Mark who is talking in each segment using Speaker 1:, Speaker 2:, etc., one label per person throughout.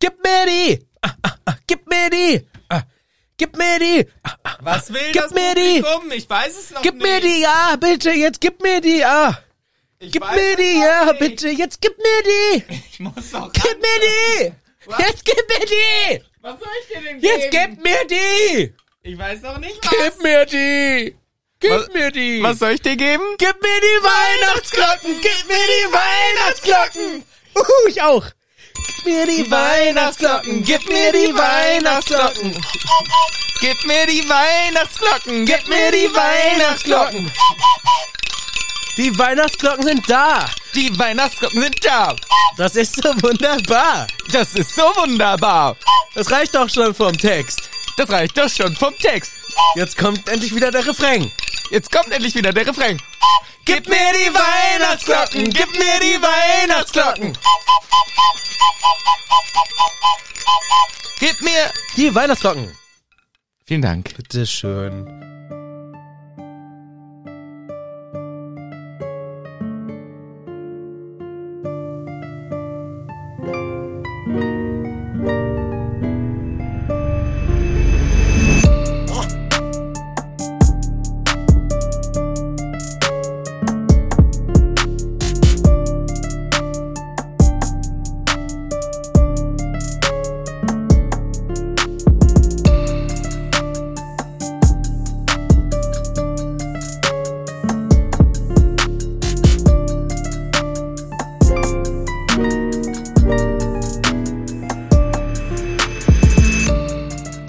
Speaker 1: Gib mir die! Ah, ah, ah, gib mir die! Ah, gib mir die! Ah, ah,
Speaker 2: Was will
Speaker 1: Gib
Speaker 2: das
Speaker 1: mir die!
Speaker 2: Publikum? Ich weiß es noch
Speaker 1: gib
Speaker 2: nicht.
Speaker 1: mir die! Ja, Ah, bitte, jetzt gib mir die! Ah,
Speaker 2: Ich
Speaker 1: gib
Speaker 2: weiß
Speaker 1: mir
Speaker 2: es
Speaker 1: die!
Speaker 2: noch
Speaker 1: Ja,
Speaker 2: nicht.
Speaker 1: bitte, jetzt gib mir die!
Speaker 2: Ich muss doch
Speaker 1: Gib mir die! Jetzt gib mir die!
Speaker 2: Was soll ich dir denn geben?
Speaker 1: Jetzt gib mir die!
Speaker 2: Ich weiß doch nicht was.
Speaker 1: Gib mir die! Gib
Speaker 2: Was-
Speaker 1: mir die!
Speaker 2: Was soll ich dir geben?
Speaker 1: Gib mir die Weihnachtsglocken! Gib mir die Weihnachtsglocken! Uhu, ich auch! Gib mir die Weihnachtsglocken! Gib mir die Weihnachtsglocken!
Speaker 2: Gib mir die Weihnachtsglocken.
Speaker 1: Gib mir die Weihnachtsglocken! Die Weihnachtsglocken sind da!
Speaker 2: Die Weihnachtsglocken sind da.
Speaker 1: Das ist so wunderbar!
Speaker 2: Das ist so wunderbar.
Speaker 1: Das reicht doch schon vom Text!
Speaker 2: Das reicht doch schon vom Text.
Speaker 1: Jetzt kommt endlich wieder der Refrain!
Speaker 2: Jetzt kommt endlich wieder der Refrain.
Speaker 1: Gib mir die Weihnachtsglocken! Gib mir die Weihnachtsglocken!
Speaker 2: Gib mir.
Speaker 1: Die Weihnachtsglocken!
Speaker 2: Vielen Dank.
Speaker 1: Bitte schön.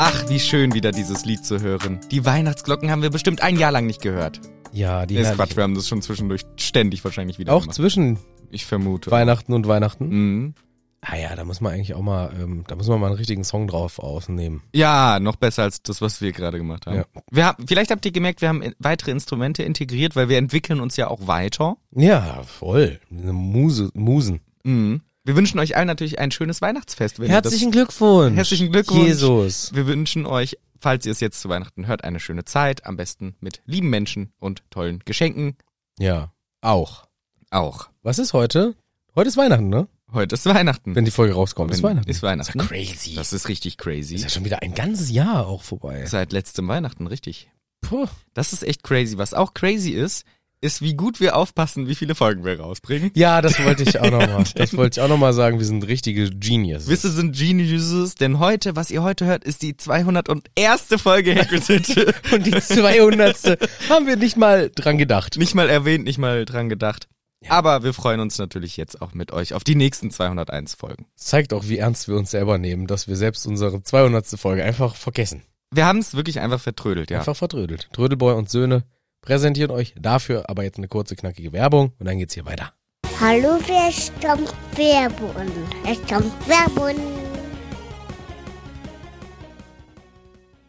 Speaker 2: Ach, wie schön wieder dieses Lied zu hören. Die Weihnachtsglocken haben wir bestimmt ein Jahr lang nicht gehört.
Speaker 1: Ja, die
Speaker 2: Nee, ist
Speaker 1: herrlichen-
Speaker 2: Quatsch, wir haben das schon zwischendurch ständig wahrscheinlich wieder
Speaker 1: Auch
Speaker 2: gemacht.
Speaker 1: zwischen
Speaker 2: Ich vermute.
Speaker 1: Weihnachten und Weihnachten?
Speaker 2: Mhm.
Speaker 1: Ah ja, da muss man eigentlich auch mal, ähm, da muss man mal einen richtigen Song drauf ausnehmen.
Speaker 2: Ja, noch besser als das, was wir gerade gemacht haben.
Speaker 1: Ja.
Speaker 2: Wir haben. Vielleicht habt ihr gemerkt, wir haben in- weitere Instrumente integriert, weil wir entwickeln uns ja auch weiter.
Speaker 1: Ja, voll. Eine Muse, Musen.
Speaker 2: Mhm. Wir wünschen euch allen natürlich ein schönes Weihnachtsfest. Wenn ihr
Speaker 1: Herzlichen Glückwunsch.
Speaker 2: Herzlichen Glückwunsch.
Speaker 1: Jesus.
Speaker 2: das, wir wünschen euch, falls ihr es jetzt zu Weihnachten hört, eine schöne Zeit. Am besten mit lieben Menschen und tollen Geschenken.
Speaker 1: Ja, auch.
Speaker 2: Auch.
Speaker 1: Was ist heute? Heute ist Weihnachten, ne?
Speaker 2: Heute ist Weihnachten.
Speaker 1: Wenn die Folge rauskommt, ist
Speaker 2: Wenn-
Speaker 1: Weihnachten.
Speaker 2: Ist Weihnachten.
Speaker 1: Das ist ja crazy.
Speaker 2: Das ist richtig crazy.
Speaker 1: Ist ja schon wieder ein ganzes Jahr auch vorbei.
Speaker 2: Seit letztem Weihnachten, richtig.
Speaker 1: Puh.
Speaker 2: Das ist echt crazy. Was auch crazy ist, ist, wie gut wir aufpassen, wie viele Folgen wir rausbringen.
Speaker 1: Ja, das wollte ich auch nochmal. Das wollte ich auch nochmal sagen. Wir sind richtige Geniuses.
Speaker 2: Wisse sind Geniuses, denn heute, was ihr heute hört, ist die 201. Folge Hackersitch.
Speaker 1: Und die 200. haben wir nicht mal dran gedacht.
Speaker 2: nicht mal erwähnt, nicht mal dran gedacht. Aber wir freuen uns natürlich jetzt auch mit euch auf die nächsten 201 Folgen.
Speaker 1: Das zeigt auch, wie ernst wir uns selber nehmen, dass wir selbst unsere 200. Folge einfach vergessen.
Speaker 2: Wir haben es wirklich einfach vertrödelt, ja.
Speaker 1: Einfach verdrödelt. Trödelboy und Söhne präsentieren euch dafür aber jetzt eine kurze, knackige Werbung und dann geht's hier weiter.
Speaker 3: Hallo, wer stammt Werbun? Es stammt Werbun.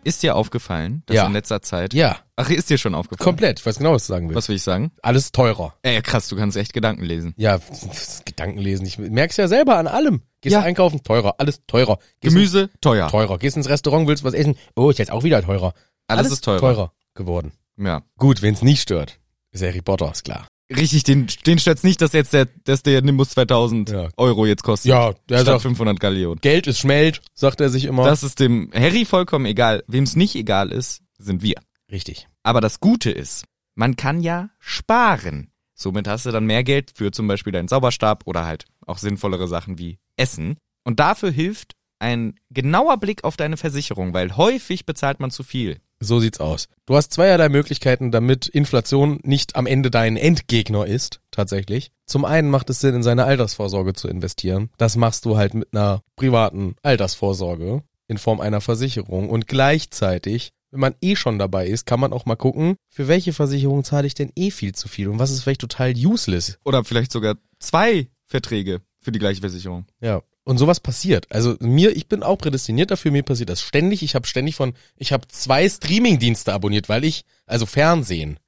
Speaker 2: Ist dir aufgefallen, dass
Speaker 1: Ja.
Speaker 2: in letzter Zeit...
Speaker 1: Ja,
Speaker 2: Ach, ist dir schon aufgefallen?
Speaker 1: komplett. Ich weiß genau, was du sagen willst.
Speaker 2: Was will ich sagen?
Speaker 1: Alles teurer.
Speaker 2: Ey, krass, du kannst echt Gedanken lesen.
Speaker 1: Ja, das Gedankenlesen. Ich merk's ja selber an allem. Gehst
Speaker 2: Ja.
Speaker 1: einkaufen, teurer. Alles teurer. Gehst
Speaker 2: Gemüse, teuer.
Speaker 1: ins- Teurer. Gehst ins Restaurant, willst was essen. Oh, ist jetzt auch wieder teurer.
Speaker 2: Alles ist teurer.
Speaker 1: Teurer geworden.
Speaker 2: Ja.
Speaker 1: Gut, wen's nicht stört. Ist Harry Potter, ist klar.
Speaker 2: Richtig, den, den stört's nicht, dass jetzt der, dass der Nimbus 2000
Speaker 1: Ja.
Speaker 2: Euro jetzt kostet.
Speaker 1: Ja, der
Speaker 2: Statt
Speaker 1: sagt,
Speaker 2: 500 Gallionen.
Speaker 1: Geld ist Schmeld, sagt er sich immer.
Speaker 2: Das ist dem Harry vollkommen egal. Wem's nicht egal ist, sind wir.
Speaker 1: Richtig.
Speaker 2: Aber das Gute ist, man kann ja sparen. Somit hast du dann mehr Geld für zum Beispiel deinen Zauberstab oder halt auch sinnvollere Sachen wie Essen. Und dafür hilft ein genauer Blick auf deine Versicherung, weil häufig bezahlt man zu viel.
Speaker 1: So sieht's aus. Du hast zweierlei Möglichkeiten, damit Inflation nicht am Ende dein Endgegner ist, tatsächlich. Zum einen macht es Sinn, in seine Altersvorsorge zu investieren. Das machst du halt mit einer privaten Altersvorsorge in Form einer Versicherung. Und gleichzeitig, wenn man eh schon dabei ist, kann man auch mal gucken, für welche Versicherung zahle ich denn eh viel zu viel und was ist vielleicht total useless.
Speaker 2: Oder vielleicht sogar zwei Verträge für die gleiche Versicherung.
Speaker 1: Ja. Und sowas passiert. Also mir, ich bin auch prädestiniert dafür, mir passiert das ständig. Ich habe ständig von, ich habe zwei Streamingdienste abonniert, weil ich, also Fernsehen,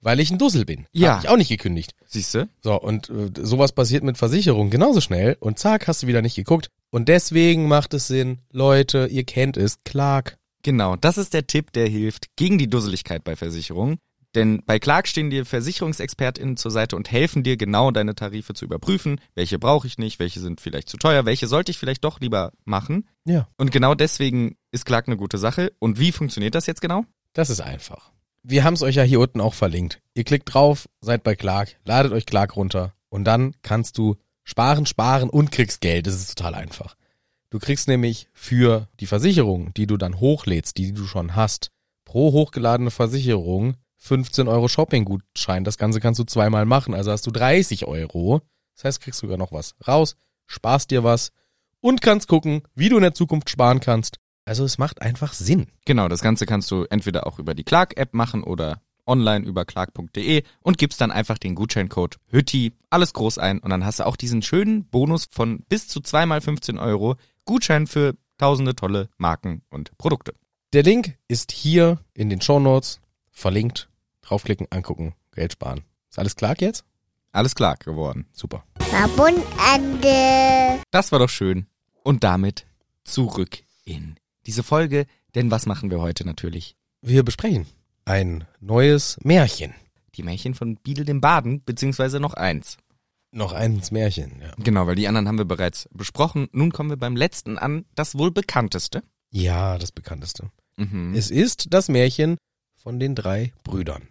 Speaker 1: weil ich ein Dussel bin.
Speaker 2: Ja.
Speaker 1: Hab ich auch nicht gekündigt.
Speaker 2: Siehst du?
Speaker 1: So, und äh, sowas passiert mit Versicherungen genauso schnell. Und zack, hast du wieder nicht geguckt. Und deswegen macht es Sinn, Leute, ihr kennt es, Clark.
Speaker 2: Genau, das ist der Tipp, der hilft gegen die Dusseligkeit bei Versicherungen. Denn bei Clark stehen dir VersicherungsexpertInnen zur Seite und helfen dir genau deine Tarife zu überprüfen. Welche brauche ich nicht, welche sind vielleicht zu teuer, welche sollte ich vielleicht doch lieber machen.
Speaker 1: Ja.
Speaker 2: Und genau deswegen ist Clark eine gute Sache. Und wie funktioniert das jetzt genau?
Speaker 1: Das ist einfach. Wir haben es euch ja hier unten auch verlinkt. Ihr klickt drauf, seid bei Clark, ladet euch Clark runter und dann kannst du sparen, sparen und kriegst Geld. Das ist total einfach. Du kriegst nämlich für die Versicherung, die du dann hochlädst, die du schon hast, pro hochgeladene Versicherung 15 Euro Shopping-Gutschein. Das Ganze kannst du zweimal machen, also hast du 30 Euro. Das heißt, kriegst sogar noch was raus, sparst dir was und kannst gucken, wie du in der Zukunft sparen kannst. Also es macht einfach Sinn.
Speaker 2: Genau, das Ganze kannst du entweder auch über die Clark-App machen oder online über clark.de und gibst dann einfach den Gutscheincode HÜTTI, alles groß ein und dann hast du auch diesen schönen Bonus von bis zu zweimal 15 Euro Gutschein für tausende tolle Marken und Produkte.
Speaker 1: Der Link ist hier in den Show Notes verlinkt. Draufklicken, angucken, Geld sparen. Ist alles klar jetzt?
Speaker 2: Alles Clark geworden.
Speaker 1: Super.
Speaker 3: Werbung Ende.
Speaker 2: Das war doch schön. Und damit zurück in diese Folge, denn was machen wir heute natürlich?
Speaker 1: Wir besprechen ein neues Märchen.
Speaker 2: Die Märchen von Biedel dem Baden, beziehungsweise noch eins.
Speaker 1: Noch eins Märchen, ja.
Speaker 2: Genau, weil die anderen haben wir bereits besprochen. Nun kommen wir beim letzten an, das wohl bekannteste.
Speaker 1: Ja, das bekannteste.
Speaker 2: Mhm.
Speaker 1: Es ist das Märchen von den drei Brüdern.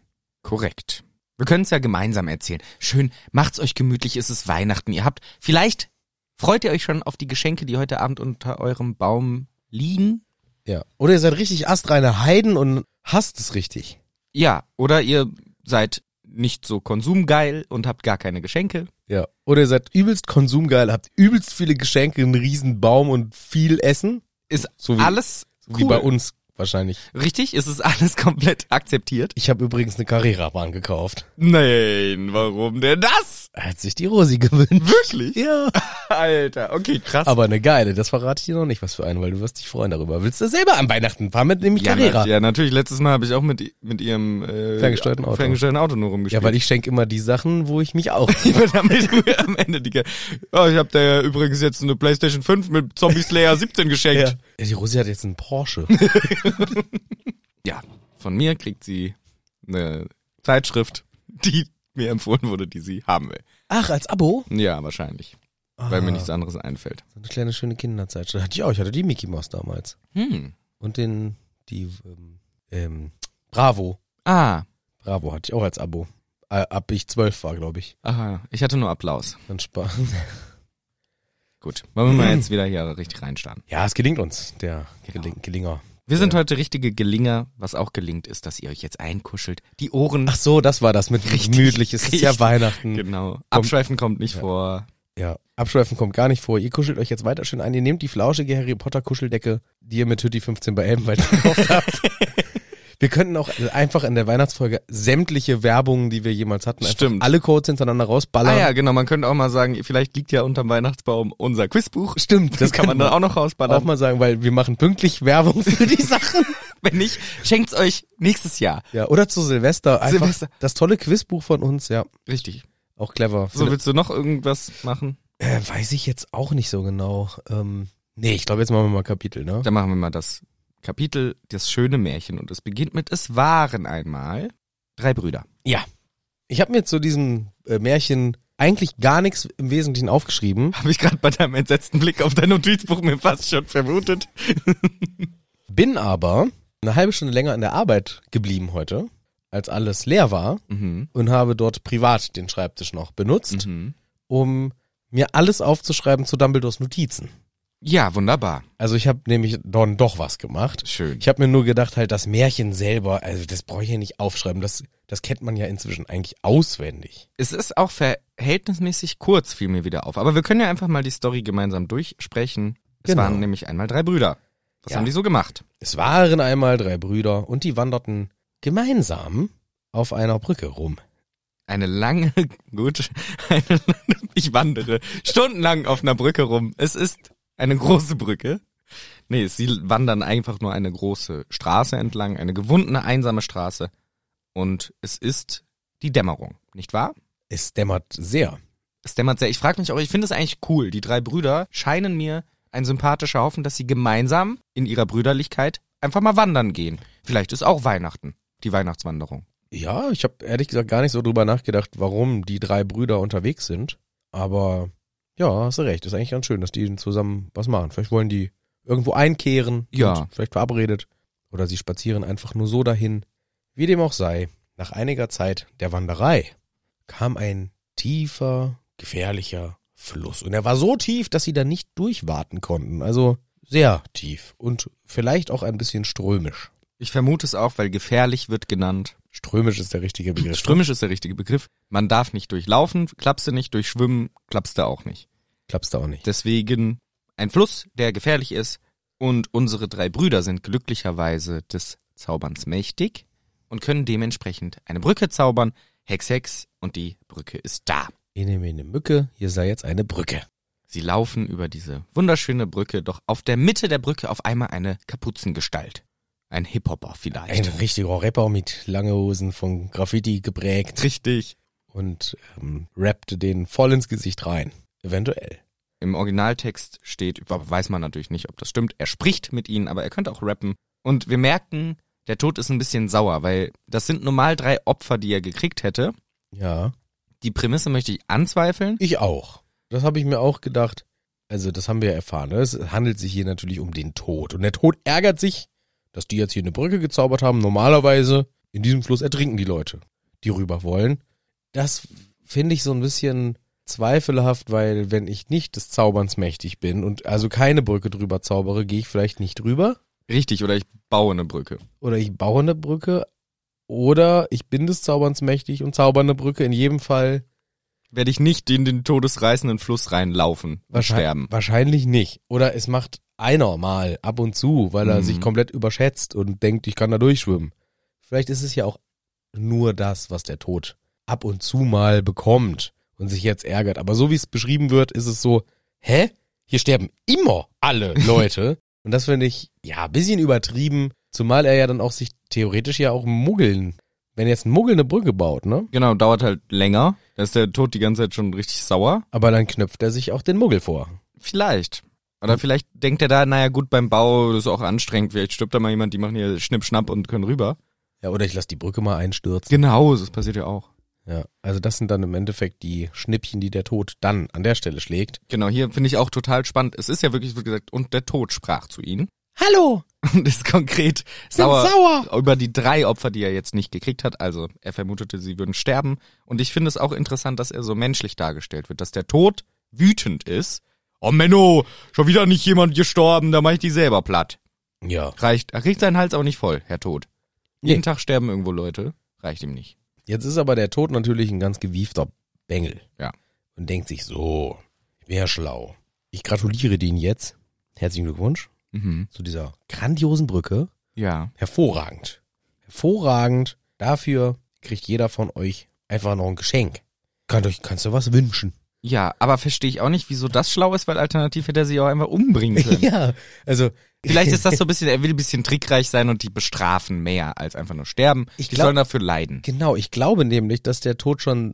Speaker 2: Korrekt. Wir können es ja gemeinsam erzählen. Schön, macht's euch gemütlich, es ist Weihnachten. Ihr habt, vielleicht freut ihr euch schon auf die Geschenke, die heute Abend unter eurem Baum liegen.
Speaker 1: Ja. Oder ihr seid richtig astreine Heiden und hasst es richtig.
Speaker 2: Ja, oder ihr seid nicht so konsumgeil und habt gar keine Geschenke.
Speaker 1: Ja. Oder ihr seid übelst konsumgeil, habt übelst viele Geschenke, einen riesen Baum und viel Essen.
Speaker 2: Ist
Speaker 1: So wie-
Speaker 2: alles
Speaker 1: So
Speaker 2: cool.
Speaker 1: Wie bei uns wahrscheinlich.
Speaker 2: Richtig, es ist alles komplett akzeptiert.
Speaker 1: Ich habe übrigens eine Carrera-Bahn gekauft.
Speaker 2: Nein, warum denn das?
Speaker 1: Hat sich die Rosi gewünscht.
Speaker 2: Wirklich?
Speaker 1: Ja.
Speaker 2: Alter, okay, krass.
Speaker 1: Aber eine geile, das verrate ich dir noch nicht was für einen, weil du wirst dich freuen darüber. Willst du selber an Weihnachten fahren mit nämlich
Speaker 2: ja,
Speaker 1: Carrera?
Speaker 2: nat- ja, natürlich. Letztes Mal habe ich auch mit, i- mit ihrem äh,
Speaker 1: Ferngesteuerten Auto.
Speaker 2: ferngesteuerten Auto nur rumgespielt.
Speaker 1: Ja, weil ich schenke immer die Sachen, wo ich mich auch.
Speaker 2: Lieber damit wir am Ende die Ge- oh, ich habe da ja übrigens jetzt eine Playstation 5 mit Zombie Slayer 17
Speaker 1: ja.
Speaker 2: geschenkt.
Speaker 1: ja, die Rosi hat jetzt einen Porsche.
Speaker 2: Ja. Von mir kriegt sie eine Zeitschrift, die mir empfohlen wurde, die sie haben will.
Speaker 1: Ach, als Abo?
Speaker 2: Ja, wahrscheinlich. Weil mir
Speaker 1: Ah,
Speaker 2: nichts anderes einfällt.
Speaker 1: So eine kleine schöne Kinderzeitschrift. Hatte ich auch, ich hatte die Mickey Mouse damals.
Speaker 2: Hm.
Speaker 1: Und den, die, ähm, ähm, Bravo.
Speaker 2: Ah.
Speaker 1: Bravo hatte ich auch als Abo. Äh, ab ich zwölf war, glaube ich.
Speaker 2: Aha. Ich hatte nur Applaus.
Speaker 1: Dann Spaß.
Speaker 2: Gut. Wollen wir mal jetzt wieder hier richtig reinstarten.
Speaker 1: Ja, es gelingt uns, der
Speaker 2: Genau.
Speaker 1: Geling- Gelinger.
Speaker 2: Wir sind heute richtige Gelinger. Was auch gelingt, ist, dass ihr euch jetzt einkuschelt. Die Ohren.
Speaker 1: Ach so, das war das mit
Speaker 2: Richtig,
Speaker 1: gemütlich. Es ist ja
Speaker 2: richtig.
Speaker 1: Weihnachten.
Speaker 2: Genau. Abschweifen kommt nicht vor.
Speaker 1: Ja, Abschweifen kommt gar nicht vor. Ihr kuschelt euch jetzt weiter schön ein. Ihr nehmt die flauschige Harry Potter Kuscheldecke, die ihr mit Hütti 15 bei Elbenweit gekauft habt. Wir könnten auch einfach in der Weihnachtsfolge sämtliche Werbungen, die wir jemals hatten, einfach
Speaker 2: Stimmt.
Speaker 1: alle Codes hintereinander rausballern.
Speaker 2: Ah ja, genau. Man könnte auch mal sagen, vielleicht liegt ja unterm Weihnachtsbaum unser Quizbuch.
Speaker 1: Stimmt,
Speaker 2: Das kann man dann auch noch
Speaker 1: auch
Speaker 2: rausballern.
Speaker 1: mal sagen, weil wir machen pünktlich Werbung für die Sachen.
Speaker 2: Wenn nicht, schenkt's euch nächstes Jahr.
Speaker 1: ja, oder zu Silvester einfach
Speaker 2: Silvester.
Speaker 1: das tolle Quizbuch von uns, ja,
Speaker 2: Richtig.
Speaker 1: auch clever.
Speaker 2: So, willst du noch irgendwas machen?
Speaker 1: äh, weiß ich jetzt auch nicht so genau. Ähm, nee, ich glaube, jetzt machen wir mal Kapitel, ne?
Speaker 2: Dann machen wir mal das Kapitel, das schöne Märchen. Und es beginnt mit, es waren einmal drei Brüder.
Speaker 1: Ja. Ich habe mir zu diesem äh, Märchen eigentlich gar nichts im Wesentlichen aufgeschrieben.
Speaker 2: Habe ich gerade bei deinem entsetzten Blick auf dein Notizbuch mir fast schon vermutet.
Speaker 1: Bin aber eine halbe Stunde länger in der Arbeit geblieben heute, als alles leer war
Speaker 2: Mhm.
Speaker 1: und habe dort privat den Schreibtisch noch benutzt,
Speaker 2: Mhm.
Speaker 1: um mir alles aufzuschreiben zu Dumbledores Notizen.
Speaker 2: Ja, wunderbar.
Speaker 1: Also ich habe nämlich dann doch was gemacht.
Speaker 2: Schön.
Speaker 1: Ich habe mir nur gedacht, halt das Märchen selber, also das brauche ich ja nicht aufschreiben, das, das kennt man ja inzwischen eigentlich auswendig.
Speaker 2: Es ist auch verhältnismäßig kurz, fiel mir wieder auf. Aber wir können ja einfach mal die Story gemeinsam durchsprechen. Es
Speaker 1: Genau.
Speaker 2: waren nämlich einmal drei Brüder. Was
Speaker 1: Ja.
Speaker 2: haben die so gemacht?
Speaker 1: Es waren einmal drei Brüder und die wanderten gemeinsam auf einer Brücke rum.
Speaker 2: Eine lange, gut, eine, ich wandere stundenlang auf einer Brücke rum. Es ist eine große Brücke. Nee, sie wandern einfach nur eine große Straße entlang, eine gewundene, einsame Straße. Und es ist die Dämmerung, nicht wahr?
Speaker 1: Es dämmert sehr.
Speaker 2: Es dämmert sehr. Ich frage mich auch, ich finde es eigentlich cool. Die drei Brüder scheinen mir ein sympathischer Haufen, dass sie gemeinsam in ihrer Brüderlichkeit einfach mal wandern gehen. Vielleicht ist auch Weihnachten, die Weihnachtswanderung.
Speaker 1: Ja, ich habe ehrlich gesagt gar nicht so drüber nachgedacht, warum die drei Brüder unterwegs sind. Aber ja, hast du recht. Ist eigentlich ganz schön, dass die zusammen was machen. Vielleicht wollen die irgendwo einkehren.
Speaker 2: Ja.
Speaker 1: sind Vielleicht verabredet. Oder sie spazieren einfach nur so dahin. Wie dem auch sei, nach einiger Zeit der Wanderei kam ein tiefer, gefährlicher Fluss. Und er war so tief, dass sie da nicht durchwaten konnten. Also sehr tief und vielleicht auch ein bisschen strömisch.
Speaker 2: Ich vermute es auch, weil gefährlich wird genannt.
Speaker 1: Strömisch ist der richtige Begriff.
Speaker 2: Strömisch ist der richtige Begriff. Man darf nicht durchlaufen, klappste nicht, durchschwimmen, klappste auch nicht.
Speaker 1: Klappst du auch nicht.
Speaker 2: Deswegen ein Fluss, der gefährlich ist. Und unsere drei Brüder sind glücklicherweise des Zauberns mächtig und können dementsprechend eine Brücke zaubern. Hex, Hex und die Brücke ist da.
Speaker 1: Ene, mene, Mücke, hier sei jetzt eine Brücke.
Speaker 2: Sie laufen über diese wunderschöne Brücke, doch auf der Mitte der Brücke auf einmal eine Kapuzengestalt. Ein Hip-Hopper
Speaker 1: Ein
Speaker 2: vielleicht.
Speaker 1: richtiger Rapper mit lange Hosen von Graffiti geprägt
Speaker 2: Richtig.
Speaker 1: und ähm, rappte den voll ins Gesicht rein. Eventuell.
Speaker 2: Im Originaltext steht, weiß man natürlich nicht, ob das stimmt. Er spricht mit ihnen, aber er könnte auch rappen. Und wir merken, der Tod ist ein bisschen sauer, weil das sind normal drei Opfer, die er gekriegt hätte.
Speaker 1: Ja.
Speaker 2: Die Prämisse möchte ich anzweifeln.
Speaker 1: Ich auch. Das habe ich mir auch gedacht. Also, das haben wir ja erfahren. Ne? Es handelt sich hier natürlich um den Tod. Und der Tod ärgert sich, dass die jetzt hier eine Brücke gezaubert haben. Normalerweise in diesem Fluss ertrinken die Leute, die rüber wollen. Das finde ich so ein bisschen zweifelhaft, weil wenn ich nicht des Zauberns mächtig bin und also keine Brücke drüber zaubere, gehe ich vielleicht nicht rüber.
Speaker 2: Richtig, oder ich baue eine Brücke.
Speaker 1: Oder ich baue eine Brücke. Oder ich bin des Zauberns mächtig und zauber eine Brücke. In jedem Fall
Speaker 2: Werde ich nicht in den todesreißenden Fluss reinlaufen und
Speaker 1: Wahrscheinlich-
Speaker 2: sterben.
Speaker 1: Wahrscheinlich nicht. Oder es macht einer mal ab und zu, weil er
Speaker 2: Mhm.
Speaker 1: sich komplett überschätzt und denkt, ich kann da durchschwimmen. Vielleicht ist es ja auch nur das, was der Tod ab und zu mal bekommt und sich jetzt ärgert. Aber so wie es beschrieben wird, ist es so, hä? Hier sterben immer alle Leute. und das finde ich, ja, ein bisschen übertrieben. Zumal er ja dann auch sich theoretisch ja auch muggeln. Wenn jetzt ein Muggel eine Brücke baut, ne?
Speaker 2: Genau, dauert halt länger. Da ist der Tod die ganze Zeit schon richtig sauer.
Speaker 1: Aber dann knöpft er sich auch den Muggel vor.
Speaker 2: Vielleicht. Oder vielleicht denkt er da, naja gut, beim Bau das ist auch anstrengend. Vielleicht stirbt da mal jemand, die machen hier Schnipp, Schnapp und können rüber.
Speaker 1: Ja, oder ich lasse die Brücke mal einstürzen.
Speaker 2: Genau, das passiert ja auch.
Speaker 1: Ja, also das sind dann im Endeffekt die Schnippchen, die der Tod dann an der Stelle schlägt.
Speaker 2: Genau, hier finde ich auch total spannend. Es ist ja wirklich, wie gesagt, und der Tod sprach zu ihnen
Speaker 1: Hallo,
Speaker 2: und ist konkret
Speaker 1: sind
Speaker 2: sauer,
Speaker 1: sauer.
Speaker 2: über die drei Opfer, die er jetzt nicht gekriegt hat. Also er vermutete, sie würden sterben. Und ich finde es auch interessant, dass er so menschlich dargestellt wird, dass der Tod wütend ist. Oh Menno, schon wieder nicht jemand gestorben, da mache ich die selber platt.
Speaker 1: Ja,
Speaker 2: Reicht, er kriegt seinen Hals auch nicht voll, Herr Tod. Jeden
Speaker 1: Nee.
Speaker 2: Tag sterben irgendwo Leute, reicht ihm nicht.
Speaker 1: jetzt ist aber der Tod natürlich ein ganz gewiefter Bengel.
Speaker 2: Ja.
Speaker 1: Und denkt sich so, ich bin ja schlau. Ich gratuliere denen jetzt. Herzlichen Glückwunsch
Speaker 2: Mhm.
Speaker 1: zu dieser grandiosen Brücke.
Speaker 2: Ja.
Speaker 1: Hervorragend. Hervorragend. Dafür kriegt jeder von euch einfach noch ein Geschenk. Kann euch, kannst du was wünschen?
Speaker 2: Ja, aber verstehe ich auch nicht, wieso das schlau ist, weil alternativ hätte er sie auch einfach umbringen können.
Speaker 1: Ja, also
Speaker 2: Vielleicht ist das so ein bisschen, er will ein bisschen trickreich sein und die bestrafen mehr als einfach nur sterben.
Speaker 1: Ich
Speaker 2: die
Speaker 1: glaub-
Speaker 2: sollen dafür leiden.
Speaker 1: Genau, ich glaube nämlich, dass der Tod schon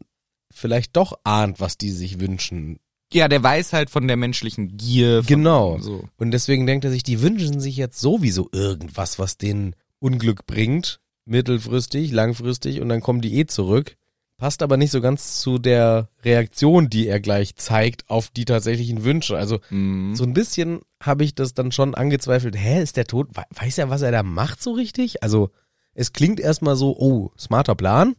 Speaker 1: vielleicht doch ahnt, was die sich wünschen.
Speaker 2: Ja, der weiß halt von der menschlichen Gier. Von
Speaker 1: Genau.
Speaker 2: So.
Speaker 1: Und deswegen denkt er sich, die wünschen sich jetzt sowieso irgendwas, was denen Unglück bringt, mittelfristig, langfristig, und dann kommen die eh zurück. Passt aber nicht so ganz zu der Reaktion, die er gleich zeigt auf die tatsächlichen Wünsche. Also
Speaker 2: Mhm.
Speaker 1: so ein bisschen habe ich das dann schon angezweifelt. Hä, ist der Tod, we- weiß er, was er da macht so richtig? Also es klingt erstmal so, oh, smarter Plan.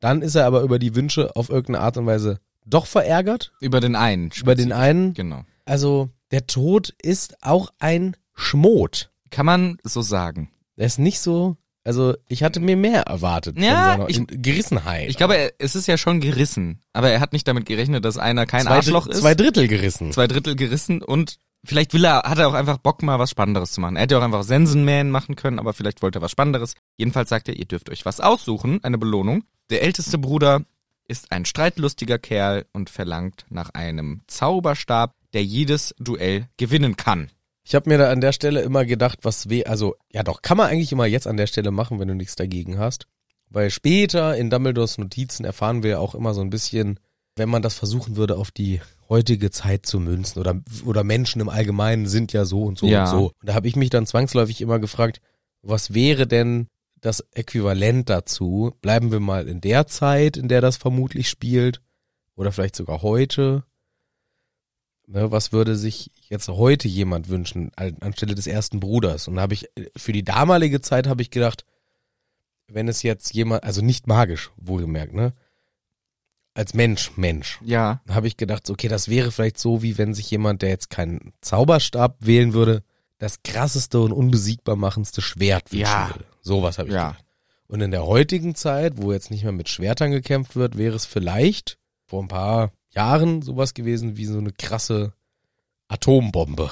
Speaker 1: Dann ist er aber über die Wünsche auf irgendeine Art und Weise doch verärgert.
Speaker 2: Über den einen.
Speaker 1: Über den
Speaker 2: spezifisch.
Speaker 1: einen.
Speaker 2: Genau.
Speaker 1: Also der Tod ist auch ein Schmot.
Speaker 2: Kann man so sagen.
Speaker 1: Er ist nicht so, also ich hatte mir mehr erwartet
Speaker 2: Ja,
Speaker 1: von seiner
Speaker 2: ich-
Speaker 1: In- Gerissenheit.
Speaker 2: Ich glaube, er, es ist ja schon gerissen. Aber er hat nicht damit gerechnet, dass einer kein
Speaker 1: zwei, Dr-
Speaker 2: Arschloch ist.
Speaker 1: Zwei Drittel gerissen.
Speaker 2: zwei Drittel gerissen und vielleicht will er, hat er auch einfach Bock mal was Spannenderes zu machen. Er hätte auch einfach Sensenman machen können, aber vielleicht wollte er was Spannenderes. Jedenfalls sagt er, ihr dürft euch was aussuchen, eine Belohnung. Der älteste Bruder ist ein streitlustiger Kerl und verlangt nach einem Zauberstab, der jedes Duell gewinnen kann.
Speaker 1: Ich habe mir da an der Stelle immer gedacht, was weh, also ja doch, kann man eigentlich immer jetzt an der Stelle machen, wenn du nichts dagegen hast. Weil später in Dumbledores Notizen erfahren wir ja auch immer so ein bisschen, wenn man das versuchen würde, auf die heutige Zeit zu münzen oder, oder Menschen im Allgemeinen sind ja so und so
Speaker 2: Ja.
Speaker 1: und so. Und da habe ich mich dann zwangsläufig immer gefragt, was wäre denn das Äquivalent dazu, bleiben wir mal in der Zeit, in der das vermutlich spielt, oder vielleicht sogar heute. Ne, was würde sich jetzt heute jemand wünschen an- anstelle des ersten Bruders? Und da habe ich äh, für die damalige Zeit habe ich gedacht, wenn es jetzt jemand, also nicht magisch, wohlgemerkt, ne? Als Mensch, Mensch
Speaker 2: Ja.
Speaker 1: habe ich gedacht, so, okay, das wäre vielleicht so, wie wenn sich jemand, der jetzt keinen Zauberstab wählen würde, das krasseste und unbesiegbar machendste Schwert wünschen
Speaker 2: Ja.
Speaker 1: würde. Sowas habe ich
Speaker 2: Ja.
Speaker 1: gedacht. Und in der heutigen Zeit, wo jetzt nicht mehr mit Schwertern gekämpft wird, wäre es vielleicht vor ein paar Jahren sowas gewesen wie so eine krasse Atombombe.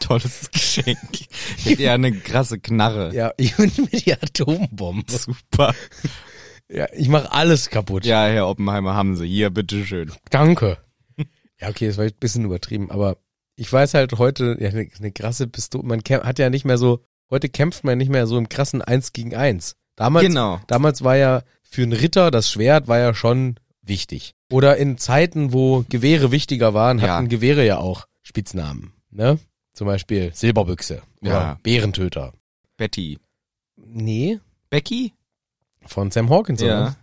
Speaker 2: Tolles Geschenk. Ich hätte ja eine krasse Knarre.
Speaker 1: Ja, ich bin mit die Atombombe.
Speaker 2: Super.
Speaker 1: Ja, ich mache alles kaputt.
Speaker 2: Ja, Herr Oppenheimer, haben Sie. Hier, bitteschön.
Speaker 1: Danke. Ja, okay, das war jetzt ein bisschen übertrieben, aber ich weiß halt heute, ja, eine ne krasse Pistole, man kämp- hat ja nicht mehr so, heute kämpft man nicht mehr so im krassen Eins gegen Eins. Damals,
Speaker 2: Genau.
Speaker 1: damals war ja für einen Ritter das Schwert war ja schon wichtig. Oder in Zeiten, wo Gewehre wichtiger waren,
Speaker 2: Ja.
Speaker 1: hatten Gewehre ja auch Spitznamen, ne? Zum Beispiel Silberbüchse oder
Speaker 2: Ja.
Speaker 1: Bärentöter.
Speaker 2: Betty.
Speaker 1: Nee,
Speaker 2: Becky?
Speaker 1: von Sam Hawkins,
Speaker 2: Ja.
Speaker 1: oder?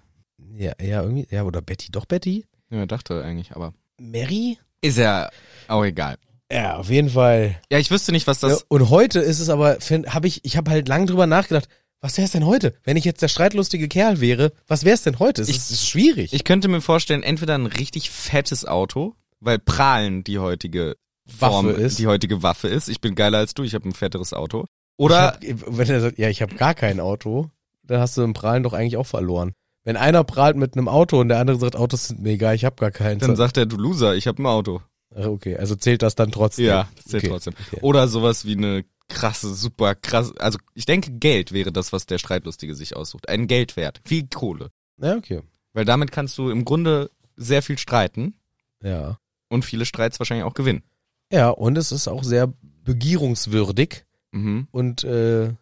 Speaker 1: Ja, ja, irgendwie, ja, oder Betty, doch Betty?
Speaker 2: Ja, dachte eigentlich, aber.
Speaker 1: Mary?
Speaker 2: Ist ja auch egal.
Speaker 1: Ja, auf jeden Fall.
Speaker 2: Ja, ich wüsste nicht, was das.
Speaker 1: ja, und heute ist es aber, habe ich, ich habe halt lang drüber nachgedacht, was wär's denn heute? Wenn ich jetzt der streitlustige Kerl wäre, was wär's denn heute? Es
Speaker 2: Ich-
Speaker 1: ist, es ist schwierig.
Speaker 2: Ich könnte mir vorstellen, entweder ein richtig fettes Auto, weil Prahlen die heutige Form
Speaker 1: Waffe ist.
Speaker 2: Die heutige Waffe ist. Ich bin geiler als du, ich habe ein fetteres Auto.
Speaker 1: Oder
Speaker 2: Oder
Speaker 1: wenn er sagt, ja, ich habe gar kein Auto, dann hast du im Prahlen doch eigentlich auch verloren. Wenn einer prahlt mit einem Auto und der andere sagt, Autos sind mir egal, ich habe gar keins.
Speaker 2: dann sagt er, du Loser, ich habe ein Auto.
Speaker 1: Ach, okay, also zählt das dann trotzdem.
Speaker 2: Ja, das zählt
Speaker 1: okay.
Speaker 2: trotzdem.
Speaker 1: okay.
Speaker 2: Oder sowas wie eine krasse, super krasse. Also ich denke, Geld wäre das, was der Streitlustige sich aussucht. Ein Geldwert. Viel Kohle.
Speaker 1: Ja, okay.
Speaker 2: Weil damit kannst du im Grunde sehr viel streiten
Speaker 1: Ja.
Speaker 2: und viele Streits wahrscheinlich auch gewinnen.
Speaker 1: Ja, und es ist auch sehr begierungswürdig
Speaker 2: Mhm.
Speaker 1: und äh,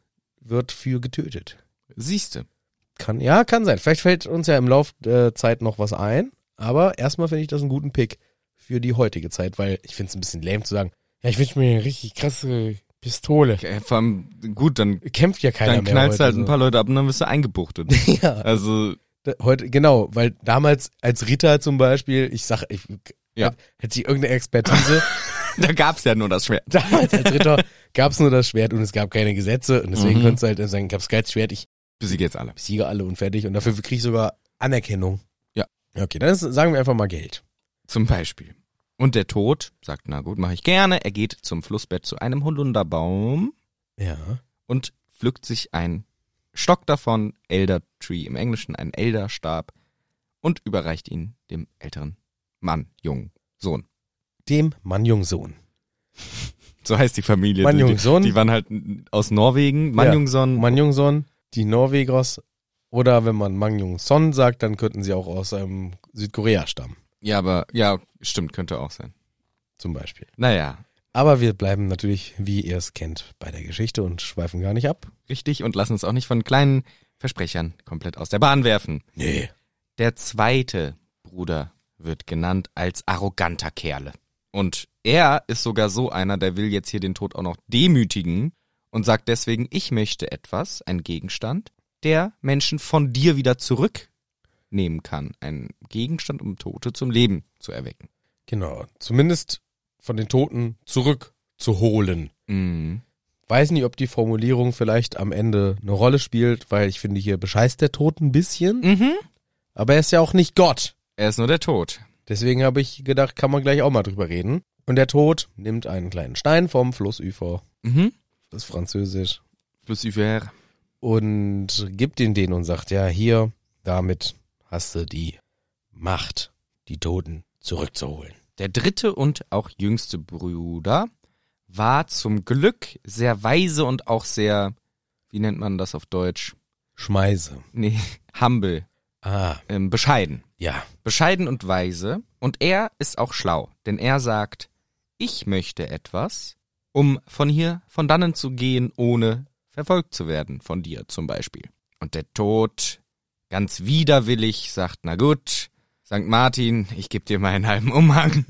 Speaker 1: wird für getötet.
Speaker 2: Siehste.
Speaker 1: Kann, ja, kann sein. Vielleicht fällt uns ja im Lauf der Zeit noch was ein. Aber erstmal finde ich das einen guten Pick für die heutige Zeit, weil ich finde es ein bisschen lame zu sagen, ja, ich wünsche mir eine richtig krasse Pistole.
Speaker 2: Ja, Äh, vor allem, gut, dann,
Speaker 1: Kämpft ja keiner
Speaker 2: dann
Speaker 1: mehr.
Speaker 2: knallst
Speaker 1: heute,
Speaker 2: halt ein paar Leute ab und dann wirst du eingebuchtet.
Speaker 1: so. ja,
Speaker 2: also,
Speaker 1: da- heute, genau, weil damals als Ritter zum Beispiel, ich sag, ich
Speaker 2: Ja.
Speaker 1: hätte sie irgendeine Expertise.
Speaker 2: da gab's ja nur das Schwert.
Speaker 1: damals als Ritter gab es nur das Schwert und es gab keine Gesetze. Und deswegen
Speaker 2: Mhm.
Speaker 1: konntest du halt dann sagen, ich hab's geiles Schwert, ich
Speaker 2: Besiege jetzt alle.
Speaker 1: besiege alle und fertig. Und dafür kriege ich sogar Anerkennung.
Speaker 2: Ja.
Speaker 1: Okay, dann ist, sagen wir einfach mal Geld.
Speaker 2: Zum Beispiel. Und der Tod sagt, na gut, mache ich gerne. Er geht zum Flussbett zu einem Holunderbaum
Speaker 1: Ja.
Speaker 2: und pflückt sich einen Stock davon, Elder Tree im Englischen, einen Elderstab, und überreicht ihn dem älteren Mann, jungen Sohn.
Speaker 1: dem Manjungsohn.
Speaker 2: So heißt die Familie.
Speaker 1: Mann,
Speaker 2: Die-
Speaker 1: Jung, Sohn.
Speaker 2: Die waren halt aus Norwegen. Mann,
Speaker 1: Ja.
Speaker 2: Jung, Sohn.
Speaker 1: Manjungsohn, die Norwegers. Oder wenn man Manjungson sagt, dann könnten sie auch aus einem Südkorea stammen,
Speaker 2: Ja, aber, ja, stimmt, könnte auch sein.
Speaker 1: zum Beispiel.
Speaker 2: Naja,
Speaker 1: Aber wir bleiben natürlich, wie ihr es kennt, bei der Geschichte und schweifen gar nicht ab.
Speaker 2: richtig und lassen uns auch nicht von kleinen Versprechern komplett aus der Bahn werfen.
Speaker 1: Nee.
Speaker 2: Der zweite Bruder wird genannt als arroganter Kerle. Und er ist sogar so einer, der will jetzt hier den Tod auch noch demütigen und sagt deswegen, ich möchte etwas, einen Gegenstand, der Menschen von dir wieder zurücknehmen kann. Ein Gegenstand, um Tote zum Leben zu erwecken.
Speaker 1: Genau. Zumindest von den Toten zurückzuholen.
Speaker 2: Mhm.
Speaker 1: Weiß nicht, ob die Formulierung vielleicht am Ende eine Rolle spielt, weil ich finde, hier bescheißt der Tod ein bisschen.
Speaker 2: Mhm.
Speaker 1: Aber er ist ja auch nicht Gott.
Speaker 2: Er ist nur der Tod.
Speaker 1: Deswegen habe ich gedacht, kann man gleich auch mal drüber reden. Und der Tod nimmt einen kleinen Stein vom Flussufer,
Speaker 2: Mhm.
Speaker 1: das ist französisch,
Speaker 2: Lucifer.
Speaker 1: und gibt ihn den und sagt, ja, hier, damit hast du die Macht, die Toten zurückzuholen.
Speaker 2: Der dritte und auch jüngste Bruder war zum Glück sehr weise und auch sehr, wie nennt man das auf Deutsch?
Speaker 1: Schmeiße.
Speaker 2: Nee, humble,
Speaker 1: Ah,
Speaker 2: ähm, bescheiden.
Speaker 1: ja.
Speaker 2: Bescheiden und weise. Und er ist auch schlau, denn er sagt, ich möchte etwas, um von hier, von dannen zu gehen, ohne verfolgt zu werden von dir zum Beispiel. Und der Tod, ganz widerwillig, sagt, na gut, St. Martin, ich gebe dir meinen halben Umhang.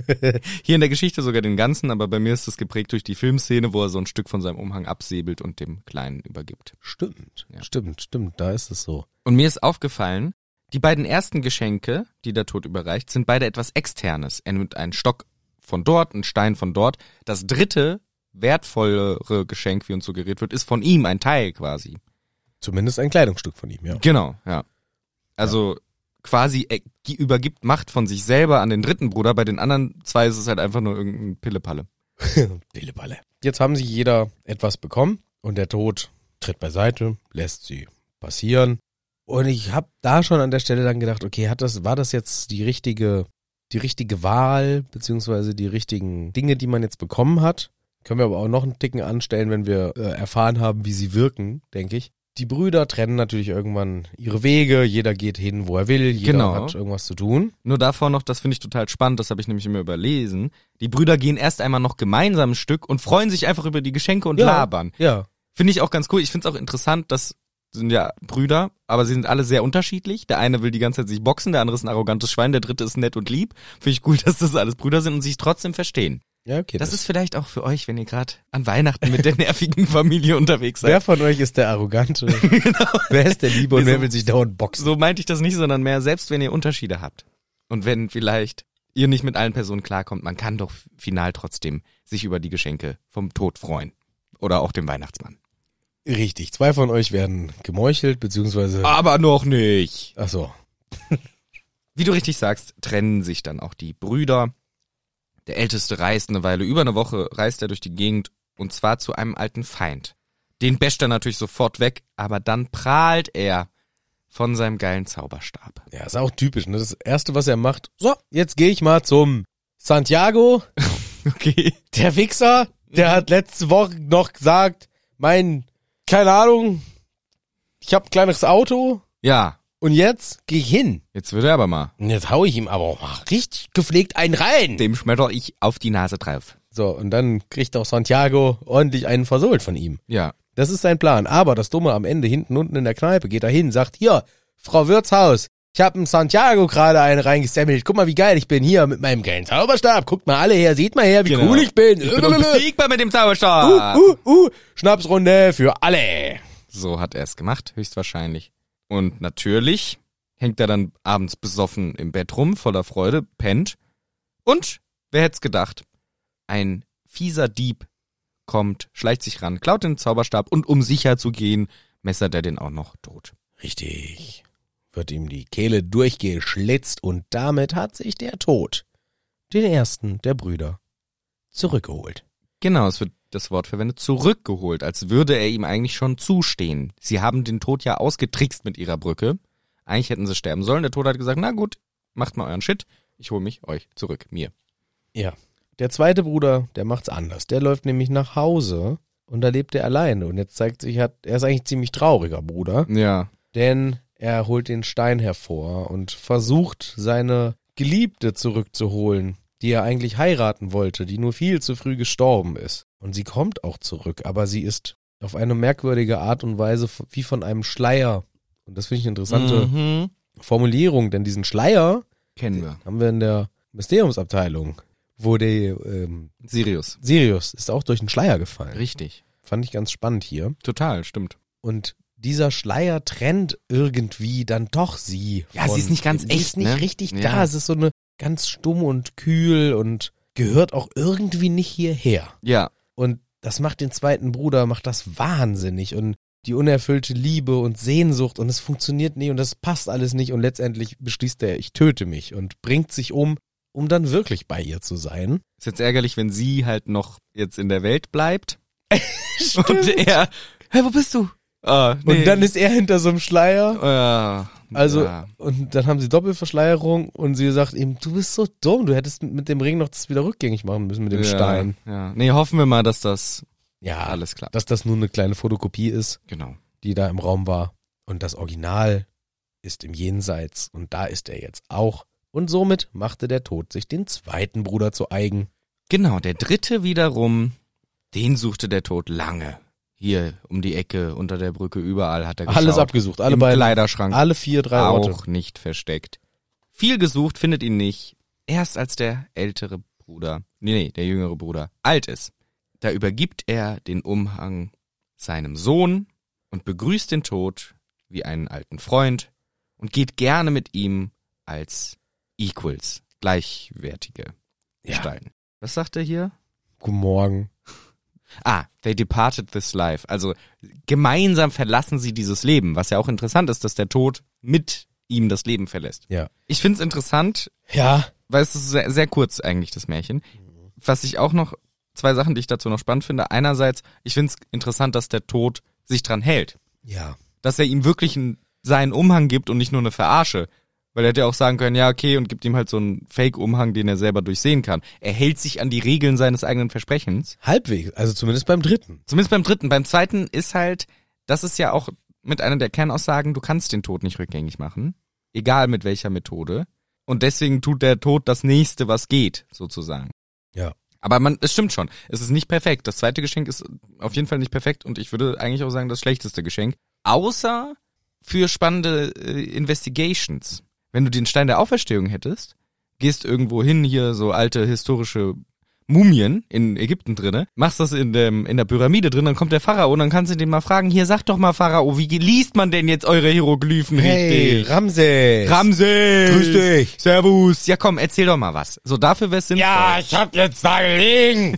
Speaker 2: Hier in der Geschichte sogar den ganzen, aber bei mir ist das geprägt durch die Filmszene, wo er so ein Stück von seinem Umhang absäbelt und dem Kleinen übergibt.
Speaker 1: Stimmt,
Speaker 2: Ja.
Speaker 1: stimmt, stimmt, da ist es so.
Speaker 2: Und mir ist aufgefallen, die beiden ersten Geschenke, die der Tod überreicht, sind beide etwas Externes. Er nimmt einen Stock von dort, einen Stein von dort. Das dritte, wertvollere Geschenk, wie uns suggeriert wird, ist von ihm, ein Teil quasi.
Speaker 1: Zumindest ein Kleidungsstück von ihm, ja.
Speaker 2: Genau, ja. Also quasi er gi- übergibt Macht von sich selber an den dritten Bruder, bei den anderen zwei ist es halt einfach nur irgendein Pillepalle.
Speaker 1: Willeballe. Jetzt haben sie jeder etwas bekommen und der Tod tritt beiseite, lässt sie passieren. Und ich habe da schon an der Stelle dann gedacht, okay, hat das, war das jetzt die richtige, die richtige Wahl, beziehungsweise die richtigen Dinge, die man jetzt bekommen hat? Können wir aber auch noch einen Ticken anstellen, wenn wir äh, erfahren haben, wie sie wirken, denke ich. Die Brüder trennen natürlich irgendwann ihre Wege, jeder geht hin, wo er will, jeder
Speaker 2: Genau.
Speaker 1: hat irgendwas zu tun.
Speaker 2: Nur davor noch, das finde ich total spannend, das habe ich nämlich immer überlesen. Die Brüder gehen erst einmal noch gemeinsam ein Stück und freuen sich einfach über die Geschenke und
Speaker 1: Ja.
Speaker 2: labern.
Speaker 1: Ja,
Speaker 2: Finde ich auch ganz cool. Ich finde es auch interessant, dass sind ja Brüder, aber sie sind alle sehr unterschiedlich. Der eine will die ganze Zeit sich boxen, der andere ist ein arrogantes Schwein, der dritte ist nett und lieb. Finde ich cool, dass das alles Brüder sind und sich trotzdem verstehen.
Speaker 1: ja, okay.
Speaker 2: Das ist vielleicht auch für euch, wenn ihr gerade an Weihnachten mit der nervigen Familie unterwegs seid.
Speaker 1: Wer von euch ist der Arrogante? Wer ist der Liebe und
Speaker 2: Wir
Speaker 1: wer
Speaker 2: sind-
Speaker 1: will sich dauernd boxen?
Speaker 2: So meinte ich das nicht, sondern mehr, selbst wenn ihr Unterschiede habt und wenn vielleicht ihr nicht mit allen Personen klarkommt, man kann doch final trotzdem sich über die Geschenke vom Tod freuen. Oder auch dem Weihnachtsmann.
Speaker 1: Richtig, zwei von euch werden gemeuchelt, beziehungsweise.
Speaker 2: Aber noch nicht.
Speaker 1: Ach so.
Speaker 2: Wie du richtig sagst, trennen sich dann auch die Brüder. Der Älteste reist eine Weile, über eine Woche reist er durch die Gegend und zwar zu einem alten Feind. Den bäscht er natürlich sofort weg, aber dann prahlt er von seinem geilen Zauberstab.
Speaker 1: Ja, ist auch typisch, ne? Das erste, was er macht, so, jetzt gehe ich mal zum Santiago.
Speaker 2: Okay.
Speaker 1: Der Wichser, der hat letzte Woche noch gesagt, mein, keine Ahnung, ich habe ein kleineres Auto
Speaker 2: Ja,
Speaker 1: und jetzt gehe ich hin.
Speaker 2: jetzt wird er aber mal.
Speaker 1: Und jetzt hau ich ihm aber auch mal richtig gepflegt einen rein.
Speaker 2: Dem schmetter ich auf die Nase drauf.
Speaker 1: So, und dann kriegt auch Santiago ordentlich einen versohlt von ihm.
Speaker 2: Ja.
Speaker 1: Das ist sein Plan. Aber das Dumme am Ende hinten unten in der Kneipe geht er hin, sagt, hier, Frau Wirtshaus, ich hab in Santiago gerade einen reingesemmelt. Guck mal, wie geil ich bin hier mit meinem geilen Zauberstab. Guckt mal alle her, seht mal her, wie
Speaker 2: Genau.
Speaker 1: cool ich bin.
Speaker 2: Ich bin unbesiegbar mit dem Zauberstab.
Speaker 1: uh, uh, uh. Schnapsrunde für alle.
Speaker 2: So hat er es gemacht, höchstwahrscheinlich. Und natürlich hängt er dann abends besoffen im Bett rum, voller Freude, pennt. Und, wer hätt's gedacht, ein fieser Dieb kommt, schleicht sich ran, klaut den Zauberstab und um sicher zu gehen, messert er den auch noch tot.
Speaker 1: Richtig. Wird ihm die Kehle durchgeschlitzt und damit hat sich der Tod, den ersten der Brüder, zurückgeholt.
Speaker 2: Genau, es wird das Wort verwendet, zurückgeholt, als würde er ihm eigentlich schon zustehen. Sie haben den Tod ja ausgetrickst mit ihrer Brücke. Eigentlich hätten sie sterben sollen. Der Tod hat gesagt, na gut, macht mal euren Shit. Ich hole mich euch zurück, mir.
Speaker 1: Ja. Der zweite Bruder, der macht's anders. Der läuft nämlich nach Hause und da lebt er alleine. Und jetzt zeigt sich, hat, er ist eigentlich ein ziemlich trauriger Bruder,
Speaker 2: Ja,
Speaker 1: denn er holt den Stein hervor und versucht, seine Geliebte zurückzuholen, die er eigentlich heiraten wollte, die nur viel zu früh gestorben ist. Und sie kommt auch zurück, aber sie ist auf eine merkwürdige Art und Weise f- wie von einem Schleier. Und das finde ich eine interessante
Speaker 2: Mhm.
Speaker 1: Formulierung, denn diesen Schleier
Speaker 2: Kennen wir.
Speaker 1: haben wir in der Mysteriumsabteilung, wo die ähm,
Speaker 2: Sirius.
Speaker 1: Sirius ist auch durch einen Schleier gefallen.
Speaker 2: Richtig.
Speaker 1: Fand ich ganz spannend hier.
Speaker 2: Total, stimmt.
Speaker 1: Und dieser Schleier trennt irgendwie dann doch sie.
Speaker 2: Ja, sie ist nicht ganz
Speaker 1: sie
Speaker 2: echt,
Speaker 1: ist nicht
Speaker 2: ne?
Speaker 1: richtig
Speaker 2: Ja.
Speaker 1: da. Es ist so eine ganz stumm und kühl und gehört auch irgendwie nicht hierher.
Speaker 2: Ja.
Speaker 1: Und das macht den zweiten Bruder, macht das wahnsinnig und die unerfüllte Liebe und Sehnsucht und es funktioniert nie und das passt alles nicht und letztendlich beschließt er, ich töte mich und bringt sich um, um dann wirklich bei ihr zu sein.
Speaker 2: Ist jetzt ärgerlich, wenn sie halt noch jetzt in der Welt bleibt. Und er, hey, wo bist du? Ah, nee.
Speaker 1: Und dann ist er hinter so einem Schleier
Speaker 2: Ah,
Speaker 1: Also,
Speaker 2: ja.
Speaker 1: und dann haben sie Doppelverschleierung und sie sagt ihm, du bist so dumm, du hättest mit dem Ring noch das wieder rückgängig machen müssen mit dem
Speaker 2: ja,
Speaker 1: Stein.
Speaker 2: Ja. Nee, hoffen wir mal, dass das
Speaker 1: Ja,
Speaker 2: alles klappt.
Speaker 1: dass das nur eine kleine Fotokopie ist,
Speaker 2: Genau.
Speaker 1: die da im Raum war. Und das Original ist im Jenseits und da ist er jetzt auch. Und somit machte der Tod sich den zweiten Bruder zu eigen.
Speaker 2: Genau, der dritte wiederum, den suchte der Tod lange. Hier, um die Ecke, unter der Brücke, überall hat er geschaut.
Speaker 1: Alles abgesucht, alle
Speaker 2: Im
Speaker 1: beiden,
Speaker 2: Kleiderschrank.
Speaker 1: alle vier, drei
Speaker 2: auch
Speaker 1: Orte.
Speaker 2: nicht versteckt. Viel gesucht, findet ihn nicht. Erst als der ältere Bruder, nee, nee, der jüngere Bruder alt ist, da übergibt er den Umhang seinem Sohn und begrüßt den Tod wie einen alten Freund und geht gerne mit ihm als Equals, gleichwertige Gestalten. Was sagt er hier?
Speaker 4: Guten Morgen.
Speaker 2: Ah, they departed this life. Also gemeinsam verlassen sie dieses Leben, was ja auch interessant ist, dass der Tod mit ihm das Leben verlässt.
Speaker 4: Ja.
Speaker 2: Ich find's interessant,
Speaker 4: Ja.
Speaker 2: weil es ist sehr, sehr kurz eigentlich, das Märchen. Was ich auch noch, zwei Sachen, die ich dazu noch spannend finde. Einerseits, ich find's interessant, dass der Tod sich dran hält.
Speaker 4: Ja.
Speaker 2: Dass er ihm wirklich einen, seinen Umhang gibt und nicht nur eine Verarsche. Weil er hätte ja auch sagen können, ja, okay, und gibt ihm halt so einen Fake-Umhang, den er selber durchsehen kann. Er hält sich an die Regeln seines eigenen Versprechens.
Speaker 4: Halbwegs, also zumindest beim dritten.
Speaker 2: Zumindest beim dritten. Beim zweiten ist halt, das ist ja auch mit einer der Kernaussagen, du kannst den Tod nicht rückgängig machen. Egal mit welcher Methode. Und deswegen tut der Tod das nächste, was geht, sozusagen.
Speaker 4: Ja.
Speaker 2: Aber man, es stimmt schon. Es ist nicht perfekt. Das zweite Geschenk ist auf jeden Fall nicht perfekt und ich würde eigentlich auch sagen, das schlechteste Geschenk. Außer für spannende äh, Investigations. Wenn du den Stein der Auferstehung hättest, gehst irgendwo hin, hier so alte historische Mumien in Ägypten drinne, machst das in, dem, in der Pyramide drin, dann kommt der Pharao und dann kannst du den mal fragen, hier sag doch mal Pharao, wie liest man denn jetzt eure Hieroglyphen
Speaker 4: Hey,
Speaker 2: richtig?
Speaker 4: Ramses.
Speaker 2: Ramses!
Speaker 4: Grüß dich.
Speaker 2: Servus! Ja komm, erzähl doch mal was. So, dafür wär's sinnvoll.
Speaker 4: ich hab jetzt da gelegen.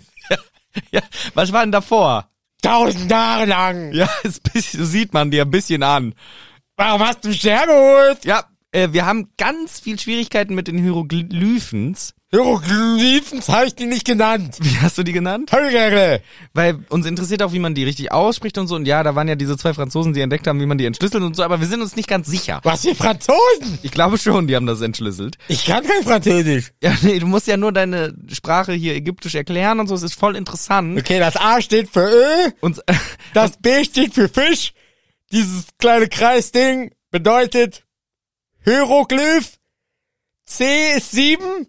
Speaker 2: ja. Was war denn davor?
Speaker 4: Tausend Jahre lang.
Speaker 2: Ja, es bisschen, sieht man dir ein bisschen an.
Speaker 4: Warum hast du mich hergeholt?
Speaker 2: Ja, äh, wir haben ganz viel Schwierigkeiten mit den Hieroglyphen.
Speaker 4: Hieroglyphen hab ich die nicht genannt.
Speaker 2: Wie hast du die genannt?
Speaker 4: Hölle.
Speaker 2: Weil uns interessiert auch, wie man die richtig ausspricht und so. Und ja, da waren ja diese zwei Franzosen, die entdeckt haben, wie man die entschlüsselt und so. Aber wir sind uns nicht ganz sicher.
Speaker 4: Was die Franzosen?
Speaker 2: Ich glaube schon, die haben das entschlüsselt.
Speaker 4: Ich kann kein Französisch.
Speaker 2: Ja, nee, du musst ja nur deine Sprache hier ägyptisch erklären und so. Es ist voll interessant.
Speaker 4: Okay, das A steht für Ö,
Speaker 2: Und
Speaker 4: das B steht für Fisch. Dieses kleine Kreisding bedeutet Hieroglyph. C ist sieben,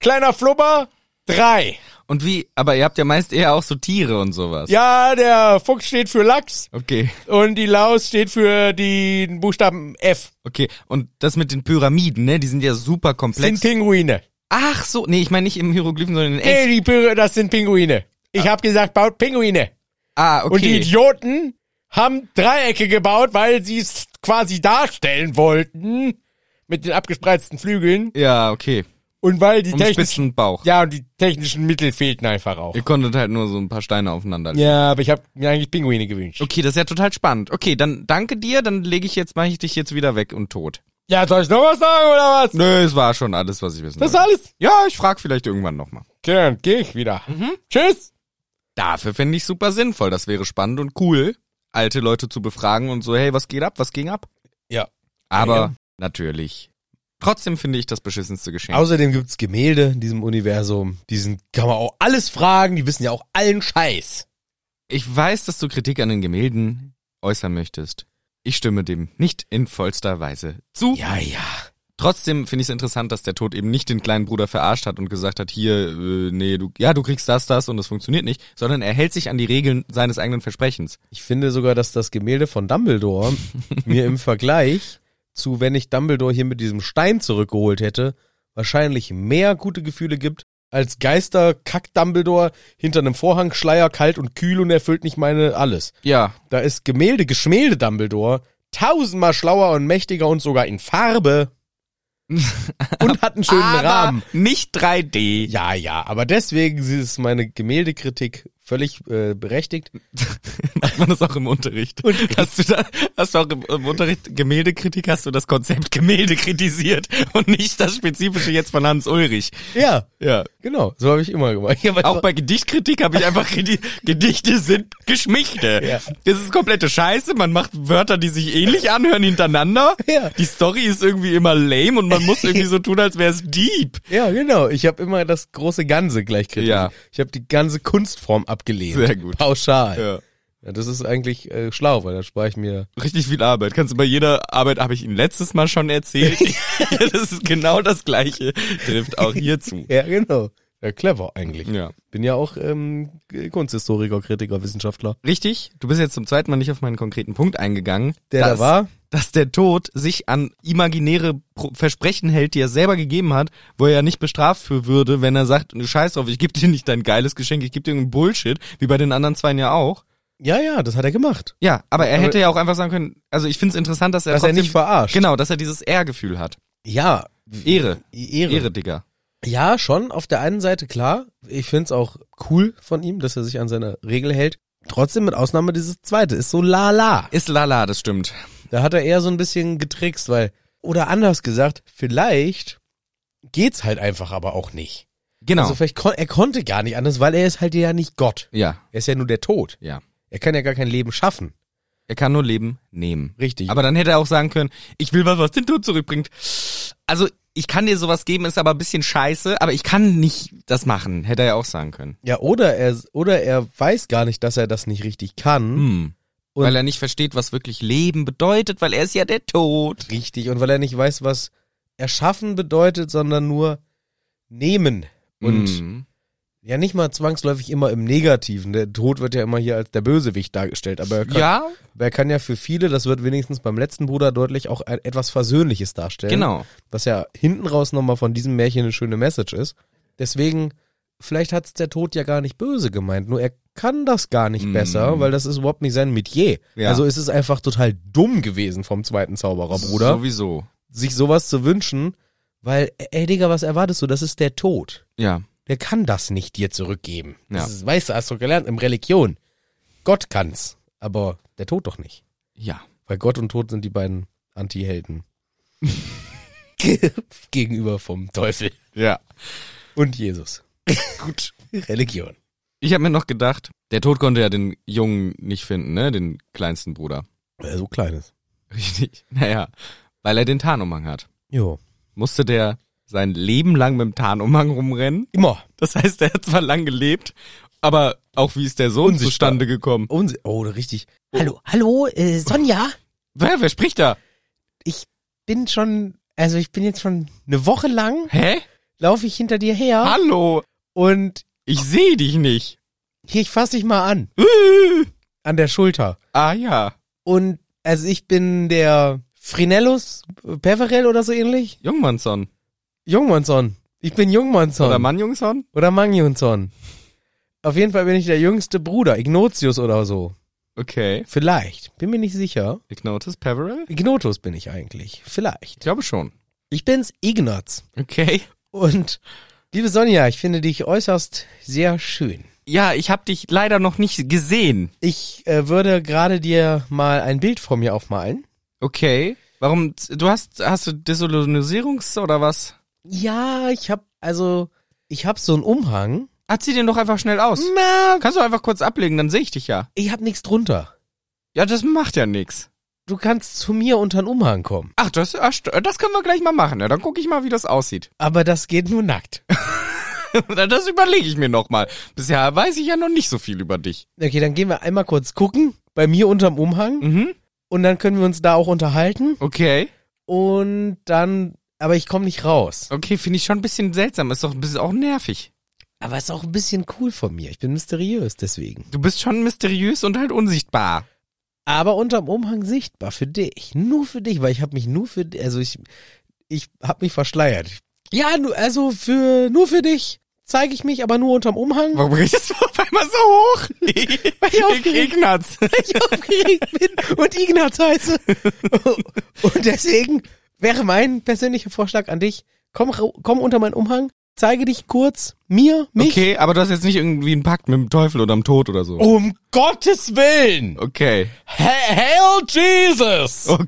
Speaker 4: kleiner Flubber drei.
Speaker 2: und wie? Aber ihr habt ja meist eher auch so Tiere und sowas.
Speaker 4: Ja, der Fuchs steht für Lachs
Speaker 2: Okay.
Speaker 4: und die Laus steht für den Buchstaben F.
Speaker 2: Okay, und das mit den Pyramiden, ne? Die sind ja super
Speaker 4: Sind
Speaker 2: komplex.
Speaker 4: Pinguine.
Speaker 2: Ach so, nee, ich meine nicht im Hieroglyphen, sondern in echt.
Speaker 4: Nee, die Pyre, das sind Pinguine. Ich hab gesagt, baut Pinguine.
Speaker 2: Ah, okay.
Speaker 4: Und die Idioten haben Dreiecke gebaut, weil sie es quasi darstellen wollten mit den abgespreizten Flügeln
Speaker 2: ja, okay.
Speaker 4: und weil die
Speaker 2: Um
Speaker 4: technischen
Speaker 2: spitzen Bauch.
Speaker 4: ja und die technischen Mittel fehlten einfach auch.
Speaker 2: Ihr konntet halt nur so ein paar Steine aufeinander legen.
Speaker 4: Ja, aber ich habe mir eigentlich Pinguine gewünscht.
Speaker 2: Okay, das ist ja total spannend. Okay, dann danke dir, dann lege ich jetzt, mache ich dich jetzt wieder weg und tot.
Speaker 4: Ja, soll ich noch was sagen oder was?
Speaker 2: Nö, es war schon alles, was ich wissen
Speaker 4: Das ist
Speaker 2: wollte.
Speaker 4: alles.
Speaker 2: Ja, ich frag vielleicht irgendwann nochmal.
Speaker 4: Okay, dann geh ich wieder. Tschüss.
Speaker 2: Dafür finde ich super sinnvoll. Das wäre spannend und cool, alte Leute zu befragen und so, hey, was geht ab, was ging ab?
Speaker 4: Ja.
Speaker 2: Aber
Speaker 4: Ja.
Speaker 2: natürlich. Trotzdem finde ich das beschissenste Geschenk.
Speaker 4: Außerdem gibt's Gemälde in diesem Universum. Diesen kann man auch alles fragen. Die wissen ja auch allen Scheiß.
Speaker 2: Ich weiß, dass du Kritik an den Gemälden äußern möchtest. Ich stimme dem nicht in vollster Weise zu.
Speaker 4: Ja, ja.
Speaker 2: Trotzdem finde ich es interessant, dass der Tod eben nicht den kleinen Bruder verarscht hat und gesagt hat, hier, äh, nee, du, ja, du kriegst das, das und das funktioniert nicht, sondern er hält sich an die Regeln seines eigenen Versprechens.
Speaker 4: Ich finde sogar, dass das Gemälde von Dumbledore mir im Vergleich zu, wenn ich Dumbledore hier mit diesem Stein zurückgeholt hätte, wahrscheinlich mehr gute Gefühle gibt, als Geister kackt Dumbledore hinter einem Vorhang, Schleier kalt und kühl und erfüllt nicht meine alles.
Speaker 2: Ja.
Speaker 4: Da ist Gemälde, Geschmälde Dumbledore tausendmal schlauer und mächtiger und sogar in Farbe und hat einen schönen
Speaker 2: Aber
Speaker 4: Rahmen.
Speaker 2: nicht 3D.
Speaker 4: Ja, ja, aber deswegen ist meine Gemäldekritik völlig äh, berechtigt.
Speaker 2: Macht man das auch im Unterricht. Hast du, da, hast du auch im, im Unterricht Gemäldekritik, hast du das Konzept Gemälde kritisiert und nicht das Spezifische jetzt von Hans Ulrich.
Speaker 4: Ja,
Speaker 2: Ja.
Speaker 4: genau, so habe ich immer gemacht. Ich hab einfach-
Speaker 2: Auch bei Gedichtkritik habe ich einfach Gedi Gedichte sind Geschmichte.
Speaker 4: Ja.
Speaker 2: Das ist komplette Scheiße. Man macht Wörter, die sich ähnlich anhören hintereinander.
Speaker 4: Ja.
Speaker 2: Die Story ist irgendwie immer lame und man muss irgendwie so tun, als wäre es deep.
Speaker 4: Ja, genau. Ich habe immer das große Ganze gleich kritisiert.
Speaker 2: Ja.
Speaker 4: Ich habe die ganze Kunstform abgelehnt.
Speaker 2: Sehr gut.
Speaker 4: Pauschal.
Speaker 2: Ja.
Speaker 4: Ja, das ist eigentlich äh, schlau, weil da spare ich mir.
Speaker 2: Richtig viel Arbeit. Kannst du bei jeder Arbeit habe ich Ihnen letztes Mal schon erzählt. das ist genau das gleiche. Trifft auch hierzu.
Speaker 4: Ja, genau. Ja, clever eigentlich.
Speaker 2: Ja.
Speaker 4: Bin ja auch ähm, Kunsthistoriker, Kritiker, Wissenschaftler.
Speaker 2: Richtig. Du bist jetzt zum zweiten Mal nicht auf meinen konkreten Punkt eingegangen.
Speaker 4: Der da war?
Speaker 2: dass der Tod sich an imaginäre Pro- Versprechen hält, die er selber gegeben hat, wo er ja nicht bestraft für würde, wenn er sagt, "Du scheiß drauf, ich gebe dir nicht dein geiles Geschenk, ich gebe dir irgendeinen Bullshit, wie bei den anderen Zweien ja auch.
Speaker 1: Ja, ja, das hat er gemacht.
Speaker 2: Ja, aber er
Speaker 1: Aber-
Speaker 2: hätte ja auch einfach sagen können, also ich finde es interessant, dass er
Speaker 1: Dass er
Speaker 2: trotzdem-
Speaker 1: nicht verarscht.
Speaker 2: Genau, dass er dieses R-Gefühl hat.
Speaker 1: Ja.
Speaker 2: Ehre.
Speaker 1: Ehre.
Speaker 2: Ehre, Digga.
Speaker 1: Ja, schon. Auf der einen Seite klar. Ich find's auch cool von ihm, dass er sich an seine Regel hält. Trotzdem mit Ausnahme dieses zweite. Ist so lala.
Speaker 2: Ist lala, das stimmt.
Speaker 1: Da hat er eher so ein bisschen getrickst, weil, oder anders gesagt, vielleicht geht's halt einfach aber auch nicht.
Speaker 2: Genau.
Speaker 1: Also vielleicht, kon er konnte gar nicht anders, weil er ist halt ja nicht Gott.
Speaker 2: ja,
Speaker 1: Er ist ja nur der Tod.
Speaker 2: ja.
Speaker 1: Er kann ja gar kein Leben schaffen.
Speaker 2: Er kann nur Leben nehmen.
Speaker 1: Richtig.
Speaker 2: Aber dann hätte er auch sagen können, ich will was, was den Tod zurückbringt. Also, ich kann dir sowas geben, ist aber ein bisschen scheiße, aber ich kann nicht das machen. Hätte er ja auch sagen können.
Speaker 1: Ja, oder er, oder er weiß gar nicht, dass er das nicht richtig kann.
Speaker 2: Hm.
Speaker 1: Und-
Speaker 2: weil er nicht versteht, was wirklich Leben bedeutet, weil er ist ja der Tod.
Speaker 1: Richtig. Und weil er nicht weiß, was erschaffen bedeutet, sondern nur nehmen. Und
Speaker 2: Hm.
Speaker 1: ja, nicht mal zwangsläufig immer im Negativen. Der Tod wird ja immer hier als der Bösewicht dargestellt. Aber er kann ja,
Speaker 2: ja,
Speaker 1: er kann ja für viele, das wird wenigstens beim letzten Bruder deutlich, auch ein, etwas Versöhnliches darstellen.
Speaker 2: genau.
Speaker 1: Was ja hinten raus nochmal von diesem Märchen eine schöne Message ist. Deswegen, vielleicht hat's der Tod ja gar nicht böse gemeint. Nur er kann das gar nicht
Speaker 2: Mm.
Speaker 1: besser, weil das ist überhaupt nicht sein Metier.
Speaker 2: Ja.
Speaker 1: Also ist es einfach total dumm gewesen vom zweiten Zauberer, Bruder
Speaker 2: Sowieso.
Speaker 1: sich sowas zu wünschen, weil, ey Digga, was erwartest du? Das ist der Tod.
Speaker 2: Ja.
Speaker 1: Der kann das nicht dir zurückgeben.
Speaker 2: Ja.
Speaker 1: Das ist, weißt du, hast du gelernt im Religion. Gott kann's, aber der Tod doch nicht.
Speaker 2: Ja.
Speaker 1: Weil Gott und Tod sind die beiden Anti-Helden. Gegenüber vom Teufel
Speaker 2: Ja.
Speaker 1: und Jesus.
Speaker 2: Gut.
Speaker 1: Religion.
Speaker 2: Ich habe mir noch gedacht, der Tod konnte ja den Jungen nicht finden, ne? Den kleinsten Bruder.
Speaker 1: Äh, so kleines.
Speaker 2: Richtig. Naja, weil er den Tarnumhang hat.
Speaker 1: Jo.
Speaker 2: Musste der sein Leben lang mit dem Tarnumhang rumrennen.
Speaker 1: Immer.
Speaker 2: Das heißt, er hat zwar lang gelebt, aber auch wie ist der Sohn
Speaker 1: Unsichtbar.
Speaker 2: zustande gekommen?
Speaker 1: Und, oh, richtig. Hallo, hallo, äh, Sonja.
Speaker 2: Wer, wer spricht da?
Speaker 1: Ich bin schon, also ich bin jetzt schon eine Woche lang,
Speaker 2: Hä?
Speaker 1: laufe ich hinter dir her
Speaker 2: Hallo?
Speaker 1: und
Speaker 2: Ich sehe dich nicht. Äh.
Speaker 1: Hier, ich fass dich mal an. An der Schulter.
Speaker 2: Ah ja.
Speaker 1: Und also ich bin der Frinellus äh, Peverell oder so ähnlich.
Speaker 2: Jungmannson.
Speaker 1: Jungmanson. Ich bin Jungmanson.
Speaker 2: Oder Mannjungson?
Speaker 1: oder Mangjunson. Auf jeden Fall bin ich der jüngste Bruder. Ignotius oder so.
Speaker 2: Okay.
Speaker 1: Vielleicht. Bin mir nicht sicher.
Speaker 2: Ignotus Peverell?
Speaker 1: Ignotus bin ich eigentlich.
Speaker 2: Ich
Speaker 1: Vielleicht.
Speaker 2: glaube schon.
Speaker 1: Ich bin's Ignaz.
Speaker 2: Okay.
Speaker 1: Und liebe Sonja, ich finde dich äußerst sehr schön.
Speaker 2: Ja, ich habe dich leider noch nicht gesehen.
Speaker 1: Ich äh, würde gerade dir mal ein Bild von mir aufmalen.
Speaker 2: Okay. Warum? Du hast hast du Desillusionisierungs oder was?
Speaker 1: Ja, ich hab, also, ich hab so einen Umhang.
Speaker 2: Ah, zieh den doch einfach schnell aus.
Speaker 1: Na,
Speaker 2: Kannst du einfach kurz ablegen, dann sehe ich dich ja.
Speaker 1: ich hab nichts drunter.
Speaker 2: Ja, das macht ja nix.
Speaker 1: Du kannst zu mir unter den Umhang kommen.
Speaker 2: Ach, das, ach, st- das können wir gleich mal machen. Ja, dann gucke ich mal, wie das aussieht.
Speaker 1: Aber das geht nur nackt.
Speaker 2: das überlege ich mir nochmal. Bisher weiß ich ja noch nicht so viel über dich.
Speaker 1: Okay, dann gehen wir einmal kurz gucken. Bei mir unterm Umhang.
Speaker 2: Mhm.
Speaker 1: Und dann können wir uns da auch unterhalten.
Speaker 2: Okay.
Speaker 1: Und dann, aber ich komme nicht raus.
Speaker 2: Okay, finde ich schon ein bisschen seltsam. Ist doch ein bisschen auch nervig.
Speaker 1: Aber ist auch ein bisschen cool von mir. Ich bin mysteriös deswegen.
Speaker 2: Du bist schon mysteriös und halt unsichtbar.
Speaker 1: Aber unterm Umhang sichtbar für dich. Nur für dich, weil ich hab mich nur für, also ich, ich hab mich verschleiert. Ja, nu- also für, nur für dich zeige ich mich, aber nur unterm Umhang.
Speaker 2: Warum redest du auf einmal so hoch?
Speaker 1: aufgeregt-
Speaker 2: Ignaz.
Speaker 1: ich aufgeregt bin und Ignaz heiße. Und deswegen wäre mein persönlicher Vorschlag an dich, komm, ra- komm unter meinen Umhang, zeige dich kurz, mir, mich.
Speaker 2: Okay, aber du hast jetzt nicht irgendwie einen Pakt mit dem Teufel oder dem Tod oder
Speaker 4: Oh.
Speaker 2: so.
Speaker 1: Um Gottes Willen!
Speaker 2: Okay.
Speaker 1: He- Hell Jesus!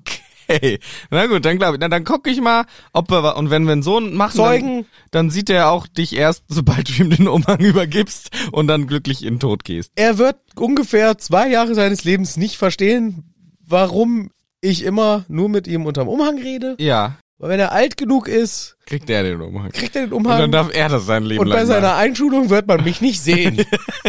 Speaker 2: Okay. Na gut, dann glaube ich, na, dann gucke ich mal, ob wir wa- und wenn wir einen Sohn machen,
Speaker 1: Zeugen.
Speaker 2: Dann, dann sieht er auch dich erst, sobald du ihm den Umhang übergibst und dann glücklich in den Tod gehst.
Speaker 1: Er wird ungefähr zwei Jahre seines Lebens nicht verstehen, warum ich immer nur mit ihm unterm Umhang rede.
Speaker 2: Ja,
Speaker 1: Weil wenn er alt genug ist,
Speaker 2: kriegt er den Umhang.
Speaker 1: kriegt er den
Speaker 2: Und
Speaker 1: Umhang.
Speaker 2: dann darf er das sein Leben
Speaker 1: und bei
Speaker 2: lang machen.
Speaker 1: seiner Einschulung wird man mich nicht sehen.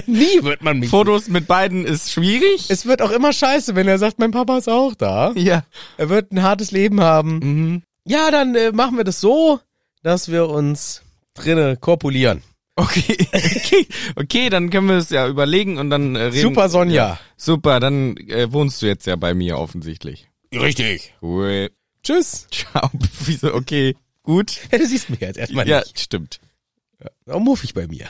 Speaker 1: Nie wird man mich
Speaker 2: Fotos mit beiden ist schwierig.
Speaker 1: Es wird auch immer scheiße, wenn er sagt, mein Papa ist auch da.
Speaker 2: ja.
Speaker 1: Er wird ein hartes Leben haben.
Speaker 2: Mhm.
Speaker 1: Ja, dann äh, machen wir das so, dass wir uns drinne korpulieren.
Speaker 2: Okay. okay. Okay, dann können wir es ja überlegen und dann äh, reden.
Speaker 1: Super Sonja.
Speaker 2: Super, dann äh, wohnst du jetzt ja bei mir offensichtlich.
Speaker 4: Richtig.
Speaker 2: Cool.
Speaker 4: Tschüss.
Speaker 2: Ciao. Wieso? Okay. Gut.
Speaker 4: Ja, du siehst mich jetzt erstmal
Speaker 2: ja,
Speaker 4: nicht.
Speaker 2: stimmt.
Speaker 4: Warum muff ich bei mir?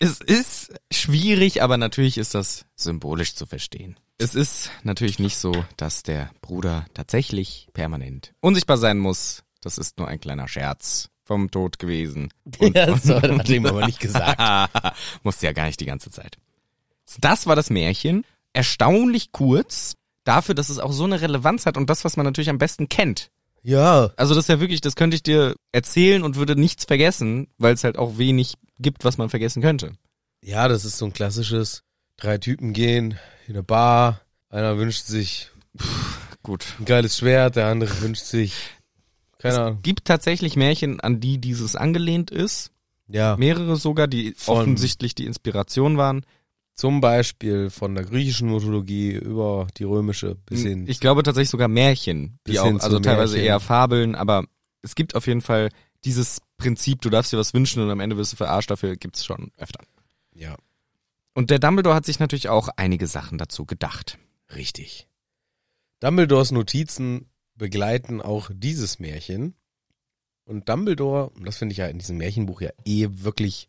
Speaker 2: Es ist schwierig, aber natürlich ist das symbolisch zu verstehen. Es ist natürlich nicht so, dass der Bruder tatsächlich permanent unsichtbar sein muss. Das ist nur ein kleiner Scherz vom Tod gewesen.
Speaker 4: so, das hat er ihm aber nicht gesagt.
Speaker 2: Musste ja gar nicht die ganze Zeit. Das war das Märchen. Erstaunlich kurz. Dafür, dass es auch so eine Relevanz hat und das, was man natürlich am besten kennt.
Speaker 4: Ja.
Speaker 2: Also das ist ja wirklich, das könnte ich dir erzählen und würde nichts vergessen, weil es halt auch wenig gibt, was man vergessen könnte.
Speaker 4: Ja, das ist so ein klassisches, drei Typen gehen in eine Bar, einer wünscht sich
Speaker 2: Gut.
Speaker 4: ein geiles Schwert, der andere wünscht sich, keine Ahnung.
Speaker 2: Gibt tatsächlich Märchen, an die dieses angelehnt ist.
Speaker 4: Ja,
Speaker 2: Mehrere sogar, die
Speaker 4: Von-
Speaker 2: offensichtlich die Inspiration waren.
Speaker 4: zum Beispiel von der griechischen Mythologie über die römische bis hin.
Speaker 2: Ich glaube tatsächlich sogar Märchen, die
Speaker 4: Bis
Speaker 2: auch,
Speaker 4: hin zu
Speaker 2: also teilweise
Speaker 4: Märchen.
Speaker 2: eher Fabeln, aber es gibt auf jeden Fall dieses Prinzip, du darfst dir was wünschen und am Ende wirst du verarscht, dafür gibt's schon öfter.
Speaker 4: ja,
Speaker 2: Und der Dumbledore hat sich natürlich auch einige Sachen dazu gedacht.
Speaker 4: richtig. Dumbledores Notizen begleiten auch dieses Märchen. Und Dumbledore, und das finde ich ja in diesem Märchenbuch ja eh wirklich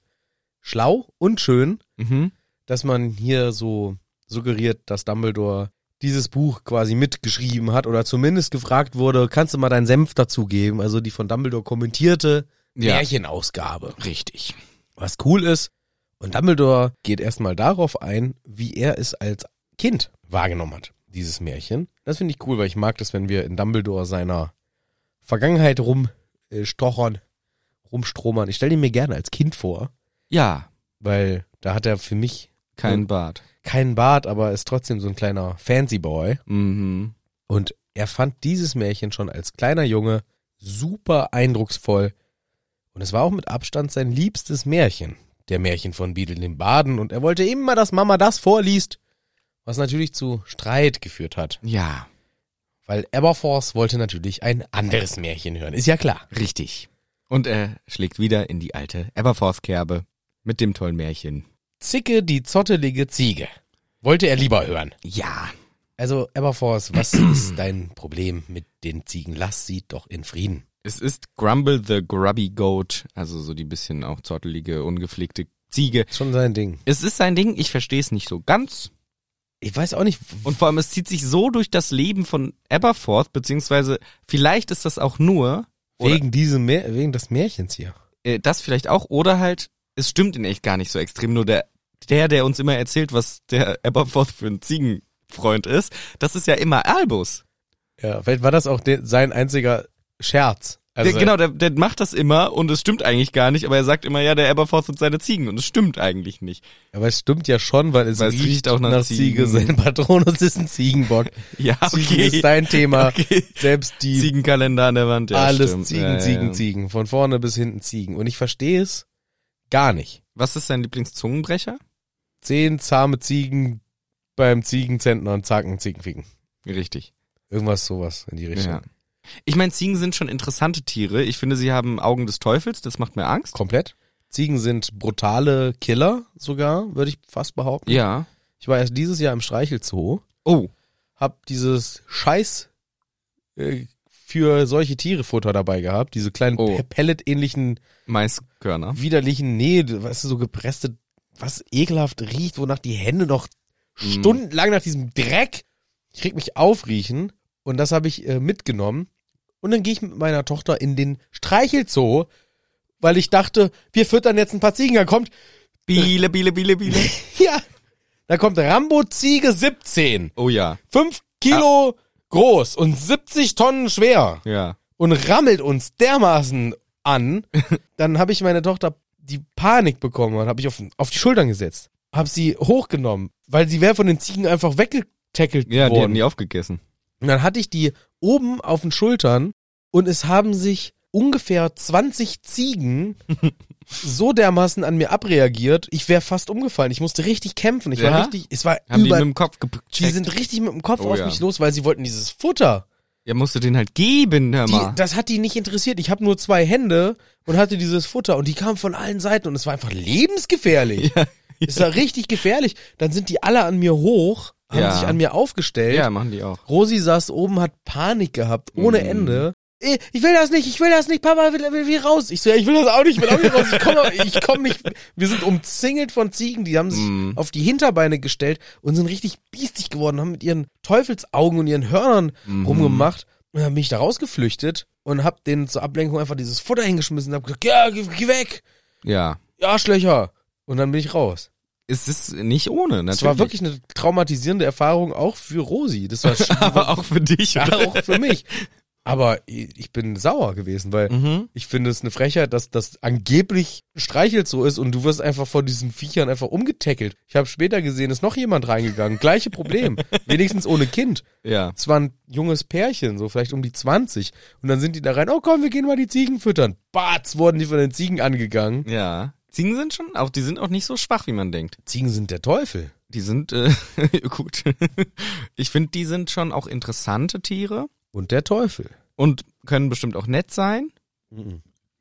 Speaker 4: schlau und schön,
Speaker 2: Mhm.
Speaker 4: dass man hier so suggeriert, dass Dumbledore dieses Buch quasi mitgeschrieben hat oder zumindest gefragt wurde, kannst du mal deinen Senf dazugeben? Also die von Dumbledore kommentierte
Speaker 2: Ja.
Speaker 4: Märchenausgabe.
Speaker 2: Richtig.
Speaker 4: Was cool ist. Und Dumbledore geht erstmal darauf ein, wie er es als Kind wahrgenommen hat, dieses Märchen. Das finde ich cool, weil ich mag das, wenn wir in Dumbledore seiner Vergangenheit rumstochern, rumstromern. Ich stelle ihn mir gerne als Kind vor,
Speaker 2: Ja,
Speaker 4: weil da hat er für mich
Speaker 2: kein
Speaker 4: Und-
Speaker 2: Bart.
Speaker 4: keinen Bart, aber ist trotzdem so ein kleiner Fancy Boy.
Speaker 2: Mhm.
Speaker 4: Und er fand dieses Märchen schon als kleiner Junge super eindrucksvoll. Und es war auch mit Abstand sein liebstes Märchen. Der Märchen von Beedle dem Baden. Und er wollte immer, dass Mama das vorliest. Was natürlich zu Streit geführt hat.
Speaker 2: Ja,
Speaker 4: Weil Aberforth wollte natürlich ein anderes Märchen hören. Ist ja klar.
Speaker 2: richtig. Und er schlägt wieder in die alte Aberforth-Kerbe mit dem tollen Märchen.
Speaker 4: Zicke die zottelige Ziege. Wollte er lieber hören.
Speaker 2: Ja,
Speaker 4: Also Aberforth, was ist dein Problem mit den Ziegen? Lass sie doch in Frieden.
Speaker 2: es ist Grumble the Grubby Goat, also so die bisschen auch zottelige, ungepflegte Ziege.
Speaker 4: Schon sein Ding.
Speaker 2: Es ist sein Ding, ich verstehe es nicht so ganz.
Speaker 4: Ich weiß auch nicht.
Speaker 2: Und vor allem, es zieht sich so durch das Leben von Aberforth, beziehungsweise vielleicht ist das auch nur, oder-
Speaker 4: Wegen diesem Mä- wegen des Märchens hier.
Speaker 2: äh, das vielleicht auch, oder halt, es stimmt in echt gar nicht so extrem, nur der, der, der uns immer erzählt, was der Aberforth für ein Ziegenfreund ist, das ist ja immer Albus.
Speaker 4: Ja, vielleicht war das auch der, sein einziger Scherz. Also
Speaker 2: der, genau, der, der macht das immer und es stimmt eigentlich gar nicht, aber er sagt immer, ja, der Aberforth und seine Ziegen und es stimmt eigentlich nicht.
Speaker 4: Aber es stimmt ja schon, weil es,
Speaker 2: Weil es riecht auch nach
Speaker 4: Ziege.
Speaker 2: Ziegen.
Speaker 4: Sein Patronus ist ein Ziegenbock.
Speaker 2: Ja,
Speaker 4: Ziegen
Speaker 2: okay.
Speaker 4: ist dein Thema.
Speaker 2: okay.
Speaker 4: Selbst die
Speaker 2: Ziegenkalender an der Wand, ja,
Speaker 4: alles
Speaker 2: stimmt.
Speaker 4: Ziegen,
Speaker 2: ja,
Speaker 4: Ziegen,
Speaker 2: ja.
Speaker 4: Ziegen. Von vorne bis hinten Ziegen. Und ich verstehe es gar nicht.
Speaker 2: Was ist dein Lieblingszungenbrecher?
Speaker 4: Zehn zahme Ziegen beim Ziegenzentner und Zacken, Ziegenficken.
Speaker 2: Richtig.
Speaker 4: Irgendwas sowas in die Richtung.
Speaker 2: Ja. Ich meine, Ziegen sind schon interessante Tiere. Ich finde, sie haben Augen des Teufels, das macht mir Angst.
Speaker 4: Komplett. Ziegen sind brutale Killer sogar, würde ich fast behaupten.
Speaker 2: Ja.
Speaker 4: Ich war erst dieses Jahr im Streichelzoo,
Speaker 2: Oh,
Speaker 4: hab dieses Scheiß äh, für solche Tierefutter dabei gehabt, diese kleinen
Speaker 2: Oh.
Speaker 4: Pe- Pellet-ähnlichen,
Speaker 2: Maiskörner.
Speaker 4: widerlichen Nähe, weißt du, so gepresste, was ekelhaft riecht, wonach die Hände noch stundenlang nach diesem Dreck, ich krieg mich aufriechen und das habe ich äh, mitgenommen und dann gehe ich mit meiner Tochter in den Streichelzoo, weil ich dachte, wir füttern jetzt ein paar Ziegen, da kommt,
Speaker 2: Biele, Biele, Biele, Biele.
Speaker 4: ja, da kommt Rambo Ziege 17.
Speaker 2: Oh ja,
Speaker 4: 5 Kilo groß und 70 Tonnen schwer
Speaker 2: ja.
Speaker 4: und rammelt uns dermaßen an, dann habe ich meine Tochter die Panik bekommen und habe ich auf, auf die Schultern gesetzt. Habe sie hochgenommen, weil sie wäre von den Ziegen einfach weggetackelt
Speaker 2: Ja, die haben
Speaker 4: worden.
Speaker 2: die aufgegessen.
Speaker 4: Und dann hatte ich die oben auf den Schultern und es haben sich ungefähr 20 Ziegen so dermaßen an mir abreagiert, ich wäre fast umgefallen. Ich musste richtig kämpfen. Ich
Speaker 2: Ja?
Speaker 4: war richtig, es war
Speaker 2: Haben
Speaker 4: über
Speaker 2: die mit dem Kopf gepackt.
Speaker 4: die sind richtig mit dem Kopf
Speaker 2: Oh
Speaker 4: auf
Speaker 2: ja.
Speaker 4: mich los, weil sie wollten dieses Futter.
Speaker 2: Ja, musst du den halt geben, hör
Speaker 4: Die,
Speaker 2: mal.
Speaker 4: das hat die nicht interessiert. Ich habe nur zwei Hände und hatte dieses Futter und die kamen von allen Seiten und es war einfach lebensgefährlich. Es war richtig gefährlich. Dann sind die alle an mir hoch, haben
Speaker 1: Ja.
Speaker 4: sich an mir aufgestellt.
Speaker 2: Ja, machen die auch.
Speaker 4: Rosi saß oben, hat Panik gehabt, ohne
Speaker 1: Mm.
Speaker 4: Ende. Eh, Ich will das nicht, ich will das nicht, Papa will, will, will raus. Ich so, ja, ich will das auch nicht, ich will auch nicht raus. Ich komme ich komm nicht. Wir sind umzingelt von Ziegen, die haben sich
Speaker 2: Mm.
Speaker 4: auf die Hinterbeine gestellt und sind richtig biestig geworden, haben mit ihren Teufelsaugen und ihren Hörnern rumgemacht. Und dann bin ich da rausgeflüchtet und hab denen zur Ablenkung einfach dieses Futter hingeschmissen und hab gesagt, ja, geh, geh weg,
Speaker 1: Ja.
Speaker 4: ja, Arschlöcher. Und dann bin ich raus.
Speaker 1: Es ist
Speaker 2: Nicht ohne, natürlich.
Speaker 4: Das war wirklich eine traumatisierende Erfahrung, auch für Rosi. Das war sch-
Speaker 1: aber auch für dich.
Speaker 4: Ja,
Speaker 1: oder?
Speaker 4: auch für mich. Aber ich ich bin sauer gewesen, weil
Speaker 2: Mhm.
Speaker 4: ich finde es eine Frechheit, dass das angeblich streichelt so ist und du wirst einfach von diesen Viechern einfach umgetackelt. Ich habe später gesehen, ist noch jemand reingegangen. Gleiche Problem. Wenigstens ohne Kind.
Speaker 1: Ja.
Speaker 4: Es war ein junges Pärchen, so vielleicht um die 20. Und dann sind die da rein, oh komm, wir gehen mal die Ziegen füttern. Batz, wurden die von den Ziegen angegangen.
Speaker 2: Ja. Ziegen sind schon, auch die sind auch nicht so schwach, wie man denkt.
Speaker 4: Ziegen sind der Teufel.
Speaker 2: Die sind, äh, gut. Ich finde, die sind schon auch interessante Tiere
Speaker 4: Und der Teufel.
Speaker 2: und können bestimmt auch nett sein,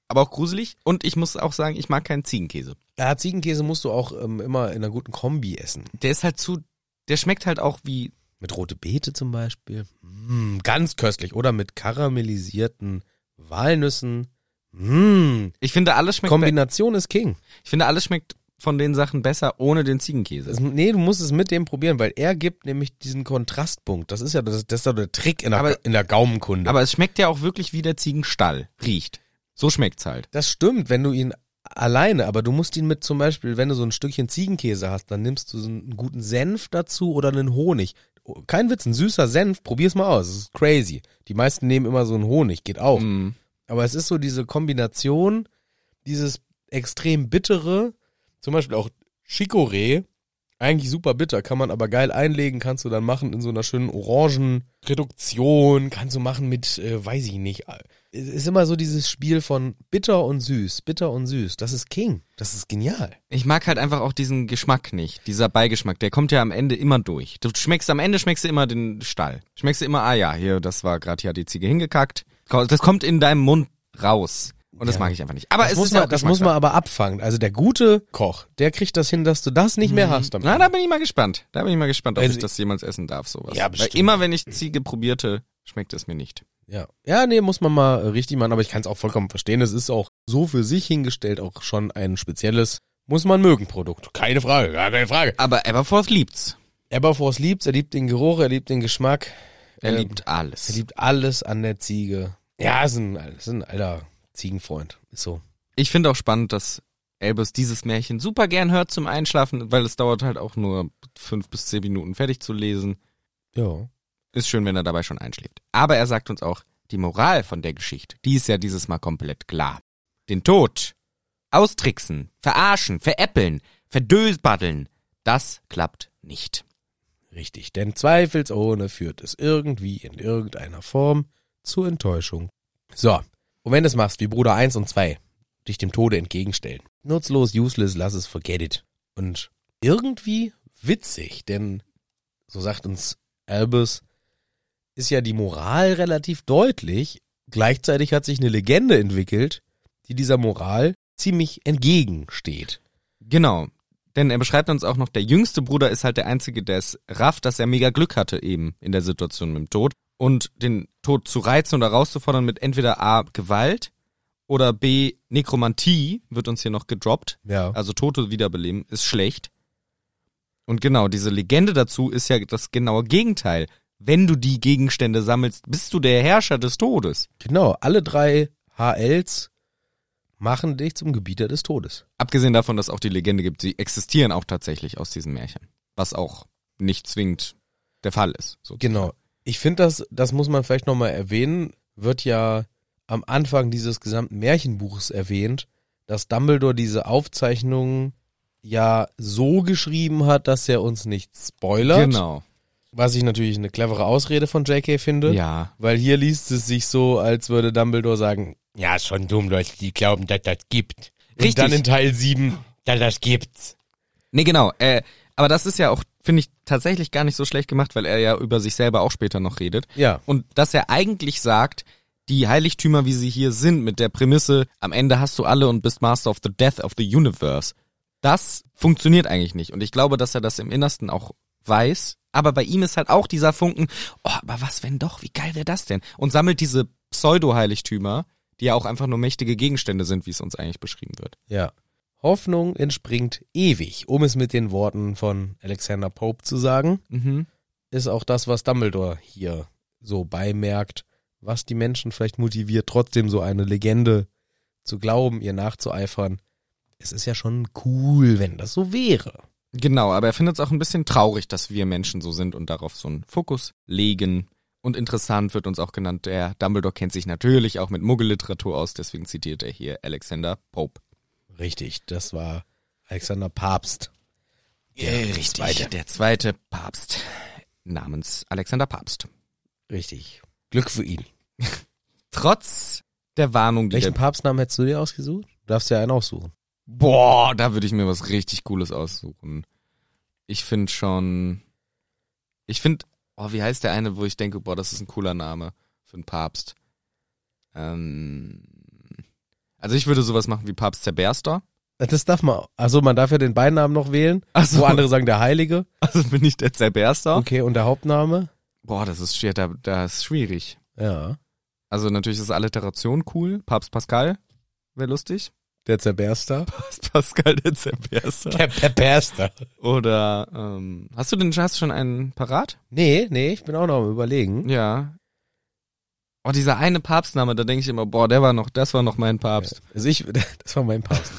Speaker 2: aber auch gruselig. Und ich muss auch sagen, ich mag keinen Ziegenkäse.
Speaker 4: Ja, Ziegenkäse musst du auch ähm, immer in einer guten Kombi essen.
Speaker 2: Der ist halt zu, der schmeckt halt auch wie,
Speaker 4: Mit rote Beete zum Beispiel. Mm, ganz köstlich. Oder mit karamellisierten Walnüssen. Mm,
Speaker 2: ich finde, alles schmeckt, be-
Speaker 4: Kombination ist King.
Speaker 2: ich finde, alles schmeckt von den Sachen besser ohne den Ziegenkäse.
Speaker 4: Das, nee, du musst es mit dem probieren, weil er gibt nämlich diesen Kontrastpunkt. Das ist ja das, das ist ja der Trick in der,
Speaker 2: Aber-
Speaker 4: in der Gaumenkunde.
Speaker 2: Aber es schmeckt ja auch wirklich wie der Ziegenstall. Riecht. So schmeckt's halt.
Speaker 4: das stimmt, wenn du ihn alleine, aber du musst ihn mit zum Beispiel, wenn du so ein Stückchen Ziegenkäse hast, dann nimmst du so einen guten Senf dazu oder einen Honig. Oh, Kein Witz, ein süßer Senf, probier's mal aus. Das ist crazy. Die meisten nehmen immer so einen Honig, geht auch.
Speaker 2: Mhm.
Speaker 4: Aber es ist so diese Kombination, dieses extrem bittere, zum Beispiel auch Chicorée, eigentlich super bitter, kann man aber geil einlegen, kannst du dann machen in so einer schönen Orangenreduktion, kannst du machen mit, äh, weiß ich nicht. Es ist immer so dieses Spiel von bitter und süß, bitter und süß. Das ist King. Das ist genial.
Speaker 2: Ich mag halt einfach auch diesen Geschmack nicht, dieser Beigeschmack, der kommt ja am Ende immer durch. Du schmeckst am Ende schmeckst du immer den Stall. Schmeckst du immer, ah ja, hier, das war gerade hier hat die Ziege hingekackt. Das kommt in deinem Mund raus. Und das
Speaker 4: Ja.
Speaker 2: mag ich einfach nicht. Aber
Speaker 4: das
Speaker 2: es
Speaker 4: muss,
Speaker 2: ist
Speaker 4: man,
Speaker 2: ja auch
Speaker 4: das muss man aber abfangen. Also der gute Koch, der kriegt das hin, dass du das nicht mehr hast. am
Speaker 2: Mhm. Na,
Speaker 4: Ende.
Speaker 2: da bin ich mal gespannt. Da bin ich mal gespannt, ob
Speaker 4: Also-
Speaker 2: ich das jemals essen darf, sowas.
Speaker 4: Ja, bestimmt.
Speaker 2: Weil immer wenn ich Ziege probierte, schmeckt es mir nicht.
Speaker 4: Ja. ja, nee, muss man mal äh, richtig machen, aber ich kann es auch vollkommen verstehen. Es ist auch so für sich hingestellt auch schon ein spezielles, muss man mögen Produkt. Keine Frage, gar keine Frage.
Speaker 2: Aber Everforth liebt's.
Speaker 4: Aberforce liebt's, er liebt den Geruch, er liebt den Geschmack,
Speaker 2: Er
Speaker 4: Ähm,
Speaker 2: liebt alles.
Speaker 4: er liebt alles an der Ziege. Ja, ist ein, ist ein alter Ziegenfreund. Ist so.
Speaker 2: Ich finde auch spannend, dass Elbus dieses Märchen super gern hört zum Einschlafen, weil es dauert halt auch nur fünf bis zehn Minuten fertig zu lesen.
Speaker 4: Ja.
Speaker 2: Ist schön, wenn er dabei schon einschläft. Aber er sagt uns auch, die Moral von der Geschichte, die ist ja dieses Mal komplett klar. Den Tod, austricksen, verarschen, veräppeln, verdösbaddeln, das klappt nicht.
Speaker 4: Richtig, denn zweifelsohne führt es irgendwie in irgendeiner Form zur Enttäuschung. So, und wenn du es machst, wie Bruder 1 und 2, dich dem Tode entgegenstellen. Nutzlos, useless, lass es, forget it. Und irgendwie witzig, denn, so sagt uns Albus, ist ja die Moral relativ deutlich. Gleichzeitig hat sich eine Legende entwickelt, die dieser Moral ziemlich entgegensteht.
Speaker 2: Genau. Denn er beschreibt uns auch noch, der jüngste Bruder ist halt der einzige, der es rafft, dass er mega Glück hatte eben in der Situation mit dem Tod. Und den Tod zu reizen oder herauszufordern mit entweder A, Gewalt oder B, Nekromantie wird uns hier noch gedroppt.
Speaker 4: Ja.
Speaker 2: Also Tote wiederbeleben ist schlecht. Und genau, diese Legende dazu ist ja das genaue Gegenteil. Wenn du die Gegenstände sammelst, bist du der Herrscher des Todes.
Speaker 4: Genau, alle drei HLs machen dich zum Gebieter des Todes.
Speaker 2: Abgesehen davon, dass auch die Legende gibt, sie existieren auch tatsächlich aus diesen Märchen. Was auch nicht zwingend der Fall ist. So.
Speaker 4: Genau. Ich finde das, das muss man vielleicht nochmal erwähnen, wird ja am Anfang dieses gesamten Märchenbuches erwähnt, dass Dumbledore diese Aufzeichnungen ja so geschrieben hat, dass er uns nicht spoilert.
Speaker 2: Genau.
Speaker 4: Was ich natürlich eine clevere Ausrede von JK finde.
Speaker 2: Ja.
Speaker 4: Weil hier liest es sich so, als würde Dumbledore sagen, ja, ist schon dumm, Leute, die glauben, dass das gibt.
Speaker 2: Richtig.
Speaker 4: Und dann in Teil 7, dass das gibt's.
Speaker 2: Nee, genau. Äh, aber das ist ja auch, finde ich, tatsächlich gar nicht so schlecht gemacht, weil er ja über sich selber auch später noch redet.
Speaker 4: Ja.
Speaker 2: Und dass er eigentlich sagt, die Heiligtümer, wie sie hier sind, mit der Prämisse, am Ende hast du alle und bist Master of the Death of the Universe. Das funktioniert eigentlich nicht. Und ich glaube, dass er das im Innersten auch weiß, aber bei ihm ist halt auch dieser Funken, oh, aber was wenn doch, wie geil wäre das denn? Und sammelt diese Pseudo-Heiligtümer, die ja auch einfach nur mächtige Gegenstände sind, wie es uns eigentlich beschrieben wird.
Speaker 4: Ja. Hoffnung entspringt ewig, um es mit den Worten von Alexander Pope zu sagen,
Speaker 2: Mhm.
Speaker 4: ist auch das, was Dumbledore hier so beimerkt, was die Menschen vielleicht motiviert, trotzdem so eine Legende zu glauben, ihr nachzueifern. Es ist ja schon cool, wenn das so wäre.
Speaker 2: Genau, aber er findet es auch ein bisschen traurig, dass wir Menschen so sind und darauf so einen Fokus legen. Und interessant wird uns auch genannt, der Dumbledore kennt sich natürlich auch mit Muggelliteratur aus, deswegen zitiert er hier Alexander Pope.
Speaker 4: Richtig, das war Alexander Papst.
Speaker 2: Zweite. Der zweite Papst namens Alexander Papst.
Speaker 4: Richtig. Glück für ihn.
Speaker 2: Trotz der Warnung, die
Speaker 4: Welchen
Speaker 2: der,
Speaker 4: Papstnamen hättest du dir ausgesucht? Du darfst ja einen aussuchen.
Speaker 2: Boah, da würde ich mir was richtig Cooles aussuchen. Ich finde schon. Ich finde. Oh, wie heißt der eine, wo ich denke, boah, das ist ein cooler Name für einen Papst? Ähm. Also ich würde sowas machen wie Papst Zerberster.
Speaker 4: Das darf man. Also man darf ja den Beinamen noch wählen.
Speaker 2: Ach
Speaker 4: So. Wo andere sagen der Heilige.
Speaker 2: Also bin ich der Zerberster.
Speaker 4: Okay, und der Hauptname?
Speaker 2: Boah, das ist schwer, da, das ist schwierig.
Speaker 4: Ja.
Speaker 2: Also natürlich ist Alliteration cool. Papst Pascal wäre lustig.
Speaker 4: Der Zerberster.
Speaker 2: Papst Pascal der Zerberster.
Speaker 4: Der Perperster.
Speaker 2: Oder ähm, hast du denn hast du schon einen parat?
Speaker 4: Nee, nee, ich bin auch noch am überlegen.
Speaker 2: Ja. Oh, dieser eine Papstname, da denke ich immer, boah, der war noch, das war noch mein Papst.
Speaker 4: Also ich, das war mein Papst.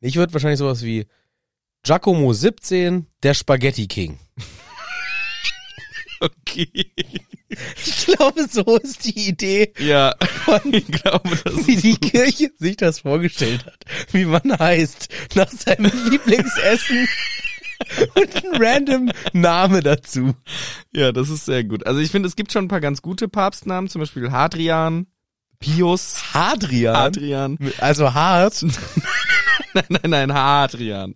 Speaker 4: Ich würde wahrscheinlich sowas wie Giacomo 17, der Spaghetti King.
Speaker 2: Okay.
Speaker 4: Ich glaube, so ist die Idee,
Speaker 2: Ja, ich glaube, das
Speaker 4: wie die Kirche sich das vorgestellt hat, wie man heißt, nach seinem Lieblingsessen und ein random Name dazu.
Speaker 2: ja, das ist sehr gut. Also ich finde, es gibt schon ein paar ganz gute Papstnamen, zum Beispiel Hadrian, Pius,
Speaker 4: Hadrian.
Speaker 2: Hadrian.
Speaker 4: Also hart.
Speaker 2: Nein, nein, nein, Hadrian.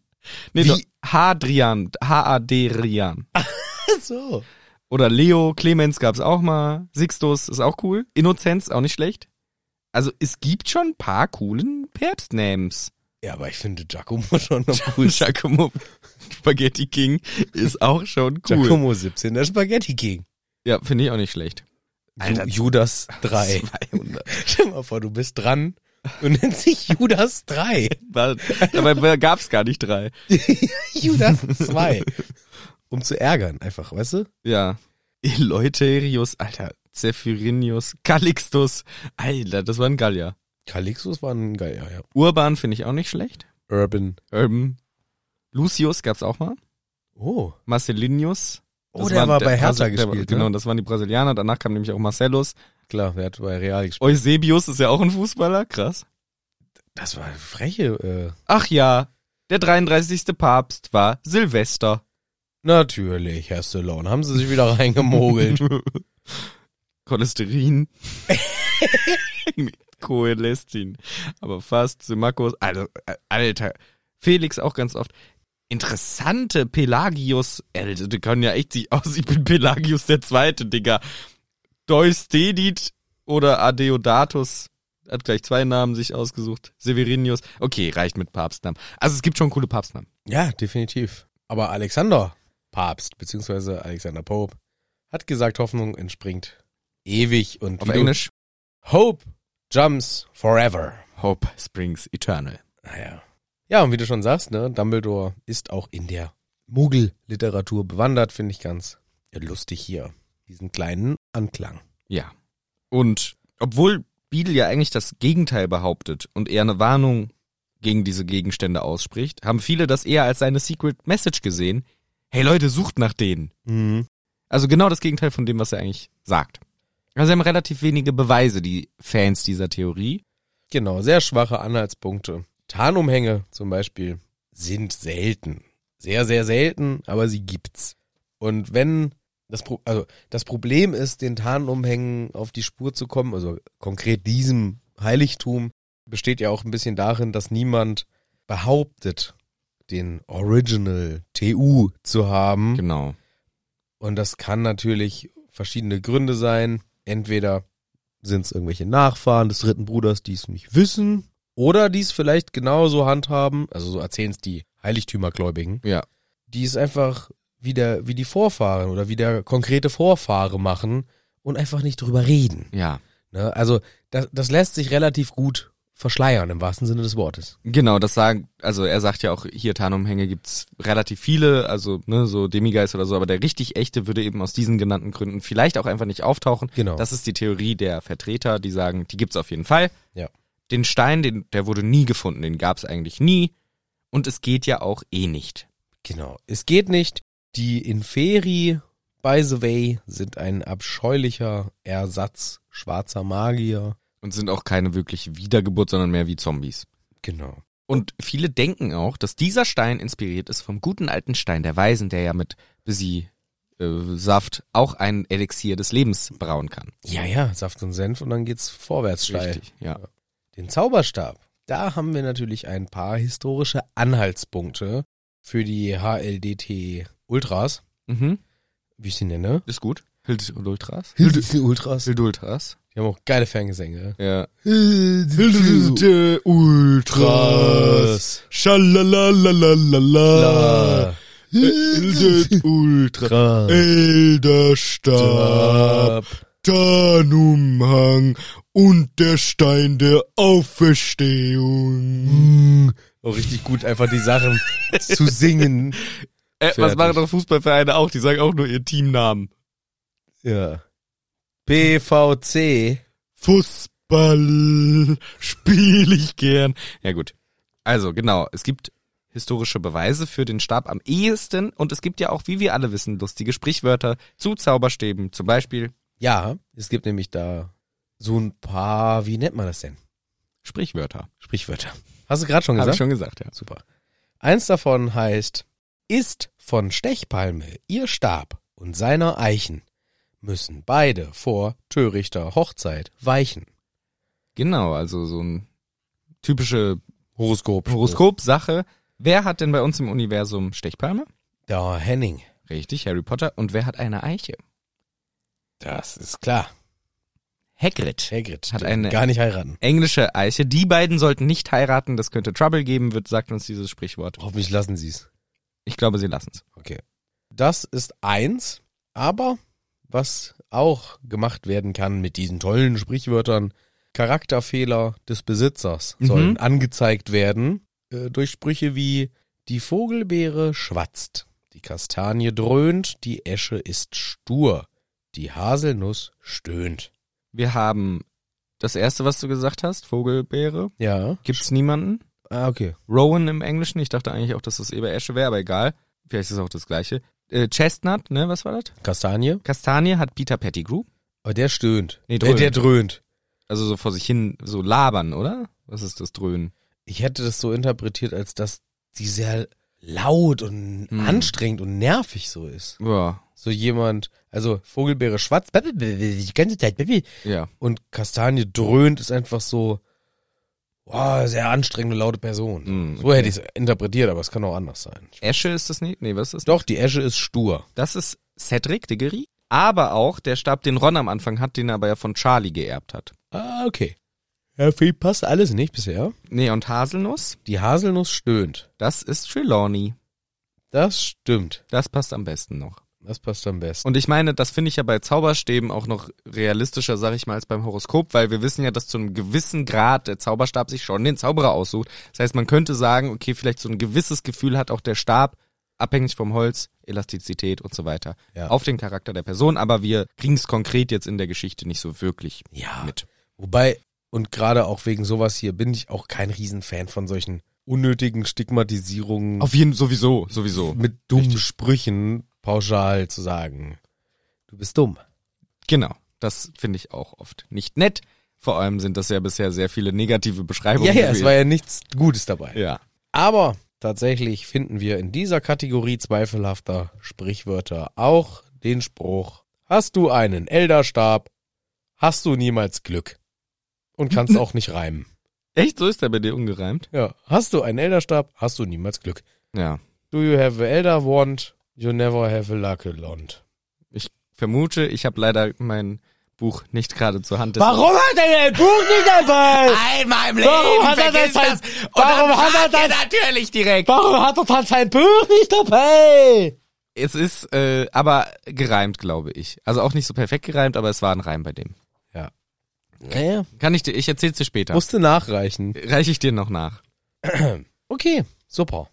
Speaker 2: Nee,
Speaker 4: Wie?
Speaker 2: doch, Hadrian, H-A-D-Rian.
Speaker 4: so.
Speaker 2: Oder Leo, Clemens gab's auch mal, Sixtus ist auch cool, Innozenz auch nicht schlecht. Also es gibt schon ein paar coolen Päpstnames.
Speaker 4: Ja, aber ich finde Giacomo schon noch
Speaker 2: cool. Giacomo Spaghetti King ist auch schon cool.
Speaker 4: Giacomo 17, der Spaghetti King.
Speaker 2: Ja, finde ich auch nicht schlecht. Alter,
Speaker 4: Ju- Judas 3.
Speaker 2: 200.
Speaker 4: Stell dir mal vor, du bist dran und nennt sich Judas 3.
Speaker 2: War, dabei gab's gar nicht drei.
Speaker 4: Judas 2. Um zu ärgern, einfach, weißt du?
Speaker 2: Ja. Eleuterius, Alter, Zephyrinius, Calixtus. Alter, das war ein Gallier.
Speaker 4: Calixtus war ein geiler, ja.
Speaker 2: Urban finde ich auch nicht schlecht.
Speaker 4: Urban.
Speaker 2: Ähm, Lucius gab's auch mal.
Speaker 4: Oh.
Speaker 2: Marcellinus.
Speaker 4: Oh, der war bei Hertha
Speaker 2: Brasil- der-
Speaker 4: gespielt, ne?
Speaker 2: Genau, das waren die Brasilianer. Danach kam nämlich auch Marcellus.
Speaker 4: Klar, der hat bei Real gespielt.
Speaker 2: Eusebius ist ja auch ein Fußballer. Krass.
Speaker 4: Das war freche, äh.
Speaker 2: Ach ja, der 33. Papst war Silvester.
Speaker 4: Natürlich, Herr Stallone. Haben sie sich wieder reingemogelt.
Speaker 2: Cholesterin. Cholestin. Aber fast. Symmachus. Also, äh, Alter. Felix auch ganz oft. Interessante Pelagius. Alter, die können ja echt sich aus. Ich bin Pelagius der Zweite, Digga. Deustedit oder Adeodatus. Hat gleich zwei Namen sich ausgesucht. Severinius. Okay, reicht mit Papstnamen. Also es gibt schon coole Papstnamen.
Speaker 4: ja, definitiv. Aber Alexander Papst, beziehungsweise Alexander Pope, hat gesagt, Hoffnung entspringt ewig und
Speaker 2: Auf
Speaker 4: wie du-
Speaker 2: Englisch.
Speaker 4: Hope jumps forever.
Speaker 2: Hope Springs Eternal.
Speaker 4: Naja. Ah Ja, und wie du schon sagst, ne, Dumbledore ist auch in der Muggelliteratur bewandert, finde ich ganz lustig hier. Diesen kleinen Anklang.
Speaker 2: Ja. Und obwohl Beadle ja eigentlich das Gegenteil behauptet und eher eine Warnung gegen diese Gegenstände ausspricht, haben viele das eher als seine Secret Message gesehen. Hey Leute, sucht nach denen. Also genau das Gegenteil von dem, was er eigentlich sagt. Also sie haben relativ wenige Beweise, die Fans dieser Theorie.
Speaker 4: Genau, sehr schwache Anhaltspunkte. Tarnumhänge zum Beispiel sind selten. Sehr, sehr selten, aber sie gibt's. Und wenn das, Pro also das Problem ist, den Tarnumhängen auf die Spur zu kommen, also konkret diesem Heiligtum, besteht ja auch ein bisschen darin, dass niemand behauptet, den Original TU zu haben.
Speaker 2: Genau.
Speaker 4: Und das kann natürlich verschiedene Gründe sein. Entweder sind es irgendwelche Nachfahren des dritten Bruders, die es nicht wissen, oder die es vielleicht genauso handhaben, also so erzählen es die Heiligtümergläubigen,
Speaker 2: Ja.
Speaker 4: die es einfach wie, der, wie die Vorfahren oder wie der konkrete Vorfahre machen und einfach nicht drüber reden.
Speaker 2: Ja.
Speaker 4: Ne? Also das, das lässt sich relativ gut verschleiern im wahrsten Sinne des Wortes.
Speaker 2: Genau, das sagen, also er sagt ja auch, hier Tarnumhänge gibt's relativ viele, also ne, so Demigeist oder so, aber der richtig echte würde eben aus diesen genannten Gründen vielleicht auch einfach nicht auftauchen.
Speaker 4: Genau.
Speaker 2: Das ist die Theorie der Vertreter, die sagen, die gibt's auf jeden Fall.
Speaker 4: Ja.
Speaker 2: Den Stein, den, der wurde nie gefunden, den gab's eigentlich nie. Und es geht ja auch eh nicht.
Speaker 4: Genau. Es geht nicht. Die Inferi, by the way, sind ein abscheulicher Ersatz schwarzer Magier.
Speaker 2: Und sind auch keine wirkliche Wiedergeburt, sondern mehr wie Zombies.
Speaker 4: Genau.
Speaker 2: Und viele denken auch, dass dieser Stein inspiriert ist vom guten alten Stein der Weisen, der ja mit Besi äh, Saft auch ein Elixier des Lebens brauen kann.
Speaker 4: Ja, ja, Saft und Senf und dann geht's vorwärts steil.
Speaker 2: Richtig, ja.
Speaker 4: Den Zauberstab. Da haben wir natürlich ein paar historische Anhaltspunkte für die HLDT Ultras,
Speaker 2: Mhm.
Speaker 4: wie ich sie nenne.
Speaker 2: Ist gut. Hilde und Ultras.
Speaker 4: HLDT Ultras.
Speaker 2: Hilde Ultras.
Speaker 4: Die haben auch geile Fangesänge.
Speaker 2: Ja. Äh,
Speaker 4: Ultras.
Speaker 2: Schalalalalala. Hilde Ultras.
Speaker 4: Ultras.
Speaker 2: Elderstab. Tarnumhang und der Stein der Auferstehung.
Speaker 4: Oh, richtig gut, einfach die Sachen zu singen.
Speaker 2: Äh, was
Speaker 4: Fertig.
Speaker 2: machen doch Fußballvereine auch? Die sagen auch nur ihr Teamnamen.
Speaker 4: Ja. PVC.
Speaker 2: Fußball spiele ich gern. Ja gut. Also genau, es gibt historische Beweise für den Stab am ehesten und es gibt ja auch, wie wir alle wissen, lustige Sprichwörter zu Zauberstäben. Zum Beispiel
Speaker 4: Ja, es gibt nämlich da so ein paar, wie nennt man das denn?
Speaker 2: Sprichwörter.
Speaker 4: Sprichwörter. Hast du gerade schon
Speaker 2: Habe ich
Speaker 4: gesagt?
Speaker 2: schon gesagt, ja.
Speaker 4: Super. Eins davon heißt, ist von Stechpalme ihr Stab und seiner Eichen, müssen beide vor törichter Hochzeit weichen.
Speaker 2: Genau, also so ein typische
Speaker 4: Horoskop.
Speaker 2: Horoskop-Sache. Wer hat denn bei uns im Universum Stechpalme?
Speaker 4: Da Henning.
Speaker 2: Richtig, Harry Potter. Und wer hat eine Eiche?
Speaker 4: Das ist klar.
Speaker 2: Hagrid.
Speaker 4: Hagrid.
Speaker 2: Hat
Speaker 4: Den
Speaker 2: eine-
Speaker 4: Gar nicht heiraten.
Speaker 2: Englische Eiche. Die beiden sollten nicht heiraten, das könnte Trouble geben, wird, sagt uns dieses Sprichwort.
Speaker 4: Hoffentlich lassen sie es.
Speaker 2: Ich glaube, sie lassen es.
Speaker 4: Okay. Das ist eins, aber was auch gemacht werden kann mit diesen tollen Sprichwörtern, Charakterfehler des Besitzers
Speaker 2: Mhm.
Speaker 4: sollen angezeigt werden äh, durch Sprüche wie die Vogelbeere schwatzt, die Kastanie dröhnt, die Esche ist stur, die Haselnuss stöhnt.
Speaker 2: Wir haben das erste, was du gesagt hast, Vogelbeere.
Speaker 4: Ja.
Speaker 2: Gibt's niemanden.
Speaker 4: Ah, okay.
Speaker 2: Rowan im Englischen. Ich dachte eigentlich auch, dass das Eberesche wäre, aber egal. Vielleicht ist es auch das gleiche. Äh, Chestnut, ne, was war das?
Speaker 4: Kastanie.
Speaker 2: Kastanie hat Peter Pettigrew.
Speaker 4: Aber der stöhnt. Äh,
Speaker 2: Nee,
Speaker 4: der,
Speaker 2: dröhnt.
Speaker 4: der dröhnt.
Speaker 2: Also so vor sich hin, so labern, oder? Was ist das Dröhnen?
Speaker 4: Ich hätte das so interpretiert, als dass die sehr laut und
Speaker 2: Hm.
Speaker 4: anstrengend und nervig so ist.
Speaker 2: Ja,
Speaker 4: So jemand, also Vogelbeere schwatzt, bäh, bäh, bäh, bäh, die ganze Zeit, bäh, bäh.
Speaker 2: ja.
Speaker 4: und Kastanie dröhnt, ist einfach so, wow, sehr anstrengende, laute Person.
Speaker 2: Hm,
Speaker 4: So hätte ich es interpretiert, aber es kann auch anders sein.
Speaker 2: Esche ist das nicht? Nee, was ist das?
Speaker 4: Doch, die Esche ist stur.
Speaker 2: Das ist Cedric Diggory. Aber auch der Stab, den Ron am Anfang hat, den er aber ja von Charlie geerbt hat.
Speaker 4: Ah, okay. Ja, viel passt alles nicht bisher.
Speaker 2: Nee, und Haselnuss?
Speaker 4: Die Haselnuss stöhnt.
Speaker 2: Das ist Trelawney.
Speaker 4: Das stimmt.
Speaker 2: Das passt am besten noch.
Speaker 4: Das passt am besten.
Speaker 2: Und ich meine, das finde ich ja bei Zauberstäben auch noch realistischer, sag ich mal, als beim Horoskop, weil wir wissen ja, dass zu einem gewissen Grad der Zauberstab sich schon den Zauberer aussucht. Das heißt, man könnte sagen, okay, vielleicht so ein gewisses Gefühl hat auch der Stab, abhängig vom Holz, Elastizität und so weiter,
Speaker 4: Ja.
Speaker 2: auf den Charakter der Person, aber wir kriegen es konkret jetzt in der Geschichte nicht so wirklich
Speaker 4: Ja.
Speaker 2: mit.
Speaker 4: Wobei, und gerade auch wegen sowas hier bin ich auch kein Riesenfan von solchen unnötigen Stigmatisierungen
Speaker 2: Auf jeden sowieso, sowieso.
Speaker 4: mit dummen Sprüchen pauschal zu sagen. Du bist dumm.
Speaker 2: Genau, das finde ich auch oft nicht nett. Vor allem sind das ja bisher sehr viele negative Beschreibungen.
Speaker 4: ja, ja, es
Speaker 2: gewesen.
Speaker 4: war ja nichts Gutes dabei.
Speaker 2: ja.
Speaker 4: Aber tatsächlich finden wir in dieser Kategorie zweifelhafter Sprichwörter auch den Spruch, hast du einen Elderstab, hast du niemals Glück. Und kannst auch nicht reimen.
Speaker 2: Echt, so ist der bei dir ungereimt?
Speaker 4: Ja, hast du einen Elderstab, hast du niemals Glück.
Speaker 2: Ja.
Speaker 4: Do you have a elder wand? You never have a lucky wand.
Speaker 2: Ich vermute, ich habe leider mein Buch nicht gerade zur Hand.
Speaker 4: Warum hat er ein Buch nicht dabei?
Speaker 2: Einmal im
Speaker 4: Warum
Speaker 2: Leben
Speaker 4: hat er
Speaker 2: vergiss
Speaker 4: das-
Speaker 2: das. Und
Speaker 4: warum
Speaker 2: dann
Speaker 4: hat er
Speaker 2: fragt ihr natürlich direkt.
Speaker 4: Warum hat er dann sein Buch nicht dabei?
Speaker 2: Es ist äh, aber gereimt, glaube ich. Also auch nicht so perfekt gereimt, aber es war ein Reim bei dem.
Speaker 4: Naja.
Speaker 2: Kann ich dir, ich erzähl's dir später.
Speaker 4: Musste nachreichen.
Speaker 2: Reiche ich dir noch nach.
Speaker 4: Okay, super.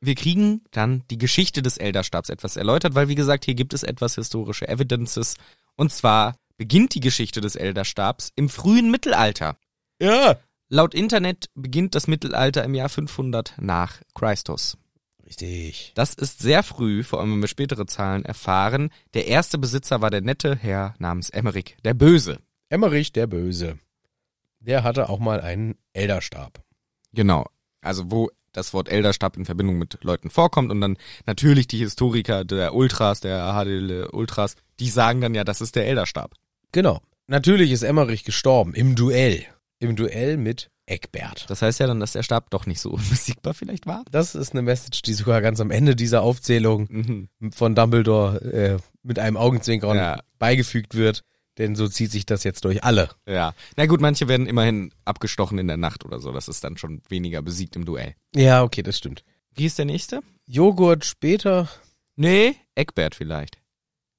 Speaker 2: Wir kriegen dann die Geschichte des Elderstabs etwas erläutert, weil wie gesagt, hier gibt es etwas historische Evidences. Und zwar beginnt die Geschichte des Elderstabs im frühen Mittelalter.
Speaker 4: Ja.
Speaker 2: Laut Internet beginnt das Mittelalter im Jahr 500 nach Christus.
Speaker 4: Richtig.
Speaker 2: Das ist sehr früh, vor allem wenn wir spätere Zahlen erfahren. Der erste Besitzer war der nette Herr namens Emmerich der Böse.
Speaker 4: Emmerich der Böse. Der hatte auch mal einen Elderstab.
Speaker 2: Genau. Also wo das Wort Elderstab in Verbindung mit Leuten vorkommt und dann natürlich die Historiker der Ultras, der HDL Ultras, die sagen dann ja, das ist der Elderstab.
Speaker 4: Genau. Natürlich ist Emmerich gestorben im Duell. Im Duell mit Eckbert.
Speaker 2: Das heißt ja dann, dass der Stab doch nicht so unbesiegbar vielleicht war.
Speaker 4: Das ist eine Message, die sogar ganz am Ende dieser Aufzählung
Speaker 2: Mhm.
Speaker 4: von Dumbledore äh, mit einem Augenzwinkern
Speaker 2: Ja.
Speaker 4: beigefügt wird. Denn so zieht sich das jetzt durch alle.
Speaker 2: Ja. Na gut, manche werden immerhin abgestochen in der Nacht oder so. Das ist dann schon weniger besiegt im Duell.
Speaker 4: Ja, okay, das stimmt.
Speaker 2: Wie ist der nächste?
Speaker 4: Joghurt später.
Speaker 2: Nee, Eckbert vielleicht.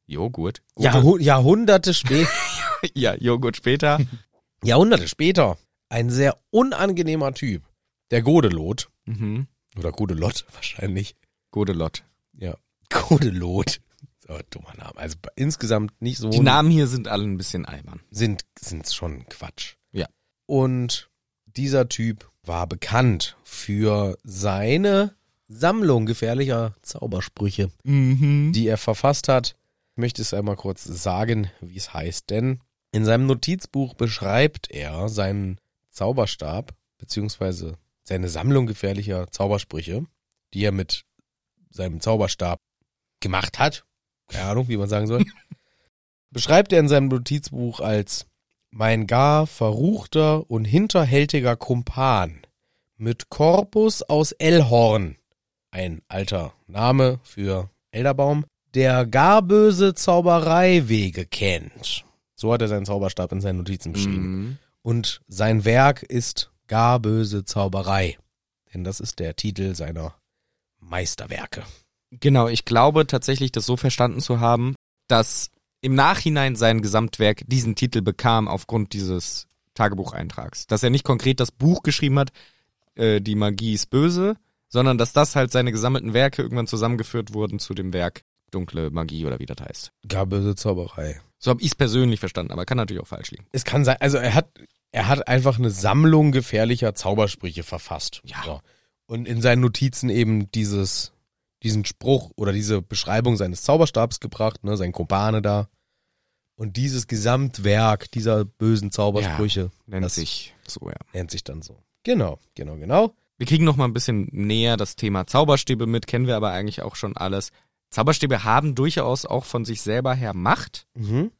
Speaker 2: Joghurt.
Speaker 4: Jahrhu Jahrhunderte später.
Speaker 2: ja, Joghurt später.
Speaker 4: Jahrhunderte später. Ein sehr unangenehmer Typ. Der Godelot.
Speaker 2: mhm.
Speaker 4: Oder Godelot wahrscheinlich.
Speaker 2: Godelot.
Speaker 4: Ja. Godelot. Ist aber ein dummer Name. Also b- insgesamt nicht so.
Speaker 2: Die Namen hier sind alle ein bisschen albern.
Speaker 4: sind sind's schon Quatsch.
Speaker 2: Ja.
Speaker 4: Und dieser Typ war bekannt für seine Sammlung gefährlicher Zaubersprüche,
Speaker 2: Mhm.
Speaker 4: die er verfasst hat. Ich möchte es einmal kurz sagen, wie es heißt, denn in seinem Notizbuch beschreibt er seinen Zauberstab beziehungsweise seine Sammlung gefährlicher Zaubersprüche, die er mit seinem Zauberstab gemacht hat. Keine Ahnung, wie man sagen soll. beschreibt er in seinem Notizbuch als mein gar verruchter und hinterhältiger Kumpan mit Korpus aus Ellhorn, ein alter Name für Elderbaum, der gar böse Zauberei Wege kennt. So hat er seinen Zauberstab in seinen Notizen beschrieben.
Speaker 2: Mhm.
Speaker 4: Und sein Werk ist gar böse Zauberei, denn das ist der Titel seiner Meisterwerke.
Speaker 2: Genau, ich glaube tatsächlich, das so verstanden zu haben, dass im Nachhinein sein Gesamtwerk diesen Titel bekam aufgrund dieses Tagebucheintrags. Dass er nicht konkret das Buch geschrieben hat, äh, die Magie ist böse, sondern dass das halt seine gesammelten Werke irgendwann zusammengeführt wurden zu dem Werk Dunkle Magie oder wie das heißt.
Speaker 4: Gar böse Zauberei.
Speaker 2: So habe ich es persönlich verstanden, aber kann natürlich auch falsch liegen.
Speaker 4: es kann sein, also er hat, er hat einfach eine Sammlung gefährlicher Zaubersprüche verfasst.
Speaker 2: Ja.
Speaker 4: Und in seinen Notizen eben dieses, diesen Spruch oder diese Beschreibung seines Zauberstabs gebracht, ne, sein Kumpane da. Und dieses Gesamtwerk dieser bösen Zaubersprüche
Speaker 2: Nennt
Speaker 4: Das-
Speaker 2: sich so, ja.
Speaker 4: nennt sich dann so. Genau, genau, genau.
Speaker 2: Wir kriegen noch mal ein bisschen näher das Thema Zauberstäbe mit, kennen wir aber eigentlich auch schon alles. Zauberstäbe haben durchaus auch von sich selber her Macht.
Speaker 4: Mhm.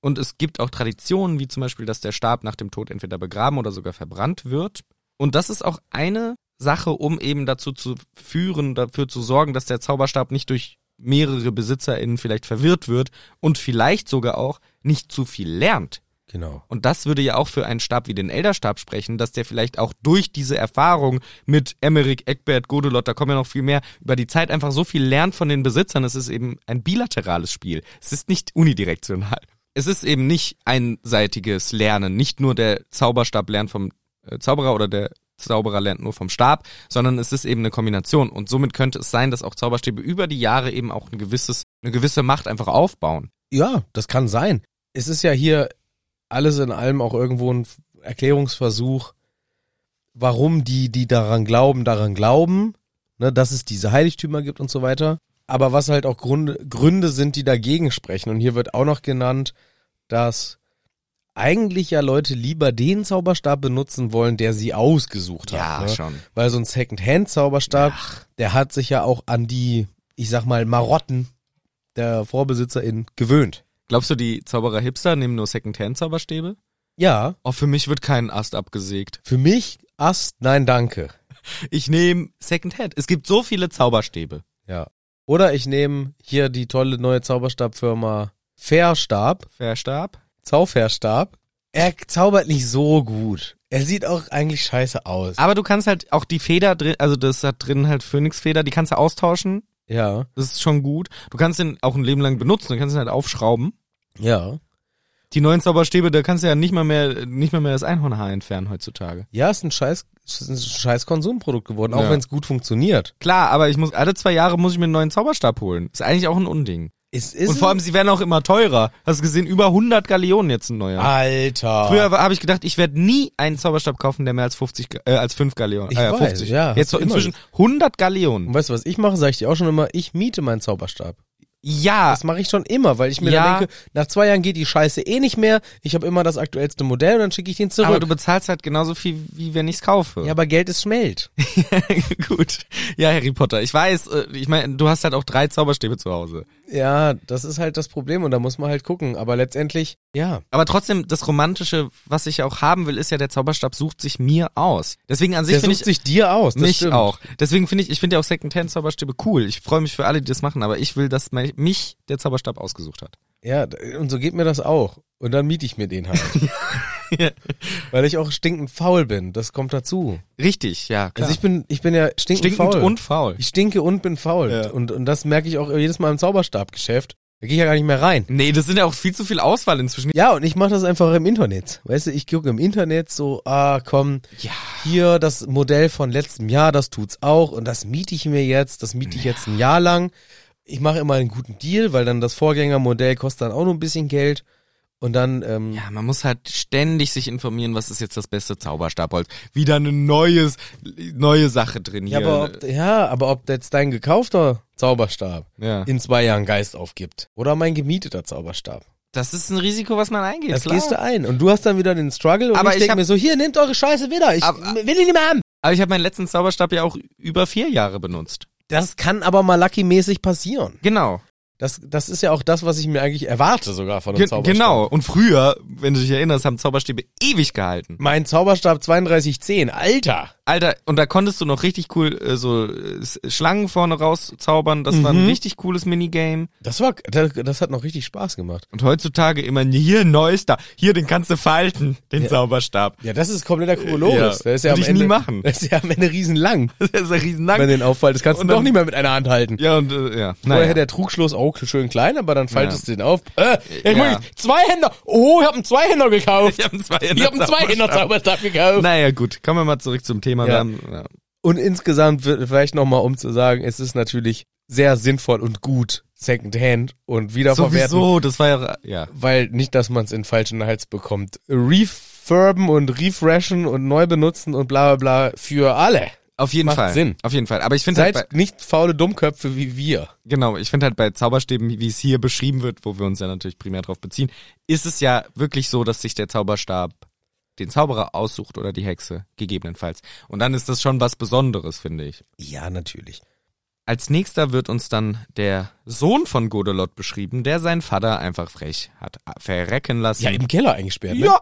Speaker 2: Und es gibt auch Traditionen, wie zum Beispiel, dass der Stab nach dem Tod entweder begraben oder sogar verbrannt wird. Und das ist auch eine Sache, um eben dazu zu führen, dafür zu sorgen, dass der Zauberstab nicht durch mehrere BesitzerInnen vielleicht verwirrt wird und vielleicht sogar auch nicht zu viel lernt.
Speaker 4: Genau.
Speaker 2: Und das würde ja auch für einen Stab wie den Elderstab sprechen, dass der vielleicht auch durch diese Erfahrung mit Emmerich, Eckbert, Godelot, da kommen ja noch viel mehr, über die Zeit einfach so viel lernt von den Besitzern. Es ist eben ein bilaterales Spiel. Es ist nicht unidirektional. Es ist eben nicht einseitiges Lernen. Nicht nur der Zauberstab lernt vom äh, Zauberer oder der Zauberer lernt nur vom Stab, sondern es ist eben eine Kombination. Und somit könnte es sein, dass auch Zauberstäbe über die Jahre eben auch ein gewisses, eine gewisse Macht einfach aufbauen.
Speaker 4: Ja, das kann sein. Es ist ja hier alles in allem auch irgendwo ein Erklärungsversuch, warum die, die daran glauben, daran glauben, ne, dass es diese Heiligtümer gibt und so weiter. Aber was halt auch Gründe, Gründe sind, die dagegen sprechen. Und hier wird auch noch genannt, dass eigentlich ja Leute lieber den Zauberstab benutzen wollen, der sie ausgesucht hat. ne?
Speaker 2: schon.
Speaker 4: Weil so ein Second-Hand-Zauberstab, der hat sich ja auch an die, ich sag mal, Marotten der VorbesitzerInnen gewöhnt.
Speaker 2: Glaubst du, die Zauberer-Hipster nehmen nur Secondhand-Zauberstäbe?
Speaker 4: Ja,
Speaker 2: Oh, für mich wird kein Ast abgesägt.
Speaker 4: für mich Ast, nein, danke.
Speaker 2: Ich nehme Secondhand. Es gibt so viele Zauberstäbe.
Speaker 4: Ja. Oder ich nehme hier die tolle neue Zauberstabfirma Fairstab,
Speaker 2: Verstab?
Speaker 4: Zaufairstab. Er zaubert nicht so gut. Er sieht auch eigentlich scheiße aus.
Speaker 2: Aber du kannst halt auch die Feder drin, also das hat drin halt Phönixfeder, die kannst du austauschen
Speaker 4: Ja,
Speaker 2: Das ist schon gut. Du kannst den auch ein Leben lang benutzen. Du kannst ihn halt aufschrauben.
Speaker 4: ja.
Speaker 2: Die neuen Zauberstäbe, da kannst du ja nicht mal mehr, nicht mal mehr das Einhornhaar entfernen heutzutage.
Speaker 4: Ja, ist ein scheiß, ist ein scheiß Konsumprodukt geworden, auch
Speaker 2: Ja.
Speaker 4: wenn es gut funktioniert.
Speaker 2: Klar, aber ich muss, alle zwei Jahre muss ich mir einen neuen Zauberstab holen. Ist eigentlich auch ein Unding.
Speaker 4: Es ist
Speaker 2: Und vor allem, sie werden auch immer teurer. Hast du gesehen, über 100 Galeonen jetzt ein neuer.
Speaker 4: Alter.
Speaker 2: Früher habe ich gedacht, ich werde nie einen Zauberstab kaufen, der mehr als 50, Ga- äh, als 5 Galeonen,
Speaker 4: Ich
Speaker 2: äh,
Speaker 4: weiß,
Speaker 2: 50.
Speaker 4: ja, hast
Speaker 2: Jetzt
Speaker 4: du
Speaker 2: so
Speaker 4: immer
Speaker 2: inzwischen 100 Galeonen.
Speaker 4: Und weißt du, was ich mache? Sag ich dir auch schon immer, ich miete meinen Zauberstab.
Speaker 2: Ja,
Speaker 4: Das mache ich schon immer, weil ich mir
Speaker 2: Ja.
Speaker 4: dann denke, nach zwei Jahren geht die Scheiße eh nicht mehr. Ich habe immer das aktuellste Modell und dann schicke ich den zurück.
Speaker 2: aber du bezahlst halt genauso viel, wie wenn ich's kaufe.
Speaker 4: ja, aber Geld ist Schmeld.
Speaker 2: Gut. Ja, Harry Potter. Ich weiß, äh, ich meine, du hast halt auch drei Zauberstäbe zu Hause.
Speaker 4: ja, das ist halt das Problem und da muss man halt gucken. Aber letztendlich, ja.
Speaker 2: Aber trotzdem, das Romantische, was ich auch haben will, ist ja, der Zauberstab sucht sich mir aus. Deswegen an sich
Speaker 4: Der
Speaker 2: finde
Speaker 4: sucht
Speaker 2: ich
Speaker 4: sich dir aus. Das
Speaker 2: mich
Speaker 4: stimmt.
Speaker 2: auch. Deswegen finde ich, ich finde ja auch Second-Hand-Zauberstäbe cool. Ich freue mich für alle, die das machen, aber ich will, dass mein- mich der Zauberstab ausgesucht hat.
Speaker 4: Ja, d- und so geht mir das auch. Und dann miete ich mir den halt.
Speaker 2: Ja.
Speaker 4: Weil ich auch stinkend faul bin. Das kommt dazu.
Speaker 2: Richtig, ja, klar.
Speaker 4: Also ich bin, ich bin ja stinkend,
Speaker 2: Stinkend
Speaker 4: faul.
Speaker 2: und faul.
Speaker 4: ich stinke und bin faul.
Speaker 2: Ja.
Speaker 4: Und, und das merke ich auch jedes Mal im Zauberstabgeschäft. Da gehe ich ja gar nicht mehr rein.
Speaker 2: Nee, das sind ja auch viel zu viel Auswahl inzwischen.
Speaker 4: Ja, und ich mache das einfach im Internet. Weißt du, ich gucke im Internet so, ah, komm,
Speaker 2: Ja.
Speaker 4: hier das Modell von letztem Jahr, das tut's auch und das miete ich mir jetzt, das miete ich jetzt ein Jahr lang. Ich mache immer einen guten Deal, weil dann das Vorgängermodell kostet dann auch noch ein bisschen Geld und dann ähm,
Speaker 2: Ja, man muss halt ständig sich informieren, was ist jetzt das beste Zauberstabholz. Wieder eine neues, neue Sache drin
Speaker 4: ja,
Speaker 2: hier.
Speaker 4: aber ob, ja, aber ob jetzt dein gekaufter Zauberstab
Speaker 2: ja.
Speaker 4: in zwei Jahren Geist aufgibt oder mein gemieteter Zauberstab,
Speaker 2: Das ist ein Risiko, was man eingeht.
Speaker 4: das
Speaker 2: klar.
Speaker 4: gehst du ein und du hast dann wieder den Struggle und
Speaker 2: Aber
Speaker 4: ich
Speaker 2: ich
Speaker 4: denke
Speaker 2: hab-
Speaker 4: mir so, hier nehmt eure Scheiße wieder, ich
Speaker 2: Aber-
Speaker 4: will ihn nicht mehr haben.
Speaker 2: Aber ich habe meinen letzten Zauberstab ja auch über vier Jahre benutzt.
Speaker 4: Das kann aber mal lucky-mäßig passieren.
Speaker 2: Genau.
Speaker 4: Das, das ist ja auch das, was ich mir eigentlich erwarte sogar von einem
Speaker 2: Ge
Speaker 4: Zauberstab.
Speaker 2: genau. Und früher, wenn du dich erinnerst, haben Zauberstäbe ewig gehalten.
Speaker 4: Mein Zauberstab 3210, Alter.
Speaker 2: Alter, und da konntest du noch richtig cool äh, so äh, S- Schlangen vorne rauszaubern. Das war ein richtig cooles Minigame.
Speaker 4: Das war, das, das hat noch richtig Spaß gemacht.
Speaker 2: Und heutzutage immer hier ein neues da. Hier, den kannst du falten, den Zauberstab.
Speaker 4: Ja, das ist kompletter Kokolores.
Speaker 2: Ja,
Speaker 4: Das ist ja am
Speaker 2: würde ich nie
Speaker 4: Ende,
Speaker 2: machen.
Speaker 4: Das ist ja am Ende riesenlang.
Speaker 2: Das ist ja riesen
Speaker 4: Wenn den auffällt, das kannst du
Speaker 2: Und dann-
Speaker 4: doch nicht mehr mit einer Hand halten.
Speaker 2: Ja, und äh, ja.
Speaker 4: Vorher
Speaker 2: Naja.
Speaker 4: der Trugschluss auch schön klein, aber dann faltest du den auf. Äh, jetzt
Speaker 2: Ja.
Speaker 4: muss ich zwei Händer. Oh, ich habe einen Zweihänder gekauft.
Speaker 2: Ich habe einen
Speaker 4: Ich habe einen Zweihänder
Speaker 2: Zauberstab.
Speaker 4: Zauberstab gekauft.
Speaker 2: Naja, gut. Kommen wir mal zurück zum Thema.
Speaker 4: Ja.
Speaker 2: Wir haben, ja.
Speaker 4: Und insgesamt wird vielleicht nochmal um zu sagen, es ist natürlich sehr sinnvoll und gut, Secondhand und wiederverwerten.
Speaker 2: Sowieso, das war ja, ja.
Speaker 4: weil nicht, dass man es in falschen Hals bekommt. Refurben und refreshen und neu benutzen und bla bla bla für alle.
Speaker 2: Auf jeden
Speaker 4: Macht
Speaker 2: Fall.
Speaker 4: Sinn.
Speaker 2: Auf jeden Fall. Aber ich finde halt,
Speaker 4: Seid
Speaker 2: bei,
Speaker 4: nicht faule Dummköpfe wie wir.
Speaker 2: genau, ich finde halt bei Zauberstäben, wie es hier beschrieben wird, wo wir uns ja natürlich primär drauf beziehen, ist es ja wirklich so, dass sich der Zauberstab den Zauberer aussucht oder die Hexe, gegebenenfalls. Und dann ist das schon was Besonderes, finde ich.
Speaker 4: Ja, natürlich.
Speaker 2: Als nächster wird uns dann der Sohn von Godelot beschrieben, der seinen Vater einfach frech hat verrecken lassen.
Speaker 4: Ja, im Keller eingesperrt. Ne?
Speaker 2: ja.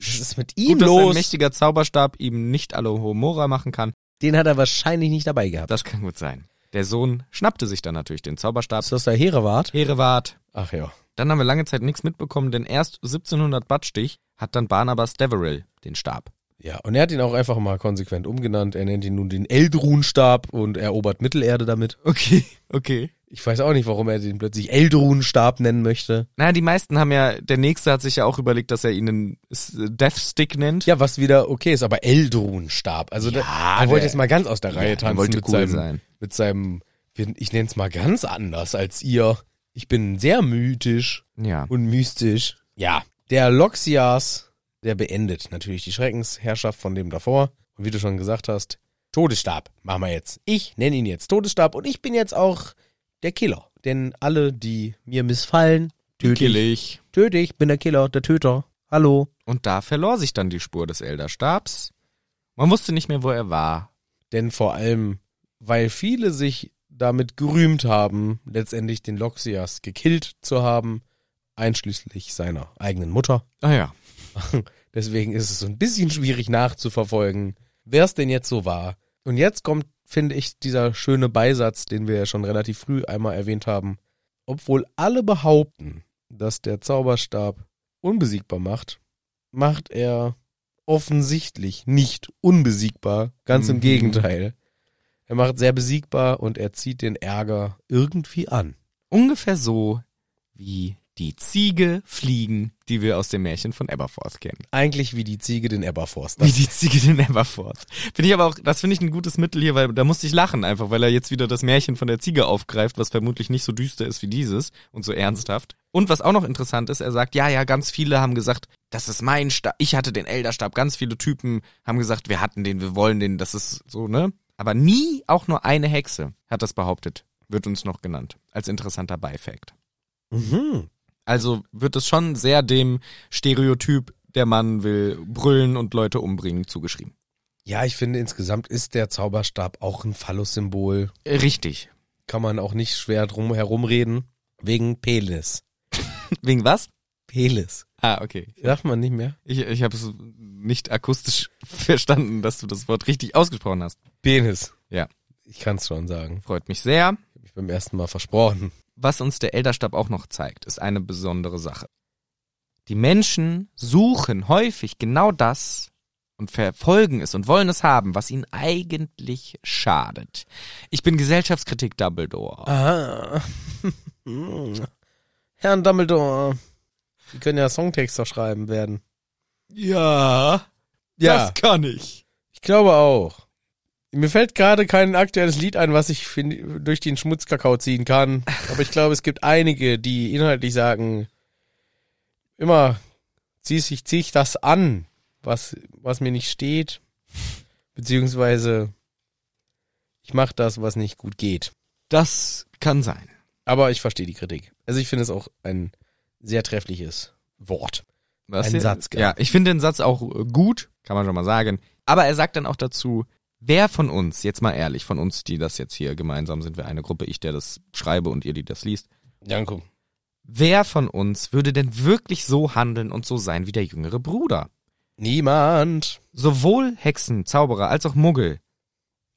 Speaker 4: Was ist mit
Speaker 2: Gut,
Speaker 4: ihm
Speaker 2: dass ein
Speaker 4: los?
Speaker 2: mächtiger Zauberstab ihm nicht Alohomora machen kann.
Speaker 4: Den hat er wahrscheinlich nicht dabei gehabt.
Speaker 2: Das kann gut sein. Der Sohn schnappte sich dann natürlich den Zauberstab.
Speaker 4: Ist das der Herewart?
Speaker 2: Hereward
Speaker 4: Ach ja.
Speaker 2: Dann haben wir lange Zeit nichts mitbekommen, denn erst 1700 Badstich hat dann Barnabas Deverill den Stab.
Speaker 4: Ja, und er hat ihn auch einfach mal konsequent umgenannt. Er nennt ihn nun den Eldrunstab und erobert Mittelerde damit.
Speaker 2: Okay, okay.
Speaker 4: Ich weiß auch nicht, warum er den plötzlich Eldrunstab nennen möchte.
Speaker 2: Naja, die meisten haben ja, der Nächste hat sich ja auch überlegt, dass er ihn einen S- Death Stick nennt.
Speaker 4: Ja, was wieder okay ist, aber Eldrunstab. Also
Speaker 2: Ja,
Speaker 4: da, er wollte
Speaker 2: der-
Speaker 4: jetzt mal ganz aus der Reihe
Speaker 2: Ja, er
Speaker 4: tanzen
Speaker 2: wollte
Speaker 4: mit
Speaker 2: cool
Speaker 4: seinem,
Speaker 2: sein.
Speaker 4: mit seinem, wir- ich nenne es mal ganz anders als ihr. Ich bin sehr mythisch
Speaker 2: Ja.
Speaker 4: und mystisch. Ja, der Loxias, der beendet natürlich die Schreckensherrschaft von dem davor. Und wie du schon gesagt hast, Todesstab machen wir jetzt. Ich nenne ihn jetzt Todesstab und ich bin jetzt auch der Killer. Denn alle, die mir missfallen, töte ich.
Speaker 2: Natürlich.
Speaker 4: Töte ich, bin der Killer, der Töter. Hallo.
Speaker 2: Und da verlor sich dann die Spur des Elderstabs. Man wusste nicht mehr, wo er war.
Speaker 4: Denn vor allem, weil viele sich damit gerühmt haben, letztendlich den Loxias gekillt zu haben, einschließlich seiner eigenen Mutter.
Speaker 2: Ah ja.
Speaker 4: Deswegen ist es so ein bisschen schwierig nachzuverfolgen, wer es denn jetzt so war. Und jetzt kommt, finde ich, dieser schöne Beisatz, den wir ja schon relativ früh einmal erwähnt haben. Obwohl alle behaupten, dass der Zauberstab unbesiegbar macht, macht er offensichtlich nicht unbesiegbar, ganz im
Speaker 2: Mhm.
Speaker 4: Gegenteil. Er macht sehr besiegbar und er zieht den Ärger irgendwie an.
Speaker 2: Ungefähr so wie die Ziege fliegen, die wir aus dem Märchen von Aberforth kennen.
Speaker 4: Eigentlich wie die Ziege den Eberforster.
Speaker 2: Wie die Ziege den Aberforth. Finde ich aber auch, das finde ich ein gutes Mittel hier, weil da musste ich lachen einfach, weil er jetzt wieder das Märchen von der Ziege aufgreift, was vermutlich nicht so düster ist wie dieses und so ernsthaft. Und was auch noch interessant ist, er sagt, ja, ja, ganz viele haben gesagt, das ist mein Stab, ich hatte den Elderstab, ganz viele Typen haben gesagt, wir hatten den, wir wollen den, das ist so, ne? Aber nie auch nur eine Hexe hat das behauptet, wird uns noch genannt, als interessanter Beifact.
Speaker 4: Mhm.
Speaker 2: Also wird es schon sehr dem Stereotyp, der Mann will brüllen und Leute umbringen, zugeschrieben.
Speaker 4: Ja, ich finde insgesamt ist der Zauberstab auch ein Phallus-Symbol.
Speaker 2: Richtig.
Speaker 4: Kann man auch nicht schwer drum herumreden. Wegen Penis.
Speaker 2: Wegen was?
Speaker 4: Penis.
Speaker 2: Ah, okay.
Speaker 4: Sagt man nicht mehr?
Speaker 2: Ich, ich habe es nicht akustisch verstanden, dass du das Wort richtig ausgesprochen hast.
Speaker 4: Penis.
Speaker 2: Ja.
Speaker 4: Ich kann es schon sagen.
Speaker 2: Freut mich sehr.
Speaker 4: Hab ich beim ersten Mal versprochen.
Speaker 2: Was uns der Elderstab auch noch zeigt, ist eine besondere Sache. Die Menschen suchen häufig genau das und verfolgen es und wollen es haben, was ihnen eigentlich schadet. Ich bin Gesellschaftskritik Dumbledore.
Speaker 4: Aha. Hm. Herrn Dumbledore. Sie können ja Songtexter schreiben werden.
Speaker 2: Ja,
Speaker 4: Ja.
Speaker 2: kann ich.
Speaker 4: Ich glaube auch. Mir fällt gerade kein aktuelles Lied ein, was ich fin- durch den Schmutzkakao ziehen kann. Aber ich glaube, es gibt einige, die inhaltlich sagen, immer zieh ich, zieh ich das an, was, was mir nicht steht. Beziehungsweise, ich mache das, was nicht gut geht.
Speaker 2: Das kann sein.
Speaker 4: Aber ich verstehe die Kritik. Also ich finde es auch ein sehr treffliches Wort.
Speaker 2: Was
Speaker 4: Ein
Speaker 2: hier?
Speaker 4: Satz, gell?
Speaker 2: Ja, ich finde den Satz auch äh, gut, kann man schon mal sagen. Aber er sagt dann auch dazu, wer von uns, jetzt mal ehrlich, von uns, die das jetzt hier gemeinsam sind, wir eine Gruppe, ich, der das schreibe und ihr, die das liest,
Speaker 4: Danke.
Speaker 2: wer von uns würde denn wirklich so handeln und so sein wie der jüngere Bruder?
Speaker 4: Niemand.
Speaker 2: Sowohl Hexen, Zauberer als auch Muggel.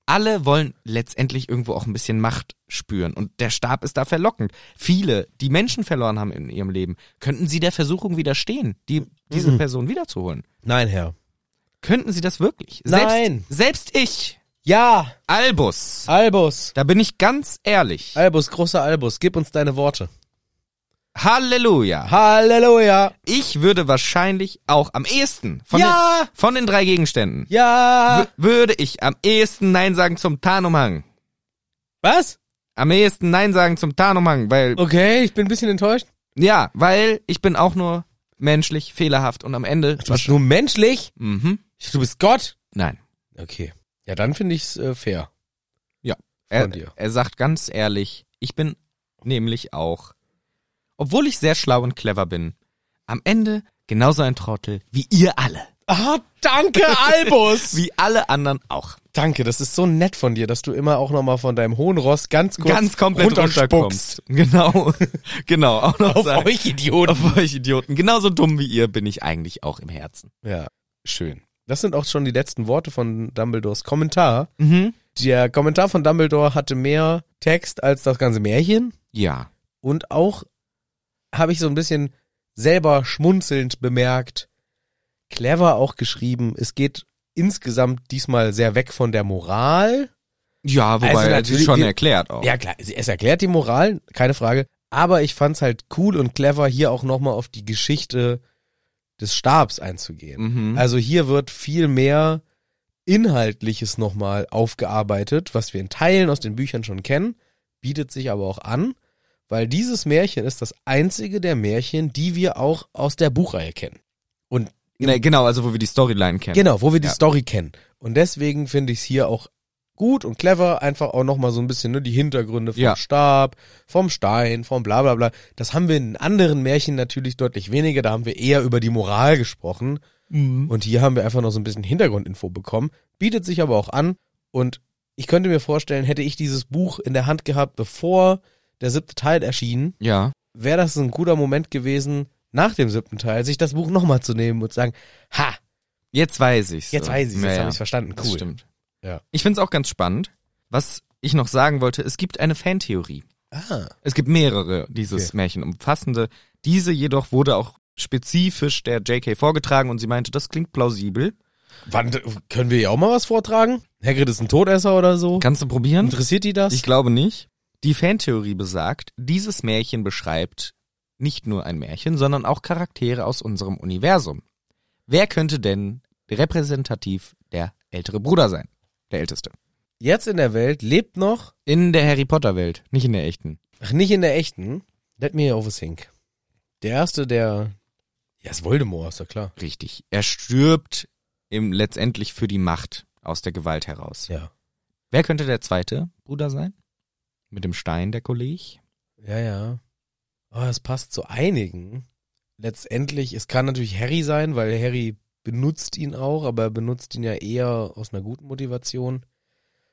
Speaker 2: Alle wollen letztendlich irgendwo auch ein bisschen Macht spüren und der Stab ist da verlockend. Viele, die Menschen verloren haben in ihrem Leben, könnten sie der Versuchung widerstehen, die, diese
Speaker 4: Mhm.
Speaker 2: Person wiederzuholen.
Speaker 4: Nein, Herr.
Speaker 2: Könnten Sie das wirklich?
Speaker 4: Nein.
Speaker 2: Selbst, selbst ich,
Speaker 4: Ja,
Speaker 2: Albus,
Speaker 4: Ah, Albus.
Speaker 2: da bin ich ganz ehrlich.
Speaker 4: Albus, großer Albus, gib uns deine Worte.
Speaker 2: Halleluja.
Speaker 4: Halleluja!
Speaker 2: Ich würde wahrscheinlich auch am ehesten von,
Speaker 4: Ja.
Speaker 2: den, von den drei Gegenständen
Speaker 4: Ja!
Speaker 2: wü- würde ich am ehesten Nein sagen zum Tarnumhang.
Speaker 4: Was?
Speaker 2: Am ehesten Nein sagen zum Tarnumhang, weil,
Speaker 4: Okay, ich bin ein bisschen enttäuscht.
Speaker 2: ja, weil ich bin auch nur menschlich, fehlerhaft und am Ende.
Speaker 4: Du bist nur menschlich?
Speaker 2: Mhm.
Speaker 4: Du bist Gott?
Speaker 2: Nein.
Speaker 4: Okay. Ja, dann finde ich es äh, fair.
Speaker 2: Er,
Speaker 4: Von dir.
Speaker 2: er sagt ganz ehrlich, ich bin nämlich auch, obwohl ich sehr schlau und clever bin, am Ende genauso ein Trottel wie ihr alle.
Speaker 4: Ah, danke, Albus!
Speaker 2: Wie alle anderen auch.
Speaker 4: danke, das ist so nett von dir, dass du immer auch nochmal von deinem hohen Ross ganz kurz
Speaker 2: Ganz komplett
Speaker 4: runterspuckst.
Speaker 2: runterkommst. Genau, genau. Auch noch
Speaker 4: Auf
Speaker 2: sagen,
Speaker 4: euch, Idioten!
Speaker 2: auf euch Idioten. Genauso dumm wie ihr bin ich eigentlich auch im Herzen.
Speaker 4: Ja, schön. Das sind auch schon die letzten Worte von Dumbledores Kommentar.
Speaker 2: Mhm.
Speaker 4: Der Kommentar von Dumbledore hatte mehr Text als das ganze Märchen.
Speaker 2: Ja.
Speaker 4: Und auch habe ich so ein bisschen selber schmunzelnd bemerkt, clever auch geschrieben. Es geht insgesamt diesmal sehr weg von der Moral.
Speaker 2: Ja, wobei
Speaker 4: Also
Speaker 2: er
Speaker 4: natürlich-
Speaker 2: sich schon erklärt auch.
Speaker 4: Ja klar, es erklärt die Moral, keine Frage. Aber ich fand's halt cool und clever, hier auch nochmal auf die Geschichte des Stabs einzugehen.
Speaker 2: Mhm.
Speaker 4: Also hier wird viel mehr Inhaltliches nochmal aufgearbeitet, was wir in Teilen aus den Büchern schon kennen, bietet sich aber auch an, weil dieses Märchen ist das einzige der Märchen, die wir auch aus der Buchreihe kennen. Und
Speaker 2: Nee, genau, also wo wir die Storyline kennen.
Speaker 4: genau, wo wir die
Speaker 2: Ja.
Speaker 4: Story kennen. Und deswegen finde ich es hier auch gut und clever, einfach auch nochmal so ein bisschen ne, die Hintergründe vom
Speaker 2: Ja.
Speaker 4: Stab, vom Stein, vom bla bla bla. Das haben wir in anderen Märchen natürlich deutlich weniger, da haben wir eher über die Moral gesprochen.
Speaker 2: Mhm.
Speaker 4: Und hier haben wir einfach noch so ein bisschen Hintergrundinfo bekommen, bietet sich aber auch an. Und ich könnte mir vorstellen, hätte ich dieses Buch in der Hand gehabt, bevor der siebte Teil erschien,
Speaker 2: Ja.
Speaker 4: wäre das ein guter Moment gewesen, nach dem siebten Teil sich das Buch nochmal zu nehmen und zu sagen, ha,
Speaker 2: Jetzt weiß ich's.
Speaker 4: jetzt weiß ich, jetzt habe ich verstanden,
Speaker 2: Das
Speaker 4: cool.
Speaker 2: stimmt.
Speaker 4: Ja.
Speaker 2: Ich find's auch ganz spannend. Was ich noch sagen wollte, es gibt eine Fantheorie.
Speaker 4: Ah,
Speaker 2: Es gibt mehrere dieses
Speaker 4: Okay.
Speaker 2: Märchen umfassende. Diese jedoch wurde auch spezifisch der JK vorgetragen und sie meinte, das klingt plausibel.
Speaker 4: wann können wir ihr auch mal was vortragen?
Speaker 1: Hagrid ist ein Todesser oder so?
Speaker 2: Kannst du probieren?
Speaker 1: Interessiert die das?
Speaker 2: Ich glaube nicht. Die Fantheorie besagt, dieses Märchen beschreibt nicht nur ein Märchen, sondern auch Charaktere aus unserem Universum. Wer könnte denn repräsentativ der ältere Bruder sein? Der älteste.
Speaker 1: Jetzt in der Welt lebt noch,
Speaker 2: In der Harry Potter Welt, nicht in der echten.
Speaker 1: ach, nicht in der echten, let me overthink. Der erste, der, ja, ist Voldemort, ist ja klar.
Speaker 2: Richtig. Er stirbt im, letztendlich für die Macht aus der Gewalt heraus.
Speaker 1: Ja.
Speaker 2: Wer könnte der zweite Bruder sein? Mit dem Stein, der Kolleg?
Speaker 1: Ja, ja.
Speaker 4: Oh,
Speaker 1: Aber es passt zu einigen. Letztendlich, es kann natürlich Harry sein, weil Harry benutzt ihn auch, aber er benutzt ihn ja eher aus einer guten Motivation.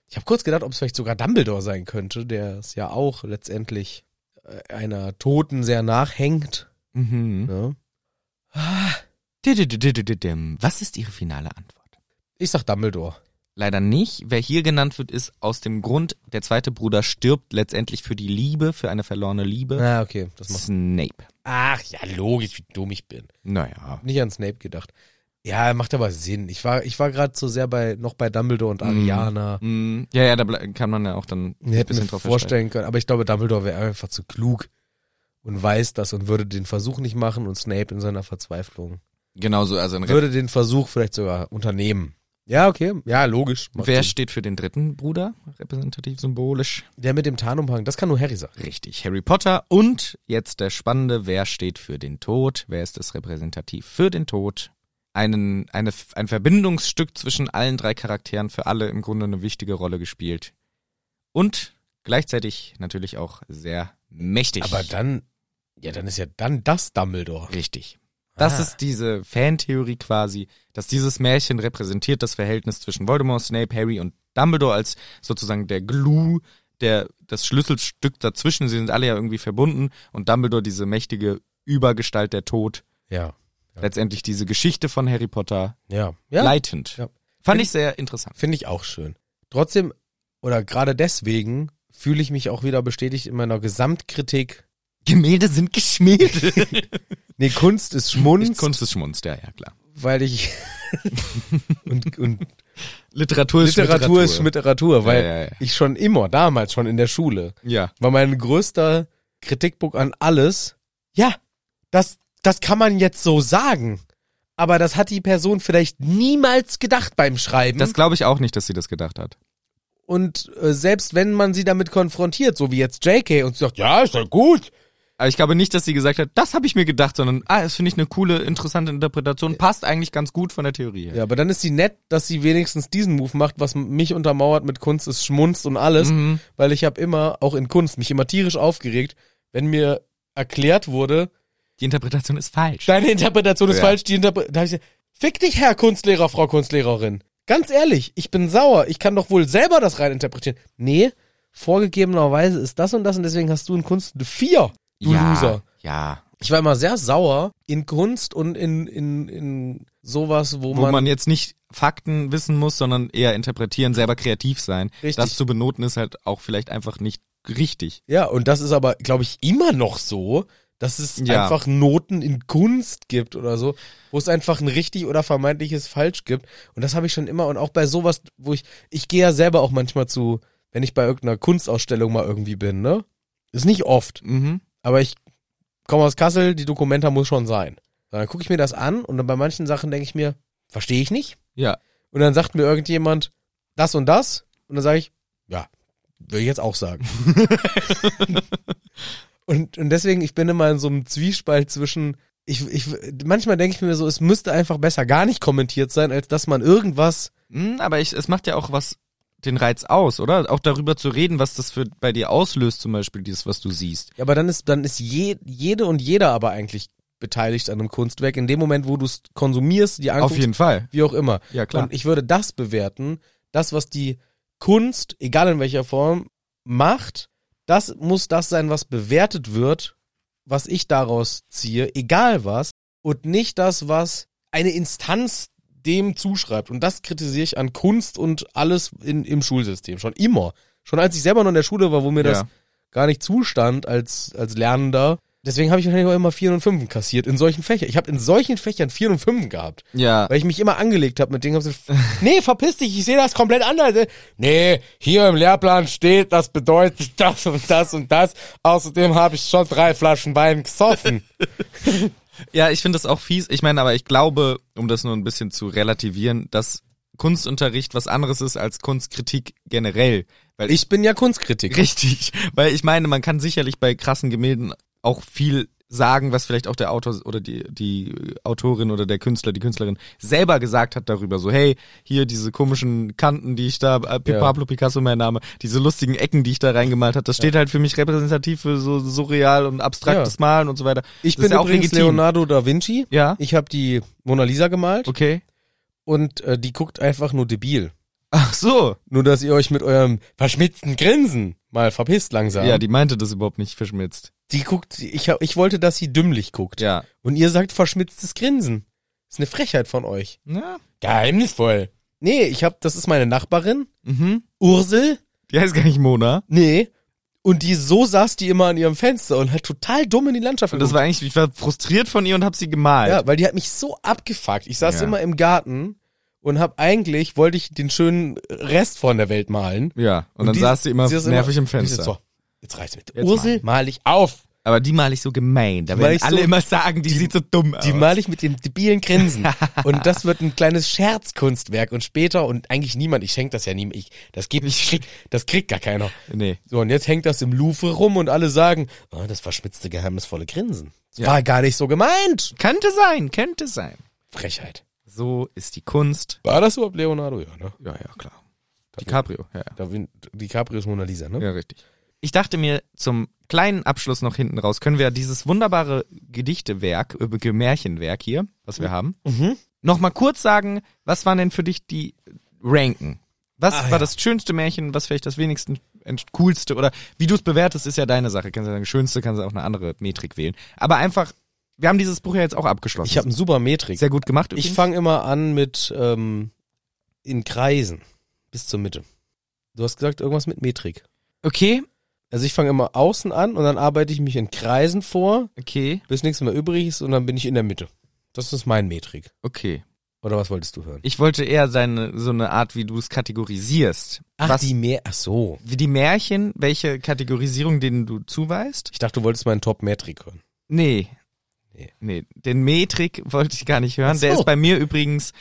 Speaker 1: Ich habe kurz gedacht, ob es vielleicht sogar Dumbledore sein könnte, der es ja auch letztendlich äh, einer Toten sehr nachhängt.
Speaker 2: Mhm.
Speaker 1: Ne?
Speaker 2: Didididididim. Was ist Ihre finale Antwort?
Speaker 1: Ich sag Dumbledore.
Speaker 2: Leider nicht. Wer hier genannt wird, ist aus dem Grund, der zweite Bruder stirbt letztendlich für die Liebe, für eine verlorene Liebe.
Speaker 1: Ah, okay, das macht.
Speaker 2: Snape.
Speaker 1: Ach ja, logisch, wie dumm ich bin.
Speaker 2: Naja.
Speaker 1: Nicht an Snape gedacht. Ja, macht aber Sinn. Ich war, ich war gerade so sehr bei noch bei Dumbledore und Ariana.
Speaker 2: Mm, Ja, ja, da ble- kann man ja auch dann
Speaker 1: Ich hätte mir
Speaker 2: versteigen.
Speaker 1: vorstellen können, aber ich glaube, Dumbledore wäre einfach zu klug und weiß das und würde den Versuch nicht machen und Snape in seiner Verzweiflung
Speaker 2: Genau so, also ein Re-
Speaker 1: würde den Versuch vielleicht sogar unternehmen. Ja, okay, ja, logisch. Macht
Speaker 2: Wer
Speaker 1: Sinn.
Speaker 2: steht für den dritten Bruder? Repräsentativ symbolisch.
Speaker 1: Der mit dem Tarnumhang, das kann nur Harry sein.
Speaker 2: Richtig, Harry Potter. Und jetzt der spannende, wer steht für den Tod? Wer ist es repräsentativ für den Tod? Einen, eine, ein Verbindungsstück zwischen allen drei Charakteren, für alle im Grunde eine wichtige Rolle gespielt. Und gleichzeitig natürlich auch sehr mächtig.
Speaker 1: Aber dann, ja, dann ist ja dann das Dumbledore.
Speaker 2: Richtig. Das
Speaker 1: Ah.
Speaker 2: ist diese Fantheorie quasi, dass dieses Märchen repräsentiert das Verhältnis zwischen Voldemort, Snape, Harry und Dumbledore als sozusagen der Glue, der, das Schlüsselstück dazwischen. Sie sind alle ja irgendwie verbunden und Dumbledore diese mächtige Übergestalt der Tod,
Speaker 1: Ja,
Speaker 2: letztendlich diese Geschichte von Harry Potter
Speaker 1: ja, ja.
Speaker 2: leitend.
Speaker 1: Ja.
Speaker 2: Fand ich sehr interessant.
Speaker 1: Finde ich auch schön. Trotzdem, oder Äh, gerade deswegen, fühle ich mich auch wieder bestätigt in meiner Gesamtkritik.
Speaker 2: Gemälde sind geschmiedet.
Speaker 1: Nee, Kunst ist Schmunz,
Speaker 2: Kunst ist Schmunz, ja, ja, klar.
Speaker 1: weil ich und, und
Speaker 2: Literatur ist
Speaker 1: Literatur ist Literatur, weil
Speaker 2: Ja, ja, ja.
Speaker 1: ich schon immer, damals schon in der Schule,
Speaker 2: Ja.
Speaker 1: war mein größter Kritikpunkt an alles, ja, das, das kann man jetzt so sagen, aber das hat die Person vielleicht niemals gedacht beim Schreiben.
Speaker 2: Das glaube ich auch nicht, dass sie das gedacht hat.
Speaker 1: und äh, selbst wenn man sie damit konfrontiert, so wie jetzt JK und sie sagt, ja, ist ja gut.
Speaker 2: Aber Also ich glaube nicht, dass sie gesagt hat, das habe ich mir gedacht, sondern, ah, das finde ich eine coole, interessante Interpretation, passt eigentlich ganz gut von der Theorie her.
Speaker 1: Ja, aber dann ist sie nett, dass sie wenigstens diesen Move macht, was mich untermauert mit Kunst ist Schmunz und alles,
Speaker 2: Mhm.
Speaker 1: weil ich habe immer, auch in Kunst, mich immer tierisch aufgeregt, wenn mir erklärt wurde,
Speaker 2: Die Interpretation ist falsch.
Speaker 1: Deine Interpretation ist
Speaker 2: Ja.
Speaker 1: falsch. Die Interpre da hab ich gesagt, Fick dich, Herr Kunstlehrer, Frau Kunstlehrerin. Ganz ehrlich, ich bin sauer. Ich kann doch wohl selber das reininterpretieren. Nee, vorgegebenerweise ist das und das und deswegen hast du in Kunst eine 4. Du
Speaker 2: ja,
Speaker 1: Loser.
Speaker 2: Ja.
Speaker 1: Ich war immer sehr sauer in Kunst und in, in, in sowas, wo,
Speaker 2: Wo man,
Speaker 1: man,
Speaker 2: jetzt nicht Fakten wissen muss, sondern eher interpretieren, selber kreativ sein.
Speaker 1: Richtig.
Speaker 2: Das zu benoten ist halt auch vielleicht einfach nicht richtig.
Speaker 1: Ja, und das ist aber, glaube ich, immer noch so, dass es
Speaker 2: Ja.
Speaker 1: einfach Noten in Kunst gibt oder so, wo es einfach ein richtig oder vermeintliches Falsch gibt. Und das habe ich schon immer und auch bei sowas, wo ich, ich gehe ja selber auch manchmal zu, wenn ich bei irgendeiner Kunstausstellung mal irgendwie bin, ne? Ist nicht oft,
Speaker 2: Mhm.
Speaker 1: aber ich komme aus Kassel, die Dokumenta muss schon sein. So, Dann gucke ich mir das an und dann bei manchen Sachen denke ich mir, verstehe ich nicht.
Speaker 2: Ja.
Speaker 1: Und dann sagt mir irgendjemand das und das. Und dann sage ich, ja, will ich jetzt auch sagen. und, und deswegen, ich bin immer in so einem Zwiespalt zwischen, ich, ich, manchmal denke ich mir so, es müsste einfach besser gar nicht kommentiert sein, als dass man irgendwas,
Speaker 2: Hm, aber ich, es macht ja auch was den Reiz aus, oder? Auch darüber zu reden, was das für bei dir auslöst, zum Beispiel dieses, was du siehst.
Speaker 1: ja, aber dann ist, dann ist je, jede und jeder aber eigentlich beteiligt an einem Kunstwerk. In dem Moment, wo du es konsumierst, die
Speaker 2: Auf
Speaker 1: anguckst,
Speaker 2: jeden Fall.
Speaker 1: wie auch immer.
Speaker 2: Ja, klar.
Speaker 1: Und ich würde das bewerten, das, was die Kunst, egal in welcher Form, macht, das muss das sein, was bewertet wird, was ich daraus ziehe, egal was, und nicht das, was eine Instanz dem zuschreibt. Und das kritisiere ich an Kunst und alles in, im Schulsystem. Schon immer. Schon als ich selber noch in der Schule war, wo mir das
Speaker 2: Ja.
Speaker 1: gar nicht zustand als, als Lernender,
Speaker 4: Deswegen habe ich wahrscheinlich auch immer Vieren und Fünfen kassiert in solchen Fächern. Ich habe in solchen Fächern Vieren und Fünfen gehabt,
Speaker 2: Ja.
Speaker 4: weil ich mich immer angelegt habe mit Dingen. Hab so, nee, verpiss dich, ich sehe das komplett anders. Nee, hier im Lehrplan steht, das bedeutet das und das und das. Außerdem habe ich schon drei Flaschen Wein gesoffen.
Speaker 2: Ja, ich finde das auch fies. Ich meine, aber ich glaube, um das nur ein bisschen zu relativieren, dass Kunstunterricht was anderes ist als Kunstkritik generell. Weil
Speaker 4: Ich bin ja Kunstkritiker.
Speaker 2: richtig, weil ich meine, man kann sicherlich bei krassen Gemälden auch viel sagen, was vielleicht auch der Autor oder die, die Autorin oder der Künstler, die Künstlerin selber gesagt hat darüber. So, hey, hier diese komischen Kanten, die ich da, äh, Pi-
Speaker 4: Ja.
Speaker 2: Pablo Picasso mein Name, diese lustigen Ecken, die ich da reingemalt habe, das steht halt für mich repräsentativ für so surreal und abstraktes
Speaker 4: Ja.
Speaker 2: Malen und so weiter.
Speaker 4: Ich
Speaker 2: Das ist
Speaker 4: bin
Speaker 2: ja
Speaker 4: übrigens Leonardo da Vinci.
Speaker 2: Ja,
Speaker 4: Ich habe die Mona Lisa gemalt
Speaker 2: okay.
Speaker 4: und äh, die guckt einfach nur debil.
Speaker 2: Ach so.
Speaker 4: Nur, dass ihr euch mit eurem verschmitzten Grinsen mal verpisst langsam.
Speaker 2: Ja, die meinte das überhaupt nicht verschmitzt.
Speaker 4: Die guckt, ich, hab, ich wollte, dass sie dümmlich guckt.
Speaker 2: Ja.
Speaker 4: Und ihr sagt verschmitztes Grinsen. Ist eine Frechheit von euch.
Speaker 2: Ja.
Speaker 4: Geheimnisvoll. Nee, ich hab, das ist meine Nachbarin,
Speaker 2: Mhm.
Speaker 4: Ursel.
Speaker 2: Die heißt gar nicht Mona.
Speaker 4: Nee. Und die, so saß die immer an ihrem Fenster und hat total dumm in die Landschaft
Speaker 2: Und das
Speaker 4: geguckt.
Speaker 2: war eigentlich, ich war frustriert von ihr und hab sie gemalt.
Speaker 4: Ja, weil die hat mich so abgefuckt. Ich saß
Speaker 2: Ja.
Speaker 4: immer im Garten und hab eigentlich, wollte ich den schönen Rest von der Welt malen.
Speaker 2: Ja, und, dann
Speaker 4: die-
Speaker 2: saß sie immer
Speaker 4: saß
Speaker 2: nervig im
Speaker 4: die
Speaker 2: Fenster.
Speaker 4: saß So, jetzt reicht's mit.
Speaker 2: Jetzt
Speaker 4: Ursel mal ich auf.
Speaker 2: Aber die mal ich so gemein. Da
Speaker 4: Die mal
Speaker 2: werden
Speaker 4: ich
Speaker 2: alle
Speaker 4: so-
Speaker 2: immer sagen, die, sieht so dumm aus.
Speaker 4: Die mal ich mit dem debilen Grinsen. und das wird ein kleines Scherzkunstwerk. Und später, und eigentlich niemand, ich schenk das ja niemand, ich, das geht nicht, krieg, das kriegt gar keiner.
Speaker 2: Nee.
Speaker 4: So, und jetzt hängt das im Louvre rum und alle sagen, oh, das verschmitzte, geheimnisvolle Grinsen. Das War gar nicht so gemeint.
Speaker 2: Könnte sein, könnte sein.
Speaker 4: Frechheit.
Speaker 2: So ist die Kunst.
Speaker 4: War das überhaupt Leonardo? Ja, ne?
Speaker 2: Ja, ja, klar. DiCaprio, ja, ja.
Speaker 4: Da bin, DiCaprio ist Mona Lisa, ne?
Speaker 2: Ja, richtig. Ich dachte mir, zum kleinen Abschluss noch hinten raus, können wir dieses wunderbare Gedichtewerk, äh, Märchenwerk hier, was wir haben,
Speaker 4: Mhm.
Speaker 2: nochmal kurz sagen, was waren denn für dich die Ranken? Was
Speaker 4: Ah,
Speaker 2: war
Speaker 4: ja.
Speaker 2: das schönste Märchen, was vielleicht das wenigsten ent- coolste oder wie du es bewertest, ist ja deine Sache. Kannst du sagen, schönste, kannst du auch eine andere Metrik wählen. Aber einfach, wir haben dieses Buch ja jetzt auch abgeschlossen.
Speaker 4: Ich habe einen super Metrik.
Speaker 2: sehr gut gemacht.
Speaker 4: Ich
Speaker 2: übrigens.
Speaker 4: fange immer an mit ähm, in Kreisen bis zur Mitte. Du hast gesagt irgendwas mit Metrik.
Speaker 2: okay,
Speaker 4: Also ich fange immer außen an und dann arbeite ich mich in Kreisen vor,
Speaker 2: okay,
Speaker 4: bis nichts mehr übrig ist und dann bin ich in der Mitte. Das ist mein Metrik.
Speaker 2: okay.
Speaker 4: Oder was wolltest du hören?
Speaker 2: Ich wollte eher deine so eine Art, wie du es kategorisierst. was,
Speaker 4: mehr. Ach so.
Speaker 2: wie die Märchen, welche Kategorisierung denen du zuweist?
Speaker 4: Ich dachte, du wolltest meinen Top-Metrik hören.
Speaker 2: Nee.
Speaker 4: Nee.
Speaker 2: Nee, den Metrik wollte ich gar nicht hören.
Speaker 4: Ach
Speaker 2: Der
Speaker 4: so.
Speaker 2: ist bei mir übrigens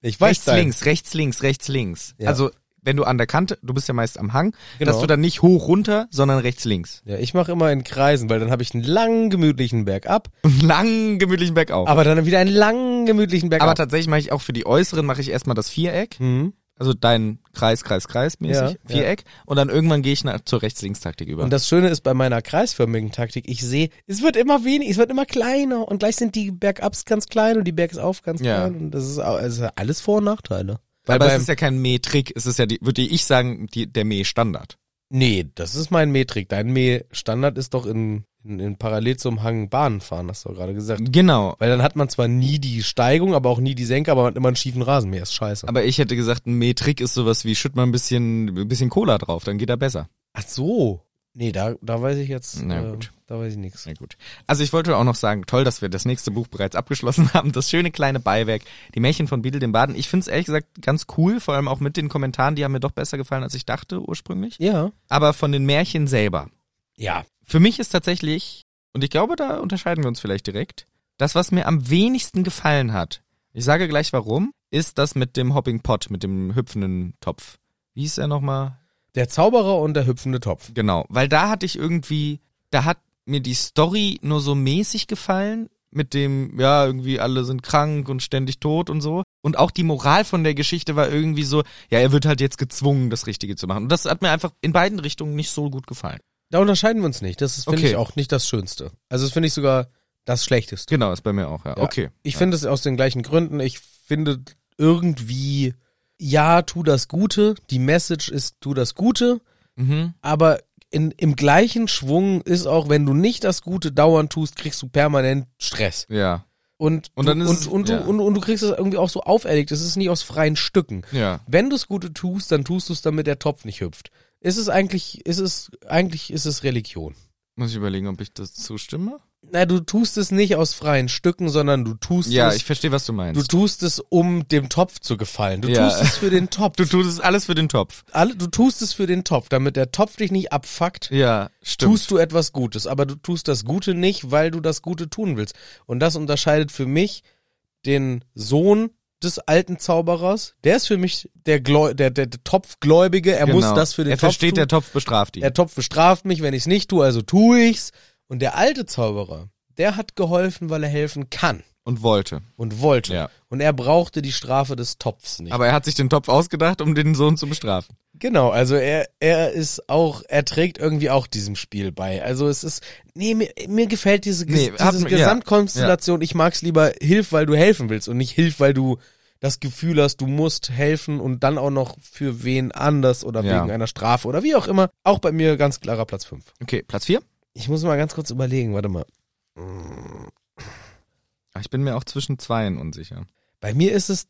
Speaker 4: Ich
Speaker 2: rechts,
Speaker 4: deinen.
Speaker 2: links, rechts, links, rechts, links.
Speaker 4: Ja.
Speaker 2: Also, wenn du an der Kante, du bist ja meist am Hang,
Speaker 4: Genau.
Speaker 2: dass du dann nicht hoch runter, sondern rechts, links.
Speaker 4: Ja, ich mache immer in Kreisen, weil dann habe ich einen langen, gemütlichen Bergab,
Speaker 2: Und lang gemütlichen Bergauf. Aber,
Speaker 4: aber dann wieder einen langen, gemütlichen Bergab.
Speaker 2: tatsächlich mache ich auch für die äußeren, mache ich erstmal das Viereck.
Speaker 4: mhm.
Speaker 2: Also dein Kreis, Kreis, Kreis mäßig.
Speaker 4: Ja,
Speaker 2: Viereck. Und dann irgendwann gehe ich nach, zur rechts-links-Taktik über.
Speaker 4: Und das Schöne ist bei meiner kreisförmigen Taktik, ich sehe, es wird immer weniger, es wird immer kleiner und gleich sind die Bergups ganz klein und die Bergauf ganz
Speaker 2: Ja.
Speaker 4: klein und das ist au- also alles Vor- und Nachteile. Weil
Speaker 2: Aber es
Speaker 4: beim-
Speaker 2: ist ja kein Metrik, es ist ja, die, würde ich sagen, die, der Mäh-Standard.
Speaker 4: nee, das ist mein Metrik. Dein Me-Standard ist doch in, in, in parallel zum Hang Bahnen fahren, hast du doch gerade gesagt.
Speaker 2: Genau.
Speaker 4: Weil dann hat man zwar nie die Steigung, aber auch nie die Senke, aber man hat immer einen schiefen Rasen. Mir ist scheiße.
Speaker 2: Aber ich hätte gesagt, ein Metrik ist sowas wie, schütt mal ein bisschen, ein bisschen Cola drauf, dann geht er besser.
Speaker 4: Ach so. Nee, da, da weiß ich jetzt.
Speaker 2: Na
Speaker 4: äh,
Speaker 2: gut.
Speaker 4: Da weiß ich nichts.
Speaker 2: Na gut. Also ich wollte auch noch sagen, toll, dass wir das nächste Buch bereits abgeschlossen haben. Das schöne kleine Beiwerk, die Märchen von Biedel dem Baden. Ich finde es ehrlich gesagt ganz cool, vor allem auch mit den Kommentaren, die haben mir doch besser gefallen, als ich dachte ursprünglich.
Speaker 4: Ja.
Speaker 2: Aber von den Märchen selber.
Speaker 4: Ja.
Speaker 2: Für mich ist tatsächlich, und ich glaube, da unterscheiden wir uns vielleicht direkt, das, was mir am wenigsten gefallen hat, ich sage gleich warum, ist das mit dem Hopping Pot, mit dem hüpfenden Topf. Wie hieß er nochmal?
Speaker 4: Der Zauberer und der hüpfende Topf.
Speaker 2: Genau, weil da hatte ich irgendwie, da hat mir die Story nur so mäßig gefallen mit dem, ja, irgendwie alle sind krank und ständig tot und so. Und auch die Moral von der Geschichte war irgendwie so, ja, er wird halt jetzt gezwungen, das Richtige zu machen. Und das hat mir einfach in beiden Richtungen nicht so gut gefallen.
Speaker 4: Da unterscheiden wir uns nicht. Das ist, finde
Speaker 2: Okay.
Speaker 4: ich auch nicht das Schönste. Also das finde ich sogar das Schlechteste.
Speaker 2: Genau, ist bei mir auch, ja.
Speaker 4: Ja.
Speaker 2: Okay.
Speaker 4: Ich finde es aus den gleichen Gründen. Ich finde irgendwie, ja, tu das Gute. Die Message ist, tu das Gute.
Speaker 2: Mhm.
Speaker 4: Aber in, im gleichen Schwung ist auch, wenn du nicht das Gute dauernd tust, kriegst du permanent Stress.
Speaker 2: Ja.
Speaker 4: Und,
Speaker 2: Und
Speaker 4: du-
Speaker 2: dann ist
Speaker 4: und,
Speaker 2: es-
Speaker 4: und,
Speaker 2: ja.
Speaker 4: du, und, und du kriegst es irgendwie auch so auferlegt. Es ist nicht aus freien Stücken.
Speaker 2: Ja.
Speaker 4: Wenn du es Gute tust, dann tust du es, damit der Topf nicht hüpft. Ist es eigentlich, ist es, eigentlich ist es Religion.
Speaker 2: Muss ich überlegen, ob ich das zustimme?
Speaker 1: Na, du tust es nicht aus freien Stücken, sondern du tust
Speaker 2: Ja,
Speaker 1: es.
Speaker 2: ich verstehe, was du meinst.
Speaker 1: du tust es, um dem Topf zu gefallen. Du
Speaker 2: Ja.
Speaker 1: tust es für den Topf.
Speaker 2: Du tust es alles für den Topf.
Speaker 1: Alle, du tust es für den Topf, damit der Topf dich nicht abfuckt.
Speaker 2: Ja,
Speaker 1: Tust du etwas Gutes, aber du tust das Gute nicht, weil du das Gute tun willst. Und das unterscheidet für mich den Sohn des alten Zauberers. Der ist für mich der, Gläu der, der, der Topfgläubige. Er muss das für den
Speaker 2: Genau. Er
Speaker 1: Topf
Speaker 2: versteht,
Speaker 1: tun.
Speaker 2: der Topf bestraft ihn.
Speaker 1: Der Topf bestraft mich, wenn ich es nicht tue, also tue ich's. Und der alte Zauberer, der hat geholfen, weil er helfen kann
Speaker 2: und wollte.
Speaker 1: und wollte.
Speaker 2: Ja.
Speaker 1: Und er brauchte die Strafe des Topfs nicht.
Speaker 2: Aber er hat sich den Topf ausgedacht, um den Sohn zu bestrafen.
Speaker 1: genau, also er, er ist auch, er trägt irgendwie auch diesem Spiel bei. Also es ist, nee, mir, mir gefällt diese, ges-
Speaker 2: Nee, hat
Speaker 1: diese
Speaker 2: mir- ja.
Speaker 1: Gesamtkonstellation. Ich mag's lieber, hilf, weil du helfen willst und nicht hilf, weil du das Gefühl hast, du musst helfen und dann auch noch für wen anders oder
Speaker 2: Ja.
Speaker 1: wegen einer Strafe oder wie auch immer. Auch bei mir ganz klarer Platz 5.
Speaker 2: Okay, Platz 4?
Speaker 1: Ich muss mal ganz kurz überlegen, warte mal.
Speaker 2: Ah, Ich bin mir auch zwischen zweien unsicher.
Speaker 1: Bei mir ist es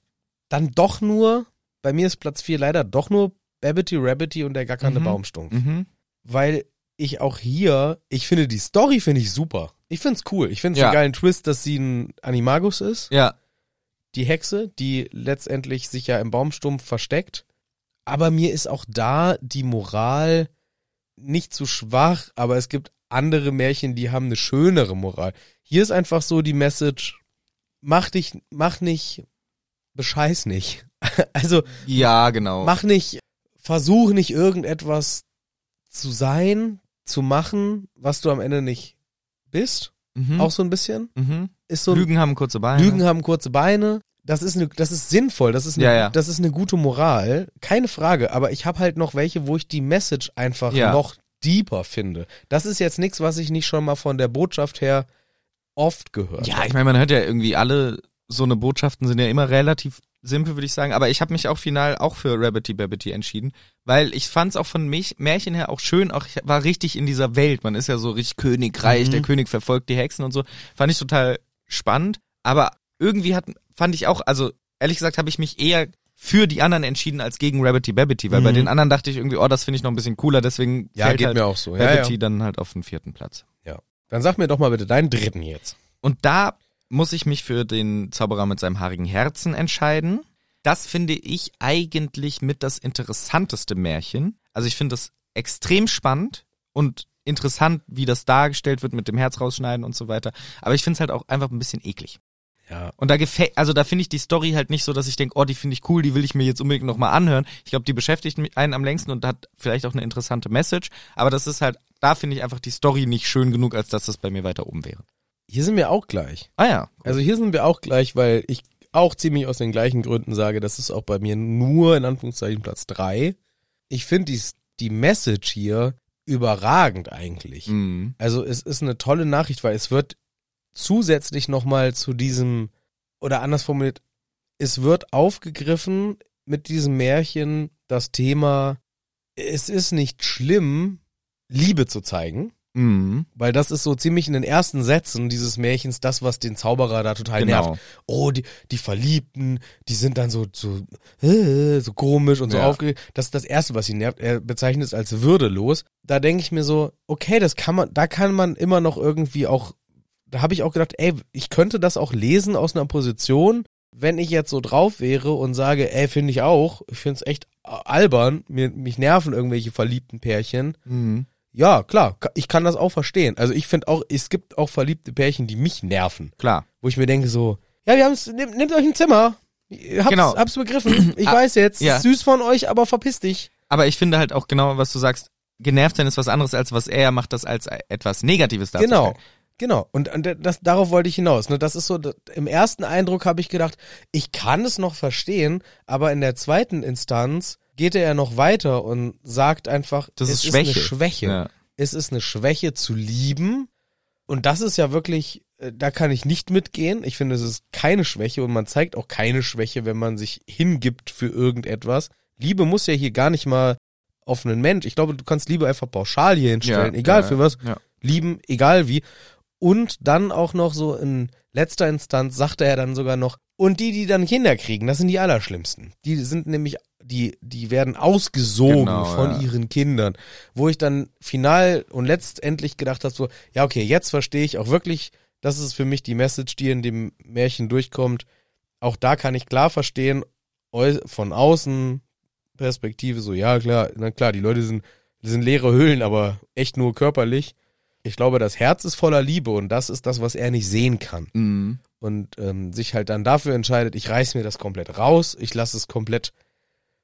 Speaker 1: dann doch nur, bei mir ist Platz 4 leider doch nur Babbity Rabbity und der gackernde
Speaker 2: Mhm.
Speaker 1: Baumstumpf.
Speaker 2: Mhm.
Speaker 1: Weil ich auch hier, ich finde die Story finde ich super. Ich finde es cool. Ich finde es
Speaker 2: Ja.
Speaker 1: einen geilen Twist, dass sie ein Animagus ist.
Speaker 2: Ja,
Speaker 1: Die Hexe, die letztendlich sich ja im Baumstumpf versteckt. Aber mir ist auch da die Moral nicht zu schwach, aber es gibt andere Märchen, die haben eine schönere Moral. Hier ist einfach so die Message, mach dich, mach nicht, bescheiß nicht. Also
Speaker 2: ja, genau.
Speaker 1: mach nicht, versuch nicht irgendetwas zu sein, zu machen, was du am Ende nicht bist.
Speaker 2: Mhm.
Speaker 1: Auch so ein bisschen.
Speaker 2: Mhm.
Speaker 1: Ist so ein
Speaker 2: Lügen haben kurze Beine.
Speaker 1: Hm. Lügen haben kurze Beine. Das ist, eine, das ist sinnvoll, das ist, eine,
Speaker 2: Ja, ja.
Speaker 1: das ist eine gute Moral, keine Frage, aber ich habe halt noch welche, wo ich die Message einfach
Speaker 2: Ja.
Speaker 1: noch deeper finde. Das ist jetzt nichts, was ich nicht schon mal von der Botschaft her oft gehört
Speaker 2: Ja, ich meine, man hört ja irgendwie alle, so eine Botschaften sind ja immer relativ simpel, würde ich sagen. Aber ich habe mich auch final auch für Rabbity Babbity entschieden, weil ich fand es auch von mich, Märchen her auch schön. Auch ich war richtig in dieser Welt. Man ist ja so richtig Königreich,
Speaker 1: Mhm.
Speaker 2: der König verfolgt die Hexen und so. Fand ich total spannend. Aber irgendwie hat, fand ich auch, also ehrlich gesagt habe ich mich eher für die anderen entschieden als gegen Rabbity Babbity, weil bei den anderen dachte ich irgendwie, oh, das finde ich noch ein bisschen cooler, deswegen
Speaker 1: Mhm. Ja,
Speaker 2: fällt
Speaker 1: geht
Speaker 2: halt
Speaker 1: mir auch so. Ja,
Speaker 2: Babbity
Speaker 1: ja.
Speaker 2: dann halt auf den vierten Platz.
Speaker 1: Ja. Dann sag mir doch mal bitte deinen dritten jetzt.
Speaker 2: Und da muss ich mich für den Zauberer mit seinem haarigen Herzen entscheiden. Das finde ich eigentlich mit das interessanteste Märchen. Also ich finde das extrem spannend und interessant, wie das dargestellt wird mit dem Herz rausschneiden und so weiter. Aber ich finde es halt auch einfach ein bisschen eklig.
Speaker 1: Ja.
Speaker 2: Und da gefällt, also da finde ich die Story halt nicht so, dass ich denke, oh, die finde ich cool, die will ich mir jetzt unbedingt nochmal anhören. Ich glaube, die beschäftigt mich- einen am längsten und hat vielleicht auch eine interessante Message. Aber das ist halt, da finde ich einfach die Story nicht schön genug, als dass das bei mir weiter oben wäre.
Speaker 1: Hier sind wir auch gleich.
Speaker 2: Ah ja.
Speaker 1: Also hier sind wir auch gleich, weil ich auch ziemlich aus den gleichen Gründen sage, das ist auch bei mir nur in Anführungszeichen Platz drei. Ich finde die, die Message hier überragend eigentlich.
Speaker 2: Mhm.
Speaker 1: Also es ist eine tolle Nachricht, weil es wird zusätzlich nochmal zu diesem, oder anders formuliert, es wird aufgegriffen mit diesem Märchen das Thema, es ist nicht schlimm, Liebe zu zeigen.
Speaker 2: Mhm.
Speaker 1: Weil das ist so ziemlich in den ersten Sätzen dieses Märchens das, was den Zauberer da total
Speaker 2: Genau.
Speaker 1: nervt. Oh, die, die Verliebten, die sind dann so, so, äh, so komisch und so
Speaker 2: Ja.
Speaker 1: aufgeregt. Das ist das Erste, was ihn nervt. Er bezeichnet es als würdelos. Da denke ich mir so, okay, das kann man, da kann man immer noch irgendwie auch, da habe ich auch gedacht, ey, ich könnte das auch lesen aus einer Position, wenn ich jetzt so drauf wäre und sage, ey, finde ich auch, ich finde es echt albern, mir, mich nerven irgendwelche verliebten Pärchen.
Speaker 2: Mhm.
Speaker 1: Ja, klar, ka- ich kann das auch verstehen. Also ich finde auch, es gibt auch verliebte Pärchen, die mich nerven,
Speaker 2: Klar.
Speaker 1: wo ich mir denke so, ja, wir haben's, nehmt, nehmt euch ein Zimmer. Hab's,
Speaker 2: Genau.
Speaker 1: hab's begriffen. Ich
Speaker 2: Ah,
Speaker 1: weiß jetzt,
Speaker 2: ja.
Speaker 1: ist süß von euch, aber verpiss dich.
Speaker 2: Aber ich finde halt auch genau, was du sagst, genervt sein ist was anderes, als was er macht, das als etwas Negatives darzustellen.
Speaker 1: Genau. Genau. Und, und das, darauf wollte ich hinaus. Ne? Das ist so, das, im ersten Eindruck habe ich gedacht, ich kann es noch verstehen, aber in der zweiten Instanz geht er ja noch weiter und sagt einfach,
Speaker 2: Das
Speaker 1: es
Speaker 2: ist Schwäche.
Speaker 1: ist eine Schwäche.
Speaker 2: Ja.
Speaker 1: es ist eine Schwäche zu lieben. Und das ist ja wirklich, äh, da kann ich nicht mitgehen. Ich finde, es ist keine Schwäche und man zeigt auch keine Schwäche, wenn man sich hingibt für irgendetwas. Liebe muss ja hier gar nicht mal auf einen Mensch. Ich glaube, du kannst Liebe einfach pauschal hier hinstellen,
Speaker 2: Ja,
Speaker 1: egal
Speaker 2: ja,
Speaker 1: für was.
Speaker 2: ja.
Speaker 1: Lieben, egal wie. Und dann auch noch so in letzter Instanz sagte er dann sogar noch, und die, die dann Kinder kriegen, das sind die Allerschlimmsten. Die sind nämlich, die, die werden ausgesogen
Speaker 2: Genau,
Speaker 1: von
Speaker 2: ja.
Speaker 1: ihren Kindern. Wo ich dann final und letztendlich gedacht habe, so, ja, okay, jetzt verstehe ich auch wirklich, das ist für mich die Message, die in dem Märchen durchkommt. Auch da kann ich klar verstehen, eu- von außen Perspektive, so, ja, klar, na klar, die Leute sind, sind leere Höhlen, aber echt nur körperlich. Ich glaube, das Herz ist voller Liebe und das ist das, was er nicht sehen kann
Speaker 2: Hm.
Speaker 5: Mhm.
Speaker 1: und ähm, sich halt dann dafür entscheidet, ich reiß mir das komplett raus, ich lasse es komplett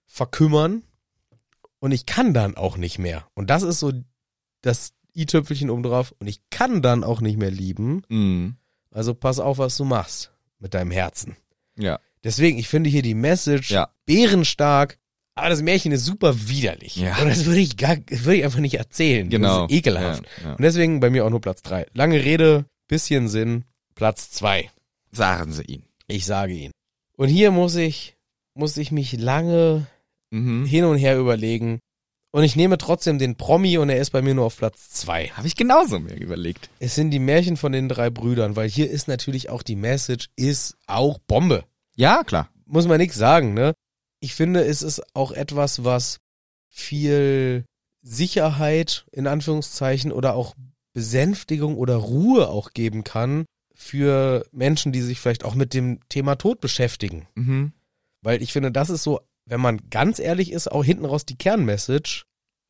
Speaker 1: verkümmern und ich kann dann auch nicht mehr. Und das ist so das i-Tüpfelchen obendrauf und ich kann dann auch nicht mehr lieben.
Speaker 2: Mhm.
Speaker 1: Also pass auf, was du machst mit deinem Herzen.
Speaker 2: Ja.
Speaker 1: Deswegen, ich finde hier die Message
Speaker 2: Ja.
Speaker 1: bärenstark, aber das Märchen ist super widerlich.
Speaker 2: Ja.
Speaker 1: Und das würde ich, gar, das würde ich einfach nicht erzählen.
Speaker 2: Genau.
Speaker 1: Das ist ekelhaft.
Speaker 2: Ja, ja.
Speaker 1: Und deswegen bei mir auch nur Platz drei Lange Rede, bisschen Sinn, Platz zwei
Speaker 2: Sagen Sie ihn.
Speaker 1: ich sage ihn. Und hier muss ich, muss ich mich lange
Speaker 2: Mhm.
Speaker 1: hin und her überlegen. Und ich nehme trotzdem den Promi und er ist bei mir nur auf Platz zwei.
Speaker 2: Habe ich genauso mir überlegt.
Speaker 1: Es sind die Märchen von den drei Brüdern, weil hier ist natürlich auch die Message, ist auch Bombe.
Speaker 2: Ja, klar.
Speaker 1: Muss man nichts sagen, ne? Ich finde, es ist auch etwas, was viel Sicherheit in Anführungszeichen oder auch Besänftigung oder Ruhe auch geben kann für Menschen, die sich vielleicht auch mit dem Thema Tod beschäftigen.
Speaker 2: Mhm.
Speaker 1: Weil ich finde, das ist so, wenn man ganz ehrlich ist, auch hinten raus die Kernmessage,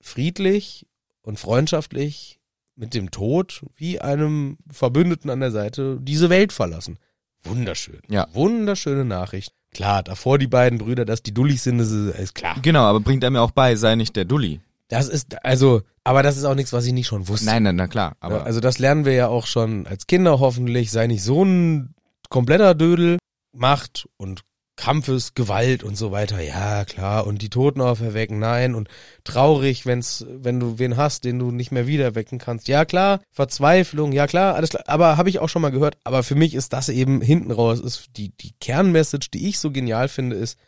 Speaker 1: friedlich und freundschaftlich mit dem Tod wie einem Verbündeten an der Seite diese Welt verlassen. Wunderschön.
Speaker 2: Ja.
Speaker 1: Wunderschöne Nachricht. Klar, davor die beiden Brüder, dass die Dullis sind, das ist, ist klar.
Speaker 2: Genau, aber bringt er mir auch bei, sei nicht der Dulli.
Speaker 1: Das ist, also, aber das ist auch nichts, was ich nicht schon wusste.
Speaker 2: Nein, nein, na klar. Aber
Speaker 1: Ne? also das lernen wir ja auch schon als Kinder hoffentlich. Sei nicht so ein kompletter Dödel. Macht und Kampfes, Gewalt und so weiter. Ja, klar. Und die Toten auferwecken. Nein. Und traurig, wenn's, wenn du wen hast, den du nicht mehr wiederwecken kannst. Ja, klar. Verzweiflung. Ja, klar. Alles klar. Aber habe ich auch schon mal gehört. Aber für mich ist das eben hinten raus. Ist die, die Kernmessage, die ich so genial finde, ist,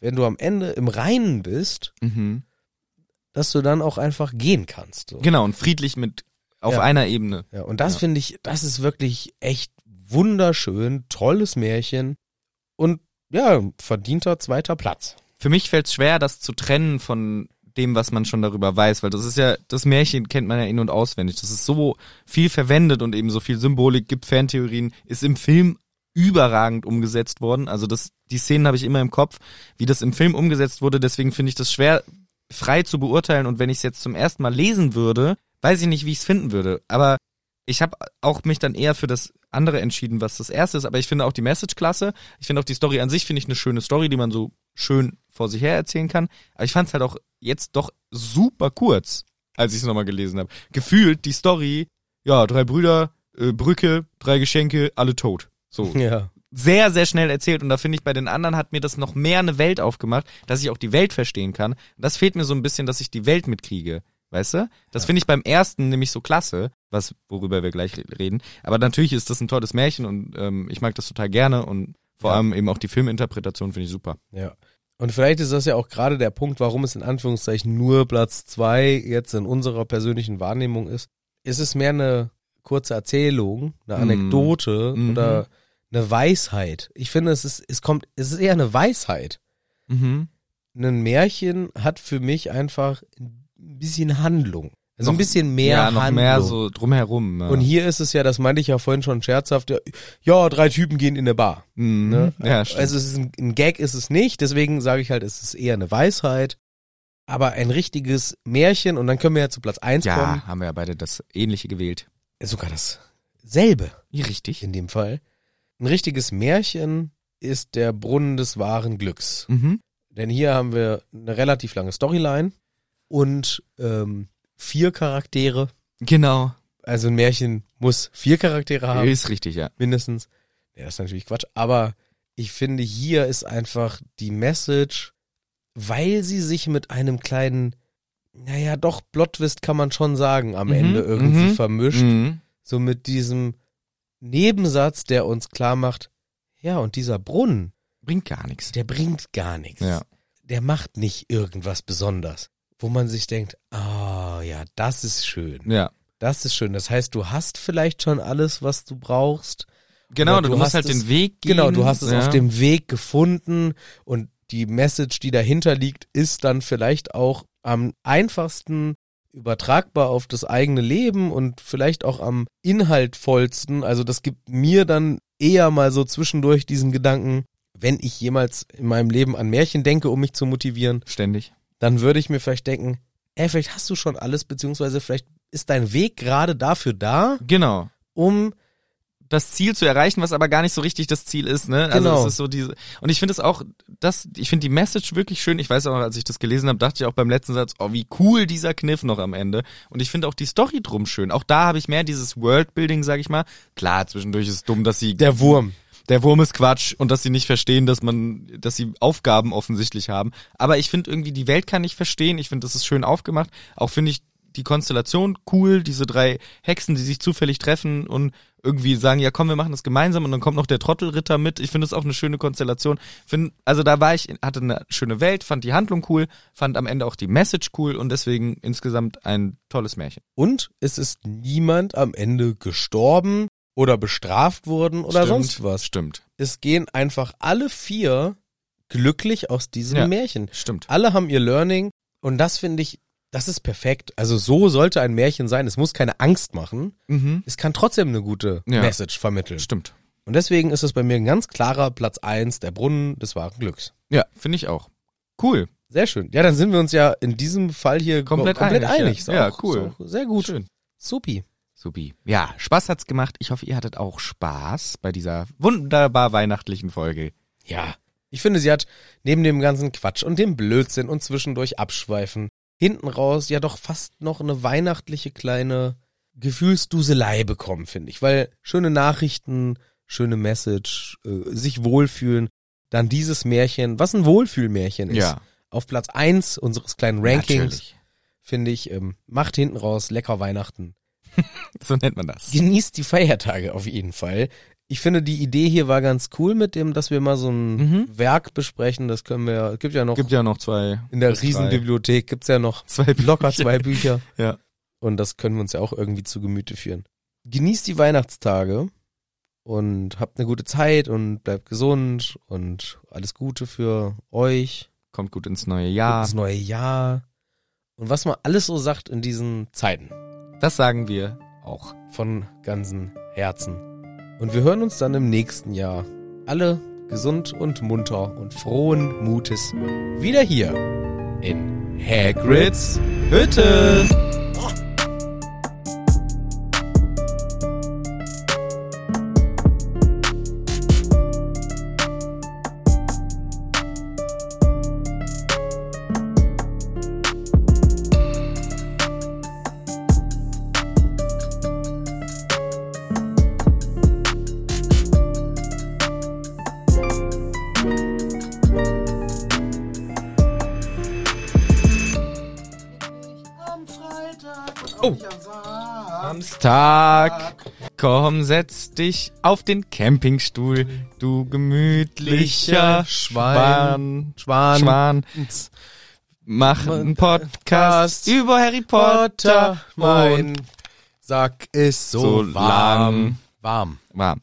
Speaker 1: wenn du am Ende im Reinen bist,
Speaker 2: mhm.
Speaker 1: dass du dann auch einfach gehen kannst. So.
Speaker 2: genau und friedlich mit auf
Speaker 1: Ja.
Speaker 2: einer Ebene.
Speaker 1: Ja, und das finde ich, das ist wirklich echt wunderschön, tolles Märchen und ja, verdienter zweiter Platz.
Speaker 2: Für mich fällt es schwer, das zu trennen von dem, was man schon darüber weiß, weil das ist ja das Märchen kennt man ja in und auswendig. Das ist so viel verwendet und eben so viel Symbolik gibt Fantheorien ist im Film überragend umgesetzt worden. Also das die Szenen habe ich immer im Kopf, wie das im Film umgesetzt wurde. Deswegen finde ich das schwer frei zu beurteilen und wenn ich es jetzt zum ersten Mal lesen würde, weiß ich nicht, wie ich es finden würde. Aber ich habe auch mich dann eher für das andere entschieden, was das erste ist. Aber ich finde auch die Message klasse. Ich finde auch die Story an sich, finde ich eine schöne Story, die man so schön vor sich her erzählen kann. Aber ich fand es halt auch jetzt doch super kurz, als ich es nochmal gelesen habe. Gefühlt die Story, ja, drei Brüder, äh, Brücke, drei Geschenke, alle tot. So,
Speaker 1: Ja.
Speaker 2: sehr, sehr schnell erzählt. Und da finde ich, bei den anderen hat mir das noch mehr eine Welt aufgemacht, dass ich auch die Welt verstehen kann. Und das fehlt mir so ein bisschen, dass ich die Welt mitkriege. Weißt du? Das finde ich beim ersten nämlich so klasse, was, worüber wir gleich re- reden. Aber natürlich ist das ein tolles Märchen und ähm, ich mag das total gerne und vor
Speaker 1: Ja.
Speaker 2: allem eben auch die Filminterpretation finde ich super.
Speaker 1: Ja. Und vielleicht ist das ja auch gerade der Punkt, warum es in Anführungszeichen nur Platz zwei jetzt in unserer persönlichen Wahrnehmung ist. Es ist mehr eine kurze Erzählung, eine
Speaker 2: Mhm.
Speaker 1: Anekdote
Speaker 2: Mhm.
Speaker 1: oder eine Weisheit. Ich finde, es ist, es kommt, es ist eher eine Weisheit.
Speaker 2: Mhm.
Speaker 1: Ein Märchen hat für mich einfach ein bisschen Handlung. Also ein
Speaker 2: Noch-
Speaker 1: bisschen mehr
Speaker 2: Ja, noch
Speaker 1: Handlung.
Speaker 2: mehr so drumherum. Ja.
Speaker 1: Und hier ist es ja, das meinte ich ja vorhin schon scherzhaft, ja, ja drei Typen gehen in eine Bar.
Speaker 2: Mhm.
Speaker 1: Ne?
Speaker 2: Ja, stimmt.
Speaker 1: Also es ist ein, ein Gag ist es nicht, deswegen sage ich halt, es ist eher eine Weisheit, aber ein richtiges Märchen und dann können wir ja zu Platz eins kommen.
Speaker 2: ja, haben wir ja beide das Ähnliche gewählt.
Speaker 1: Sogar dasselbe
Speaker 2: Richtig.
Speaker 1: in dem Fall. Ein richtiges Märchen ist der Brunnen des wahren Glücks.
Speaker 2: Mhm.
Speaker 1: Denn hier haben wir eine relativ lange Storyline und ähm, vier Charaktere.
Speaker 2: Genau.
Speaker 1: Also ein Märchen muss vier Charaktere haben.
Speaker 2: Ist richtig, ja.
Speaker 1: mindestens. Ja, das ist natürlich Quatsch. Aber ich finde, hier ist einfach die Message, weil sie sich mit einem kleinen, naja, doch Plot-Twist kann man schon sagen, am
Speaker 2: Mhm,
Speaker 1: Ende irgendwie
Speaker 2: mhm,
Speaker 1: vermischt.
Speaker 2: Mhm.
Speaker 1: So mit diesem Nebensatz, der uns klar macht, ja, und dieser Brunnen,
Speaker 2: Bringt gar nichts.
Speaker 1: der bringt gar nichts.
Speaker 2: Ja.
Speaker 1: Der macht nicht irgendwas besonders. Wo man sich denkt, ah, ja, das ist schön.
Speaker 2: Ja.
Speaker 1: Das ist schön. Das heißt, du hast vielleicht schon alles, was du brauchst.
Speaker 2: Genau,
Speaker 1: Oder
Speaker 2: du,
Speaker 1: du
Speaker 2: musst
Speaker 1: Genau, hast
Speaker 2: halt
Speaker 1: es-
Speaker 2: den Weg gehen.
Speaker 1: Genau, du hast es
Speaker 2: ja.
Speaker 1: auf dem Weg gefunden und die Message, die dahinter liegt, ist dann vielleicht auch am einfachsten übertragbar auf das eigene Leben und vielleicht auch am inhaltvollsten. Also das gibt mir dann eher mal so zwischendurch diesen Gedanken, wenn ich jemals in meinem Leben an Märchen denke, um mich zu motivieren,
Speaker 2: Ständig.
Speaker 1: dann würde ich mir vielleicht denken, ey, vielleicht hast du schon alles, beziehungsweise vielleicht ist dein Weg gerade dafür da,
Speaker 2: Genau.
Speaker 1: um
Speaker 2: das Ziel zu erreichen, was aber gar nicht so richtig das Ziel ist, ne? Also
Speaker 1: Genau.
Speaker 2: es ist so diese und ich finde es auch das ich finde die Message wirklich schön. Ich weiß auch, als ich das gelesen habe, dachte ich auch beim letzten Satz, oh, wie cool dieser Kniff noch am Ende und ich finde auch die Story drum schön. Auch da habe ich mehr dieses Worldbuilding, sag ich mal. Klar, zwischendurch ist es dumm, dass sie
Speaker 1: der Wurm.
Speaker 2: der Wurm ist Quatsch und dass sie nicht verstehen, dass man, dass sie Aufgaben offensichtlich haben. Aber ich finde irgendwie, die Welt kann ich verstehen. Ich finde, das ist schön aufgemacht. Auch finde ich die Konstellation cool, diese drei Hexen, die sich zufällig treffen und irgendwie sagen, ja komm, wir machen das gemeinsam und dann kommt noch der Trottelritter mit. Ich finde das auch eine schöne Konstellation. Find, also da war ich, hatte eine schöne Welt, fand die Handlung cool, fand am Ende auch die Message cool und deswegen insgesamt ein tolles Märchen.
Speaker 1: Und es ist niemand am Ende gestorben oder bestraft worden oder
Speaker 2: Stimmt.
Speaker 1: sonst was.
Speaker 2: Stimmt.
Speaker 1: Es gehen einfach alle vier glücklich aus diesem
Speaker 2: Ja.
Speaker 1: Märchen.
Speaker 2: Stimmt.
Speaker 1: Alle haben ihr Learning und das finde ich, das ist perfekt. Also so sollte ein Märchen sein. Es muss keine Angst machen.
Speaker 2: Mhm.
Speaker 1: Es kann trotzdem eine gute
Speaker 2: Ja.
Speaker 1: Message vermitteln.
Speaker 2: Stimmt.
Speaker 1: Und deswegen ist es bei mir ein ganz klarer Platz eins der Brunnen des wahren Glücks.
Speaker 2: Ja, finde ich auch. Cool.
Speaker 1: Sehr schön. Ja, dann sind wir uns ja in diesem Fall hier
Speaker 2: Komplett
Speaker 1: kom- komplett
Speaker 2: einig, ja.
Speaker 1: einig. Ist
Speaker 2: Ja,
Speaker 1: auch-
Speaker 2: cool.
Speaker 1: ist auch Sehr gut.
Speaker 2: Schön.
Speaker 1: Supi.
Speaker 2: Subi. Ja, Spaß hat's gemacht. Ich hoffe, ihr hattet auch Spaß bei dieser wunderbar weihnachtlichen Folge.
Speaker 1: Ja. Ich finde, sie hat neben dem ganzen Quatsch und dem Blödsinn und zwischendurch Abschweifen hinten raus ja doch fast noch eine weihnachtliche kleine Gefühlsduselei bekommen, finde ich. Weil schöne Nachrichten, schöne Message, äh, sich wohlfühlen, dann dieses Märchen, was ein Wohlfühlmärchen ist, auf Platz eins unseres kleinen Rankings,
Speaker 2: Rankings.
Speaker 1: finde ich, ähm, macht hinten raus lecker Weihnachten.
Speaker 2: So nennt man das.
Speaker 1: genießt die Feiertage auf jeden Fall. Ich finde, die Idee hier war ganz cool mit dem, dass wir mal so ein Werk besprechen. Das können wir, es Hm? gibt ja noch,
Speaker 2: Mhm. Gibt ja noch zwei.
Speaker 1: in der
Speaker 2: bis drei.
Speaker 1: Riesenbibliothek gibt's ja noch
Speaker 2: Zwei
Speaker 1: locker zwei Bücher.
Speaker 2: Ja.
Speaker 1: Und das können wir uns ja auch irgendwie zu Gemüte führen. Genießt die Weihnachtstage und habt eine gute Zeit und bleibt gesund und alles Gute für euch,
Speaker 2: Kommt gut ins neue
Speaker 1: ja.
Speaker 2: Jahr.
Speaker 1: das neue Jahr und was man alles so sagt in diesen Zeiten.
Speaker 2: Das sagen wir auch.
Speaker 1: von ganzem Herzen. Und wir hören uns dann im nächsten Jahr. Alle gesund und munter und frohen Mutes wieder hier in Hagrid's
Speaker 2: Hütte! Am Tag. Komm, setz dich auf den Campingstuhl, du gemütlicher
Speaker 1: Schwein. Schwan.
Speaker 2: Schwan. Mach einen Podcast über Harry Potter.
Speaker 1: mein Sack ist so,
Speaker 2: so
Speaker 1: warm.
Speaker 2: lang.
Speaker 1: Warm.
Speaker 2: warm.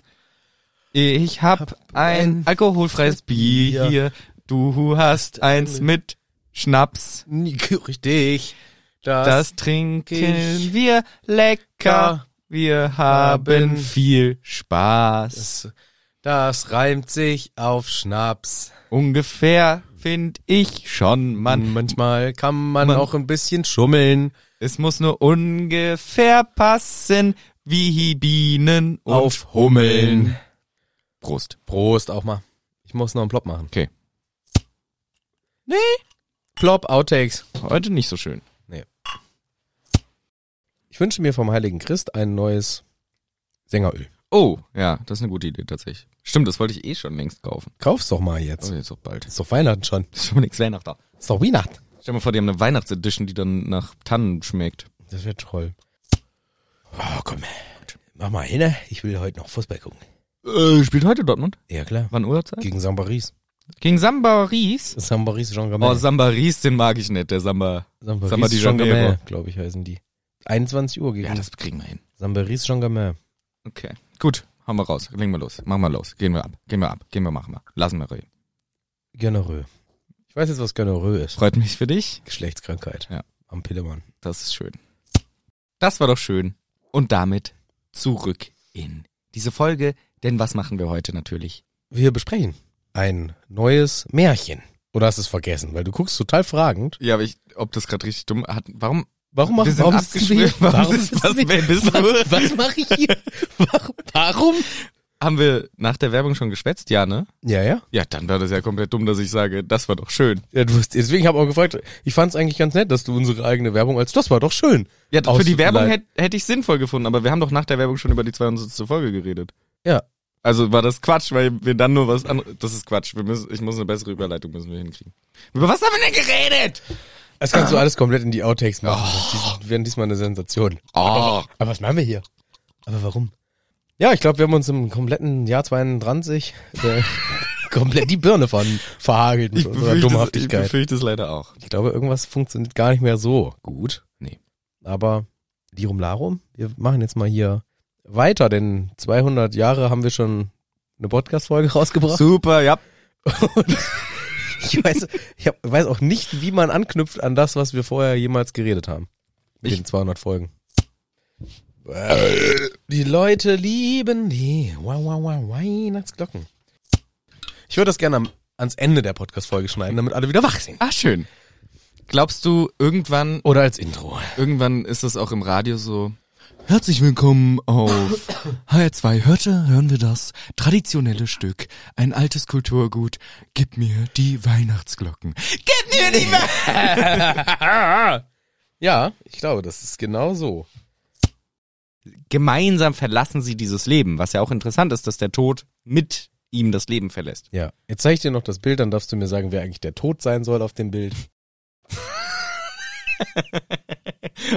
Speaker 2: Ich hab ein
Speaker 1: ein
Speaker 2: alkoholfreies Bier.
Speaker 1: Bier.
Speaker 2: Du hast eins mit Schnaps.
Speaker 1: Richtig. Das,
Speaker 2: Das trinken
Speaker 1: ich.
Speaker 2: wir lecker. Wir haben
Speaker 1: Haben
Speaker 2: viel Spaß.
Speaker 1: das, das reimt sich auf Schnaps.
Speaker 2: Ungefähr find ich schon, Mann.
Speaker 1: Manchmal kann man,
Speaker 2: Man-
Speaker 1: auch ein bisschen schummeln.
Speaker 2: Es muss nur ungefähr passen, wie Bienen und
Speaker 1: Auf Hummeln.
Speaker 2: Prost.
Speaker 1: Prost auch mal. Ich muss noch einen Plop machen.
Speaker 2: Okay.
Speaker 1: Nee. Plop, Outtakes.
Speaker 2: Heute nicht so schön.
Speaker 1: Ich wünsche mir vom Heiligen Christ ein neues Sängeröl.
Speaker 2: Oh, ja, das ist eine gute Idee tatsächlich. Stimmt, das wollte ich eh schon längst kaufen.
Speaker 1: Kauf's doch mal jetzt.
Speaker 2: Oh, jetzt auch bald.
Speaker 1: Ist doch Weihnachten schon.
Speaker 2: Das ist schon nix Weihnachten.
Speaker 1: Ist doch Weihnachten.
Speaker 2: Stell dir mal vor, die haben eine Weihnachtsedition, die dann nach Tannen schmeckt.
Speaker 1: Das wäre toll. Oh, komm. Mach mal hin, ne? ich will heute noch Fußball gucken.
Speaker 2: Äh, spielt heute Dortmund?
Speaker 1: Ja, klar.
Speaker 2: Wann Uhrzeit?
Speaker 1: Gegen San Paris.
Speaker 2: Gegen Samba Ries.
Speaker 1: San Paris Jean
Speaker 2: Oh,
Speaker 1: Gamel.
Speaker 2: Samba Ries, den mag ich nicht, der Samba.
Speaker 1: San
Speaker 2: Samba di
Speaker 1: Jean
Speaker 2: Janeiro.
Speaker 1: Gamel, glaube ich, heißen die. 21 Uhr gegen
Speaker 2: kriegen wir hin.
Speaker 1: San Paris Jean Gamel.
Speaker 2: Okay. Gut, haben wir raus. Legen wir los. Machen wir los. Gehen wir ab. Gehen wir ab. Gehen wir, machen wir. Lassen wir reden.
Speaker 1: Generös. Ich weiß jetzt, was Gonorrhoe ist.
Speaker 2: Freut mich für dich.
Speaker 1: Geschlechtskrankheit.
Speaker 2: Ja.
Speaker 1: Am Pillemann.
Speaker 2: Das ist schön. Das war doch schön. Und damit zurück in diese Folge. Denn was machen wir heute natürlich?
Speaker 1: Wir besprechen ein neues Märchen. Oder hast du es vergessen? Weil du guckst total fragend.
Speaker 2: Ja, aber ich, ob das gerade richtig dumm hat. Warum?
Speaker 1: Warum
Speaker 2: Wir
Speaker 1: machen
Speaker 2: sind
Speaker 1: warum
Speaker 2: abgeschwiffen.
Speaker 1: Warum,
Speaker 2: Warum
Speaker 1: warum,
Speaker 2: ist- was- wer bist du?
Speaker 1: was, was mache ich hier? Warum? warum?
Speaker 2: Haben wir nach der Werbung schon geschwätzt? Ja, ne?
Speaker 1: Ja, ja.
Speaker 2: Ja, dann war das ja komplett dumm, dass ich sage, das war doch schön.
Speaker 1: ja du hast, deswegen habe ich auch gefragt, ich fand es eigentlich ganz nett, dass du unsere eigene Werbung als das war doch schön.
Speaker 2: Ja, für die
Speaker 1: auszuleihen.
Speaker 2: Werbung hätte hätt ich sinnvoll gefunden, aber wir haben doch nach der Werbung schon über die 72. Folge geredet.
Speaker 1: Ja.
Speaker 2: Also war das Quatsch, weil wir dann nur was anderes. Das ist Quatsch. Wir müssen, ich muss eine bessere Überleitung müssen wir hinkriegen. Über was haben wir denn geredet?
Speaker 1: Das kannst du alles komplett in die Outtakes machen. Die werden diesmal eine Sensation.
Speaker 2: Oh.
Speaker 1: Oh. Aber was machen wir hier? Aber warum? Ja, ich glaube, wir haben uns im kompletten Jahr 32 äh, komplett die Birne von verhagelt mit unserer
Speaker 2: Befürchte, ich
Speaker 1: Dummhaftigkeit.
Speaker 2: befürchte es leider auch.
Speaker 1: Ich glaube, irgendwas funktioniert gar nicht mehr so gut.
Speaker 2: Nee.
Speaker 1: Aber Lirum Larum, wir machen jetzt mal hier weiter, denn 200 Jahre haben wir schon eine Podcast-Folge rausgebracht.
Speaker 2: Super, ja.
Speaker 1: Ich weiß, ich hab, weiß auch nicht, wie man anknüpft an das, was wir vorher jemals geredet haben. Mit
Speaker 2: Ich-
Speaker 1: den 200 Folgen. Die Leute lieben die Wa- Wa- Wa- Weihnachtsglocken. Ich würde das gerne am, ans Ende der Podcast-Folge schneiden, damit alle wieder wach sind.
Speaker 2: Ach, schön. Glaubst du, irgendwann,
Speaker 1: Oder als Intro.
Speaker 2: irgendwann ist das auch im Radio so? Herzlich willkommen auf HR2. Hörte, hören wir das traditionelle Stück, ein altes Kulturgut. Gib mir die Weihnachtsglocken. Gib mir
Speaker 4: Äh,
Speaker 2: die Weihnachtsglocken.
Speaker 1: Ja, ich glaube, das ist genau so.
Speaker 4: Gemeinsam verlassen sie dieses Leben, was ja auch interessant ist, dass der Tod mit ihm das Leben verlässt.
Speaker 1: Ja. Jetzt zeige ich dir noch das Bild, dann darfst du mir sagen, wer eigentlich der Tod sein soll auf dem Bild.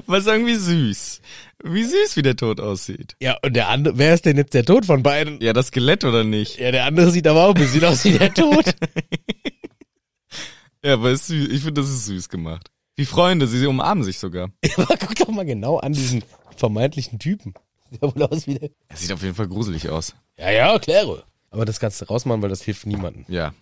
Speaker 2: Was irgendwie süß. Wie süß, wie der Tod aussieht.
Speaker 1: Ja, und der andere, wer ist denn jetzt der Tod von beiden?
Speaker 2: Ja, das Skelett oder nicht?
Speaker 1: Ja, der andere sieht aber auch ein bisschen aus wie der Tod.
Speaker 2: Ja, aber ist süß. ich finde, das ist süß gemacht. Wie Freunde, sie, sie umarmen sich sogar.
Speaker 1: Aber guck doch mal genau an diesen vermeintlichen Typen. Sieht ja wohl aus wie der.
Speaker 2: Er sieht auf jeden Fall gruselig aus.
Speaker 1: Ja, ja, kläre. Aber das kannst du rausmachen, weil das hilft niemandem.
Speaker 2: Ja.